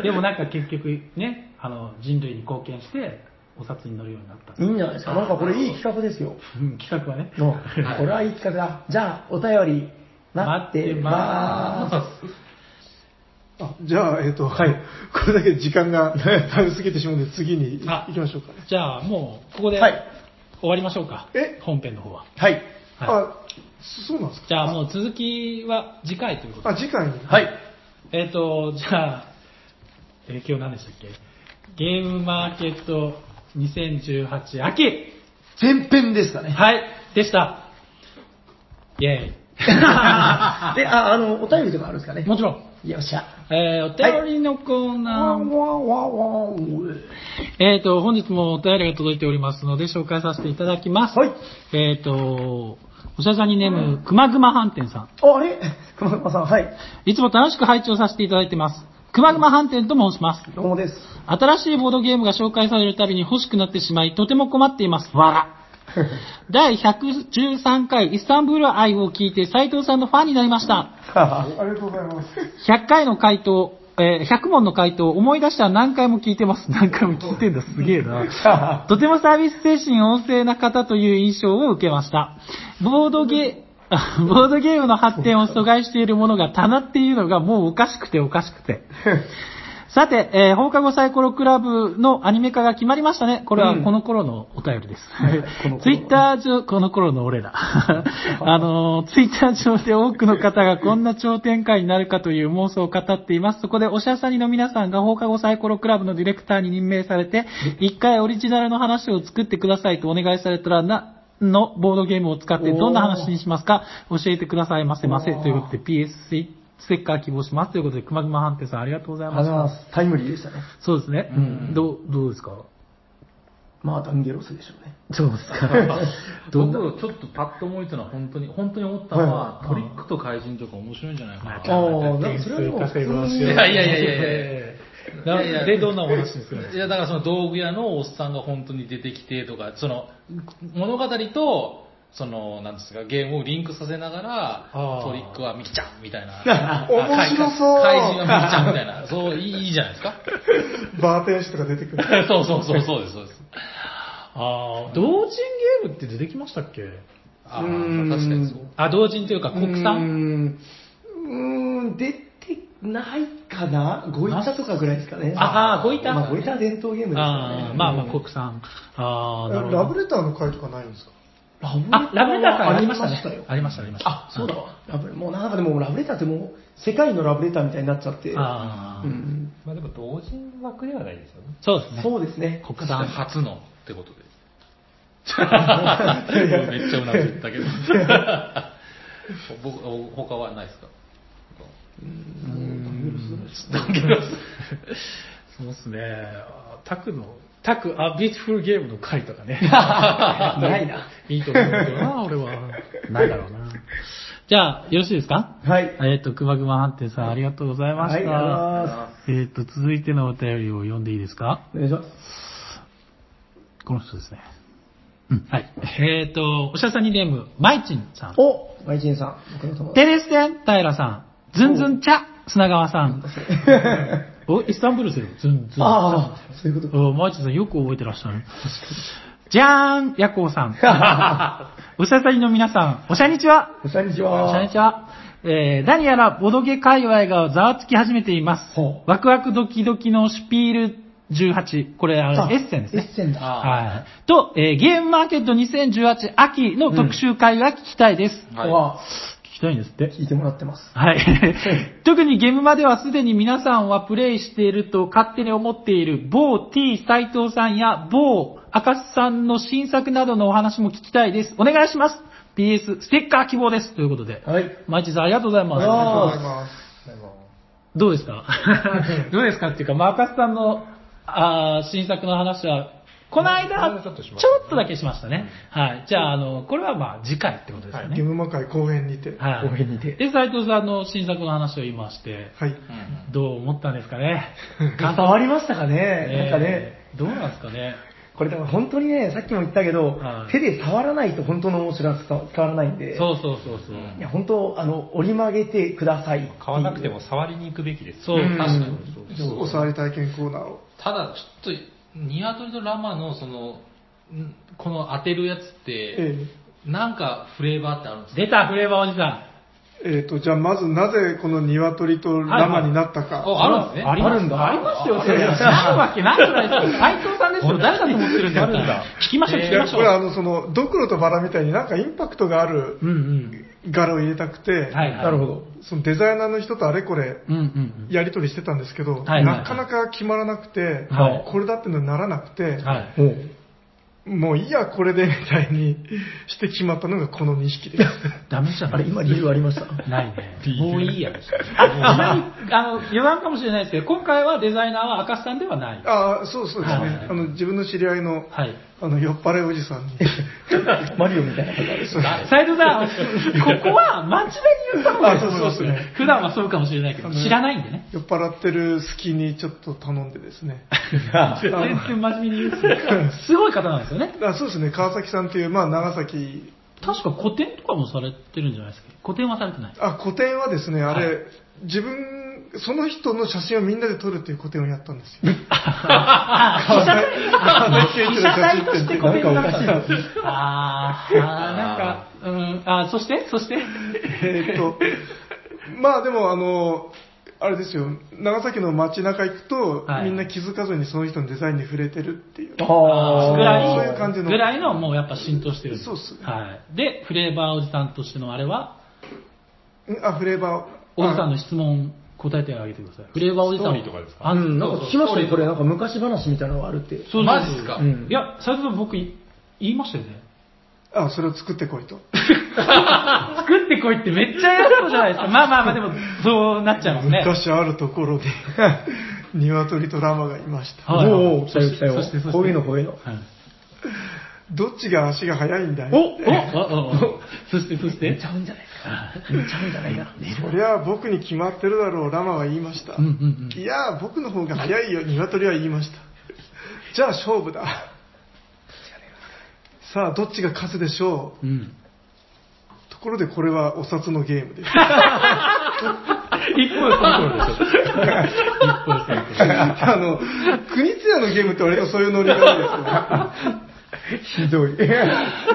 A: いでもなんか結局ね、あの人類に貢献して、お札に乗るようになった。
B: いいんじゃないですか。なんかこれいい企画ですよ。
A: うん企画はね。
B: の、これはいい企画だ。じゃあ、お便り、待ってま
C: あじゃあ、えっ、と、はい。 これだけ時間が過ぎてしまうので、次に
A: あ
C: 行きましょうか。
A: じゃあもう、ここで、
B: はい
A: 終わりましょうか。
C: え
A: 本編の方は。
B: す。はい。
C: あ、そうなんですか
A: じゃあもう続きは次回ということ
C: あ、次回に。
B: はい。
A: で。えっ、と、じゃあ、えー今日何でしたっけゲームマーケット2018秋
B: 前編で したね。
A: はい、でした。イェー
B: で、あ、あの、お便りとかあるんですかね
A: イ。。もちろん、
B: よっしゃ。
A: えーお便りのコーナー、
B: わわわ
A: えっ、と、本日もお便りが届いておりますので、紹介させていただきます。
B: はい
A: えっ、と、おしゃさんにネーム、くまぐま飯店さん。
B: あれ 熊熊さん、はい。
A: いつも楽しく拝聴させていただいてます。くまぐま飯店と申します。
B: どうもです。
A: 新しいボードゲームが紹介されるたびに欲しくなってしまい、とても困っています。わら。第113回イスタンブール愛を聞いて斉藤さんのファンになりました。
C: ありがとうございます。
A: 100回の回答、えー100問の回答、思い出したら何回も聞いてます。 何回も聞いてんだ、すげえな。とてもサービス精神旺盛な方という印象を受けました。ボードゲ ー、ボードゲームの発展を阻害しているものが棚っていうのがもうおかしくておかしくて。さて、えー放課後サイコロクラブのアニメ化が決まりましたね。これはこの頃のお便りです。ツイッター上、この頃の俺ら。あのーツイッター上で多くの方がこんな超展開になるかという妄想を語っています。そこでおしゃさにの皆さんが放課後サイコロクラブのディレクターに任命されて、一回オリジナルの話を作ってくださいとお願いされたらな、のボードゲームを使ってどんな話にしますか教えてくださいませませ。ということで PS ステッカー希望します。ということで、くまぐま判定さんありがとうござい
B: あり
A: ま
B: がとうご
A: し
B: ざい
A: た。
B: ます。タイムリーでしたね。
A: そうですね。どう、どうですか
B: まあ、ダンゲロスでしょうね。
A: そうですか。どんな
H: 僕、ちょっとパッと思いついたのは、本当に、本当に思ったのは、トリックと怪人とか面白いんじゃないかな。
B: ああ、なんかそれはでも普通
H: い
B: に、
H: やいやいやいやいや。
A: ない
H: やいや
A: で、どんなお話ですか
H: いや、だからその道具屋のおっさんが本当に出てきてとか、その、物語と、その、なんですか、ゲームをリンクさせながら、
A: あー
H: トリックはミキちゃんみたいな。
C: 面白そう
H: 怪怪人はミキちゃんみたいな。そう、いいいいじゃないですか。
C: バーテン師とか出 てくる。
H: そうそうそう、そうです、そうです。
A: ああ、同人ゲームって出てきましたっけ
H: ああ、
B: う
H: 確
B: ーん
H: かにそう。
A: あ、同人というか国産
B: うーん、うーん出てないかなゴイタとかぐらいですかね。
A: ああ、ごいた。
B: まあ、ゴイタは伝統ゲームですからね
A: あ。ーまあまあ、国産。ああ、なるほど。
C: ラブレターの回とかないんですか
B: ラブレター
A: あ、ラブレターからありました
B: ありました
A: ね
B: よ。
A: ありました、ありました。
B: あ、そうだわ。ラブもうなんかでもラブレターってもう世界のラブレターみたいになっちゃって。
A: あ
B: う
A: ー
B: ん、
D: まあでも同人枠ではないですよね。
A: そうですね。
B: そうですね。
A: 国産。
H: 初のってことで。めっちゃうなず いたけど。僕、お他はないですか
B: うん
H: ダンゲロス
A: そうですね。タクの、タク、あ、ビーチフルゲームの回とか ね。
B: ないな。
A: いいと思うんだけど な、俺は。ないだろうな。じゃあ、よろしいですか
B: はい。
A: えっ、と、くまぐま判定さん、ありがとうございました。
B: はいありがとうございま
A: えっ、と、続いてのお便りを読んでいいですか
B: お願いします。
A: この人ですね。うん、はい。えっ、と、おしゃさにネーム、まいちんさん。
B: おマイチンさん、僕の友
A: テ
B: 達。
A: レステン、平さん。ズンズンチャ、砂川さん。お、イスタンブールですよ。ズンズンチャ。
B: ああ、そういうことか。
A: おマーチンさんよく覚えてらっしゃる。じゃーん、ヤコウさ ん。おしゃさにの皆さん、おしゃにちは。
B: おしゃにち
A: こ
B: は。
A: んにちは。えー、何やらボドゲ界隈がざわつき始めています
B: ほ。
A: ワクワクドキドキのシュピール18。これ、あ
B: あ
A: のエッセンですね。
B: エッセンだ
A: はい。と、えーゲームマーケット2018秋の特集会が聞きたいです。
B: は
A: 聞きたいんですって。
B: 聞いてもらってます。
A: はい。 特にゲームまではすでに皆さんはプレイしていると勝手に思っている某 T 斎藤さんや某赤須さんの新作などのお話も聞きたいです。お願いします。PS ステッカー希望です。ということで。
B: はい。
A: マイチさんありがとうござい
B: あ
A: ま
B: りがとうござい
A: す。どうですか どうですかっていうか、マーカスさんのあー新作の話は、この間、ちょっとだけしましたね。はい。じゃあ、あの、これはまあ次回ってことですよ
C: ゲ
A: ね。
C: ーム魔界後編にて。は
A: はい。
B: 後編にて
A: で、斎藤さんの新作の話を言いまして、
C: い。
A: どう思ったんですかね。
B: 伝わりましたかねなんかね、
A: えー。どうなんですかね。
B: これでも本当にね、さっきも言ったけど
A: はい、
B: 手で触らないと本当の面白さ伝わ伝わらないんで。
A: そうそうそうそう。
B: いや、本当あの、折り曲げてください。
D: 買わなくても触りに行くべきです。
A: そう、確かに。
C: お触り体験コーナーを。
H: ただ、ちょっと、ニワトリとラマの、その、んこの当てるやつって、
C: え
H: なんかフレーバーってあるんですか
A: 出た、フレーバーおじさ
C: ええーと、じゃあまずなぜこの鶏とラマになったか。
H: あ、あるんで
A: ん。
H: すね。
A: ります
B: んだ
A: ありましたよ、それ。なるわけないじゃないですか。斎藤さんですよ。誰だと思ってるんですか。聞きましょう、聞
C: い
A: き
C: や
A: ましょ
C: これあ
A: う。
C: の、その、ドクロとバラみたいになんかインパクトがある
A: うんうん。
C: 柄を入れたくて、
A: はいはい。なるほど。
C: そのデザイナーの人とあれこれ
A: うんうん
C: やり取りしてたんですけど、
A: はいはいはい
C: なかなか決まらなくて、
A: はい
C: これだってのにならなくて、
A: うん。はい。
B: おう
C: もういいや、これでみたいにして決まったのがこの2匹です。
A: ダメじゃ
B: あ
A: な
B: れ、
A: い
B: 今理由ありました
A: ないね。
D: もういいやでした。
A: あ、ちなみに、あの、余談かもしれないですけど、今回はデザイナーは赤須さんではない。
C: ああ、そうそうですね。
A: はいはい
C: あの、自分の知り合いの、
A: はい。
C: あの、酔っ払いおじさんに。
B: マリオみたいな方です。
A: 斉藤さ ん、ここは真面目に言った方がいいと思いま
C: あ
A: す
C: そうそうですね
A: 普段はそうかもしれないけど、
C: あの
A: 知らないんでね。
C: 酔っ払ってる隙にちょっと頼んでですね。
A: 全然真面目に言うんですよすごい方なんですよね。
C: あそうですね、川崎さんっていう、まあ、長崎、
A: 確か古典とかもされてるんじゃないですか。古典はされてない。
C: あ、個展はですね、あれ、自分、その人の写真をみんなで撮るっていう個展をやったんですよ。
A: あ、被写体として古典だったん
B: な
A: だ
B: んかおかしい。
A: あー、あーなんか、うん、あー、そして、そして、
C: えーっと、まあでも、あの、あれですよ、長崎の街中行くと、
A: はい
C: みんな気づかずにその人のデザインに触れてるっていう。
B: あー
A: ぐらい、
C: そういう感じの
A: ぐらいのもうやっぱ浸透してる。
C: そうっすね
A: はい。で、フレーバーおじさんとしてのあれは、
C: んあ、フレーバー。
A: おじさん
C: あ
A: の質問答えてあげてください。フレーバーおじさん。
D: ストーリーとかですか
A: あ
B: うん、なんか聞きましたよ、これ。なんか昔話みたいなのがあるって。
A: そうそうそう
H: マジっすか
B: うん
A: いや、最初僕い言いましたよね。
C: あ、それを作ってこいと。
A: 作ってこいってめっちゃ嫌そうじゃないです か。まあまあまあ、でも、そうなっちゃいますね。
C: 昔あると ころで、鶏とラマがいました。
A: はいはい
B: おうおう来たよ来たよ
A: そしてそして
B: こういうのこういうの
A: はい
C: どっちが足が速いんだい
A: おおおおおそしてそして。
B: ちゃうんじゃないかな。ちゃうんじゃないかな。
C: そりゃあ僕に決まってるだろう、ラマは言いました。
A: うんうん
C: いやあ僕の方が早いよ、鶏は言いました。じゃあ勝負だ。さあ、どっちが勝つでしょ
A: うん。うん。
C: う。ところでこれはお札のゲームです。
A: 一 方その頃でし
C: あの、国津屋のゲームって割とそういうノリが多いですよね。
B: ひどい。
A: ょ。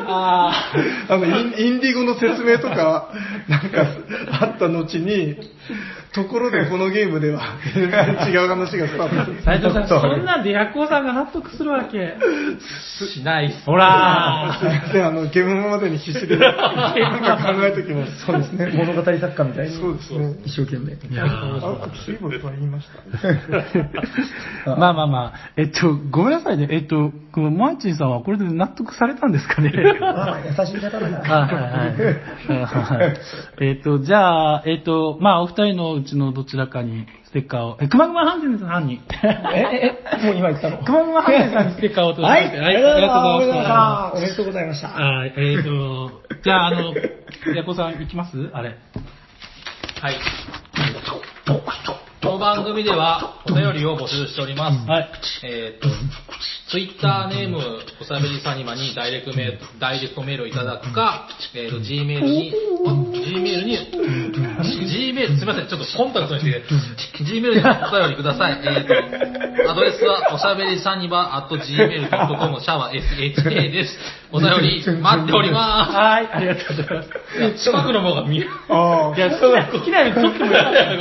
A: あ
C: あのイン、インディゴの説明とか、なんか、あった後に、ところでこのゲームでは、全然 違う話がスタートす
A: あ。斉
C: る。
A: 藤さん、そんなんでヤコウさんが納得するわけ。
H: しないっす。
A: ほら
C: すいませ んあの、ゲームまでに必死で、なんか考えときます。
B: そうですね、物語作家みたいに。
C: そうですね。
B: 一生懸命。
A: ーいや
C: あ
A: ー
C: の、水分とは言いました。
A: まあまあまあ、えっと、ごめんなさいね。えっと、このマーチンさんはこれで納得されたんですかね
B: まあ、優しい方だな。
A: あはいはいはい。えっと、じゃあ、えっと、まあ、お二人のうちのどちらかにステッカーを、え、熊熊ハンセンさんに。
B: え、え、もう今言ったの。
A: 熊熊ハンセンさんにステッカーをと
B: はい、
A: て、
B: ありがとうございました。おめでとうございました。
A: はい、えっ、と、じゃあ、あの、ヤコさん行きますあれ。
H: はい。この番組ではお便りを募集しております。
A: はい。
H: えっ、と、ツイッターネームおしゃべりサニマにダイレクトメールダイレクトメールをいただくか、えっ、と、Gmail に、あ Gmail に、Gmail、すみません、ちょっとコンタクトにして、Gmail にお便りください。えっ、と、アドレスはおしゃべりサニバ at gmail.com シャワー SHK です。お便り待っております。
A: はい、ありがとうございます。
H: 近くの方が見える。
B: あ
A: いや、そうだ、好きなように撮ってもらって。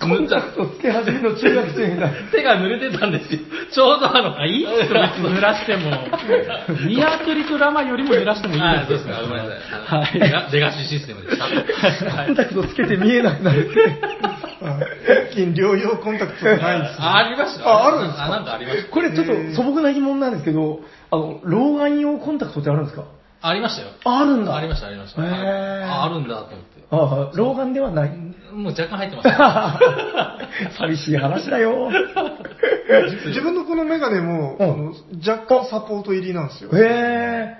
H: ごめんなさいむっちゃ
B: あ。つけ始めの中学生みたい。
H: 手が濡れてたんですよ。ちょうどあの、あ、いい
A: 別に濡らしても、ニアトリとラマよりも濡らしてもいい
H: はい、そう
A: で
H: ですすね。ごめんな
A: は
H: さい。
A: い。
H: はい。出がしシステムでした。は
B: コン
H: い。
B: タクトつけて見えなくなるって。
C: 最近療養コンタクトってないんですよ。
H: あ、ありました。
C: ああるんですか
H: あ、なんかありました。
B: これちょっと素朴な疑問なんですけど、あの、老眼用コンタクトってあるんですか
H: ありましたよ。
B: あるんだ。
H: ありました、ありました。
B: へ
H: はい
B: ー
H: あ、あるんだと思って。
B: ああ老眼ではない。
H: もう若干入ってました。
B: 寂しい話だよ。
C: 自分のこのメガネも、
B: うん
C: あの若干サポート入りなんですよ。
B: へ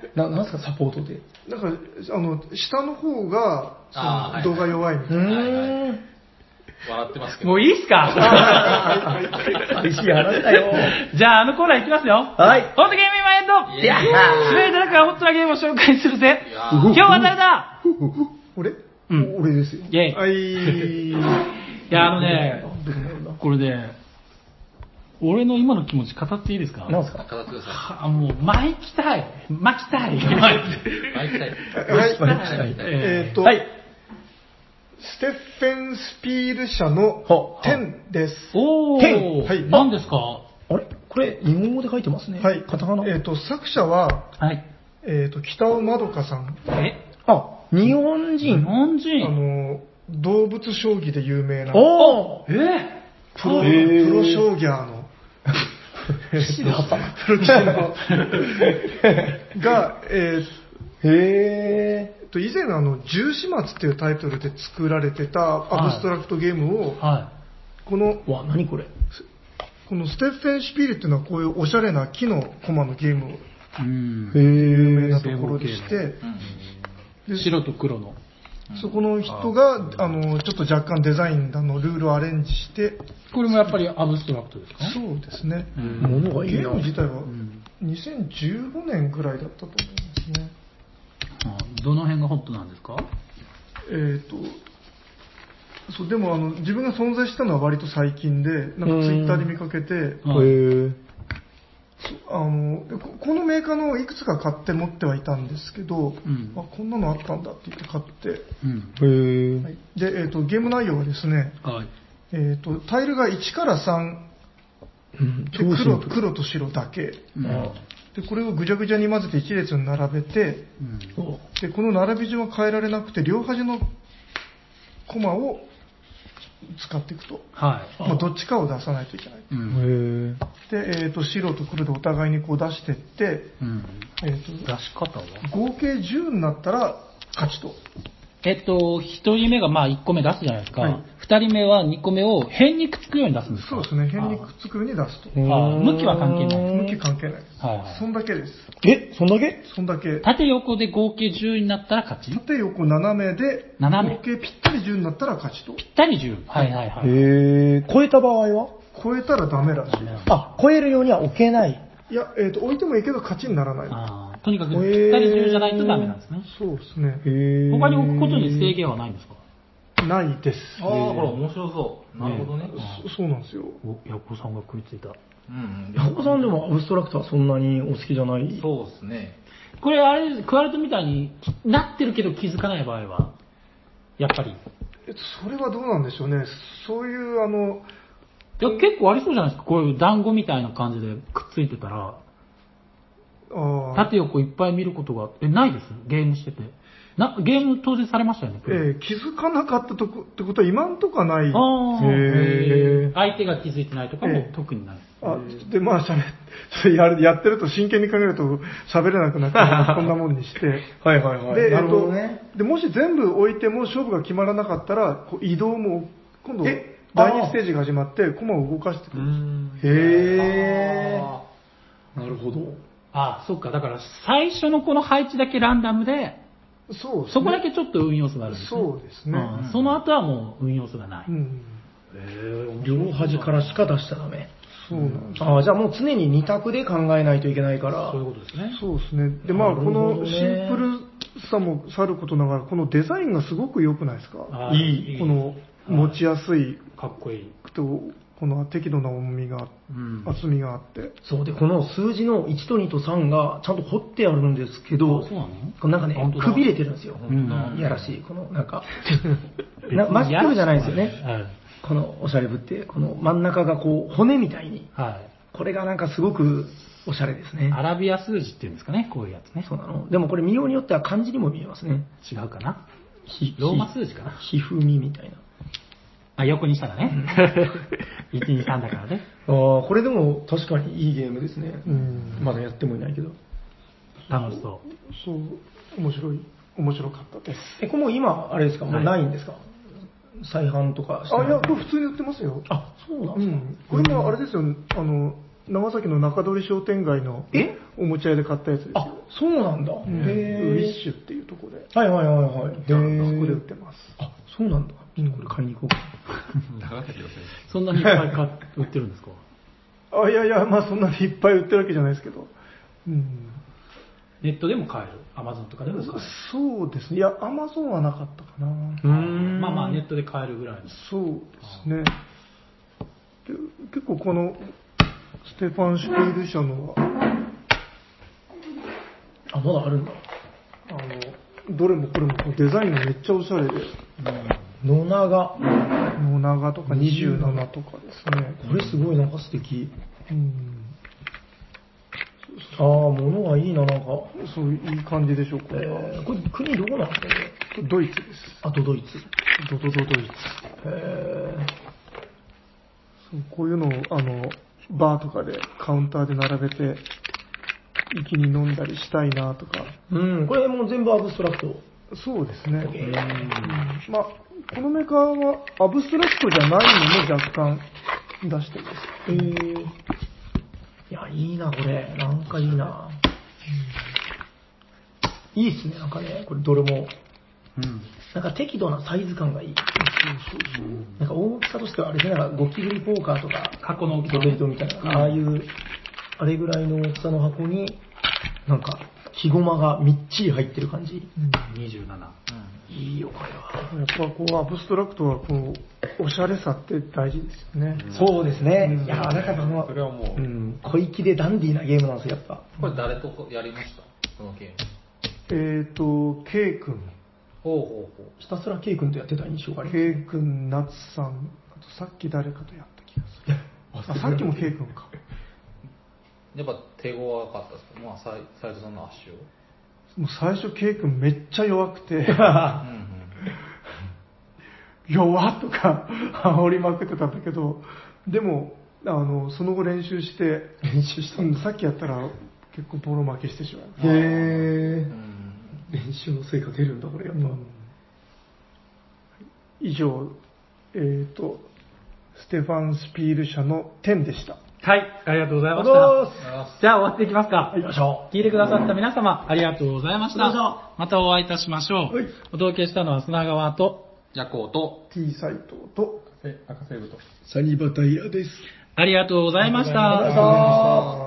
B: え。な、なんすかサポートで。
C: だから、あの、下の方が、そ
H: あーはい
C: の度が弱いみた
B: う
C: いな。
H: はい
B: ーん。
H: 笑ってますけ ど。
A: もういいっすか
B: 寂しい話だよ。
A: じゃあ、あのコーナーいきますよ。
B: はい。
A: ホットゲーム今エンド
H: いやー
A: スウェーデンからホットなゲームを紹介するぜ
H: いやー
A: 今日は誰だ
C: 俺、俺ですよ。
A: イェイ
C: はい。
A: いや、あのね、これね、俺の今の気持ち語っていいですか
B: なんすか
H: 語ってくださ
A: あもう、巻きたい巻きたい
H: い。はい、行きたい。
C: はい。
H: はい
C: えっ、
A: え
C: と、
B: はい。
C: ステッフェン・スピール社の
B: ほ
C: 10です。
A: ーお
B: 剣
A: ー、
C: はい
A: 何ですか
B: あれこれ、日本語で書いてますね。
C: はい。
B: カタカナ。
C: えっ、と、作者は、
A: はい。
C: えっ、と、北尾まどかさん。
A: え
B: あ、日本
A: 日
B: 人。
A: 本
C: あ
A: 人
C: の、動物将棋で有名な、プ
B: おー
A: え
C: ロ、
B: へー
C: プロ将棋ャーの、プロ棋士の、が、え
B: へ
C: ーと、以前あの、十始末っていうタイトルで作られてたアブストラクトゲームを、
A: は
C: この、
B: ー。わ、なにこれ。
C: このステッフェン・シュピールっていうのはこういうおしゃれな木のコマのゲームを
A: い。うん。
C: 有名なところで
A: で
C: して、
A: 白と黒の。
C: そこの人が、あの、ちょっと若干デザインだのルールをアレンジして、
A: これもやっぱりアブストラクトですか
C: そうですね。
B: ものがいい
C: ゲー
B: な
C: ム。自体は2015年ぐらいだったと思いますね。
A: あどの辺がホットなんですか
C: えっ、と、そう、でもあの、自分が存在したのは割と最近で、なんかツイッターで見かけて、
A: はい
B: へ
C: あのでここのメーカーのいくつか買って持ってはいたんですけど、
A: ん
C: あこんなのあったんだって言って買って、
A: うん。
B: え。へえ
C: は。いでえー、とゲーム内容はですね、
A: はい。
C: えー、とタイルが1から3
B: うん
C: で
B: 超シン
C: 黒
B: プル
C: 黒と白だけ
B: あ
C: でこれをぐじゃぐじゃに混ぜて1列に並べて
A: うん。
B: お
C: でこの並び順は変えられなくて両端のコマを使っていくと、
A: は
C: まあ、どっちかを出さないといけない
A: い。うん。
B: へえ。
C: で、えー、と白と黒でお互いにこう出していって、
A: うん。
C: えー、と
A: 出し方は
C: 合計10になったら勝ちと。
A: えっと、1人目がまあ1個目出すじゃないですか。
C: は
A: 二
C: い
A: 2人目は2個目を辺にくっつくように出すんですか
C: そうですね、変にくっつくように出すと。
A: あ向きは関係ない
C: 向き関係ないです。
A: はいはい
C: そんだけです。
B: え、そんだけ
C: そんだけ。
A: 縦横で合計10になったら勝ちぴっ
C: 縦横斜めで、
A: 斜め
C: 合計ぴったり10になったら勝ちと。
A: たり10。はいはいはい。
B: へえ。超えた場合は
C: 超えたらダメらし
A: ダメなんだ
B: あ、超えるようには置けない。
C: い。いや、えっ、と、置いてもいいけど勝ちにならない。
A: あーとにかくぴったり10じゃないとダメなんですね。
C: そうですね。
B: へ
A: 他に置くことに制限はないんですか
C: ないです。
H: ああ、これ面白そう。なるほどね。
C: そそうなんですよ。
A: お、ヤコさんが食いついた。
H: うん
B: ヤコさんでもアブストラクトはそんなにお好きじゃない
H: そうですね。
A: これあれ、クワルトみたいになってるけど気づかない場合は、やっぱり。い
C: えっと、それはどうなんでしょうね。そういう、あの、
A: や、結構ありそうじゃないですか。こういう団子みたいな感じでくっついてたら、
C: あー
A: 縦横いっぱい見ることが、え、ないですゲームしてて。な、ゲーム当然されましたよね、
C: えー気づかなかったとこってことは今んとこはない。
A: ああ、
B: へー
A: 相手が気づいてないとか
C: え
A: も
C: え
A: 特にない。
C: あで、まあ、しゃべ、それやるやって ると真剣に考えると喋れなくな って、こんなもんにして。
B: はいはい
C: で、
B: な
C: え
B: る
C: っ
B: ほ
C: と
B: どね。、
C: で、もし全部置いても勝負が決まらなかったら、こう移動も今度、
B: え
C: 第2ステージが始まって、駒を動かしてくるんですよ。へぇー。
B: なるほど。
A: あ、そっか。だから、最初のこの配置だけランダムで、
C: そうですね
A: そこだけちょっと運用素があるんですね。
C: そうですね。
A: うんその後はもう運用素がない。
C: うん。
B: 両端からしか出しちゃダメ。
C: そうなんです。
B: ああ、じゃあもう常に二択で考えないといけないから。
A: そういうことですね。
C: そうですね。で、まあ、こ
B: なるほど
C: の
B: ね
C: シンプルさもさることながら、このデザインがすごく良くないですか
A: あー
B: いい
C: この、持ちやすい
A: かっこいい。
C: と、この適度な重みが、
A: うん。
C: 厚みがあって。
B: そうで、この数字の1と2と3がちゃんと掘ってあるんですけど
A: あそうなの、
B: こなんか
A: 本
B: ね
A: 当、だ
B: くびれてるんですよ。
A: ん
B: いやらしい。この、なん か、なまっすぐじゃないんですよね。このおしゃれぶって、この真ん中がこう、骨みたいに。
A: はい。
B: これがなんかすごくおしゃれですね。
A: アラビア数字っていうんですかね、こういうやつね。
B: そうなの。でもこれ見ようによっては漢字にも見えますね。
A: 違うかな。
B: ひ
A: ローマ数字かな。
B: ひひふみみたいな。
A: あ、横にしたらね。1、2、3だからね。
B: ああ、これでも確かにいいゲームですね。
C: うん
B: まだやってもいないけど。
A: 楽しそう。
C: そう、面白い、面白かったです。
B: え、これもう今、あれですか、もうないんですか、再販とかして
C: あ、
B: ないい
C: や、これ普通に売ってますよ。
B: あ、そうなん
C: う
B: ですか、
C: ん。これもあれですよ、あの、長崎の中通り商店街の
B: え
C: おもちゃ屋で買ったやつです
B: あ
C: よ。、
B: そうなんだ。
C: うんウ
B: へ
C: ィ
B: え
C: ッ。シュっていうところで。
B: はいはいはいはい。
C: そ
B: へえ
C: こで売ってます。
B: あ、そうなんだ。
C: うん
B: これ買いに行こうか。
I: 長崎の選
A: そんなにいっぱい買っ売ってるんですか
C: あ、いやいや、まあそんなにいっぱい売ってるわけじゃないですけど。うん。
A: ネットでも買える。アマゾンとかでも買える。
C: そうですね。いや、アマゾンはなかったかな。
A: まあまあ、ネットで買えるぐらいの。
C: そうですね。で結構この、ステファン・シュテイル社のは、
B: あ、まだあるんだ。
C: あの、どれもこれもこのデザインがめっちゃおしゃれで、
B: 野永。
C: もう長とか27とかですね。
B: これすごいなんか素敵。
C: うん。
B: ああ、物がいいな、なんか。
C: そういい感じでしょう、こ
B: え
C: れは。
B: ー、これ国どこなんですかね
C: ドイツです。
B: あとドイツ。
C: ドドドドイツ。
B: へ
C: そうこういうのを、あの、バーとかでカウンターで並べて、一気に飲んだりしたいなとか。
B: え。うん、これもう全部アブストラクト。
C: そうですね。
B: え
C: うん
B: ー
C: まあ、このメーカーはアブストラクトじゃないのも若干出してます。
B: えー、いや、いいな、これ。なんかいいな。いいっすね、なんかね、これどれも。なんか適度なサイズ感がいい。なんか大きさとしてはあれですね、なんかゴキブリポーカーとか、
A: 箱の大きさ
B: ドベルトみたいな、ああいう、あれぐらいの大きさの箱に、なんか、木駒がみっちり入ってる感じ。
A: 27。
B: いいよ、これは。
C: やっぱこう、アブストラクトはこう、おしゃれさって大事ですよね。
B: そうですね。いや、なんかその
D: そ、れはも
B: う
D: う、
B: ん、小粋でダンディーなゲームなんですよ、やっぱ。
H: これ誰とやりましたこのゲーム。
C: えっ、ー、と、K 君、
H: ほうほうほ
B: ひたすら K 君とやってた印象があります
C: K 君、夏さん、あとさっき誰かとやった気がする。あ、さっきも K 君か。
H: う。やっぱ手強かったですかまあ、斎斎藤さんの圧勝。
C: もう最初 K 君めっちゃ弱く て、
H: うんうん。
C: 弱とか 煽りまくってたんだけど、でも、あの、その後練習して、練習したさっきやったら結構ボロ負けしてしまいました。
B: へ
H: う
B: え。
H: ん
B: 練習の成果出るんだ、これやっぱ。
C: うん以上、えっ、と、ステファン・スピール社の10でした。
A: はい、ありがとうございまし
B: どう
A: た
B: ぞ。
A: じゃあ終わっていきますか。
B: よいしょ。
A: 聞いてくださった皆様、ありがとうございました
B: よいしょ。
A: またお会いいたしましょう。お届けしたのは砂川と、
H: じゃあ、こうと、
C: T サイトと、
D: え赤セーブと。
B: サニバタイヤです。
A: ありがとうございました。
B: あ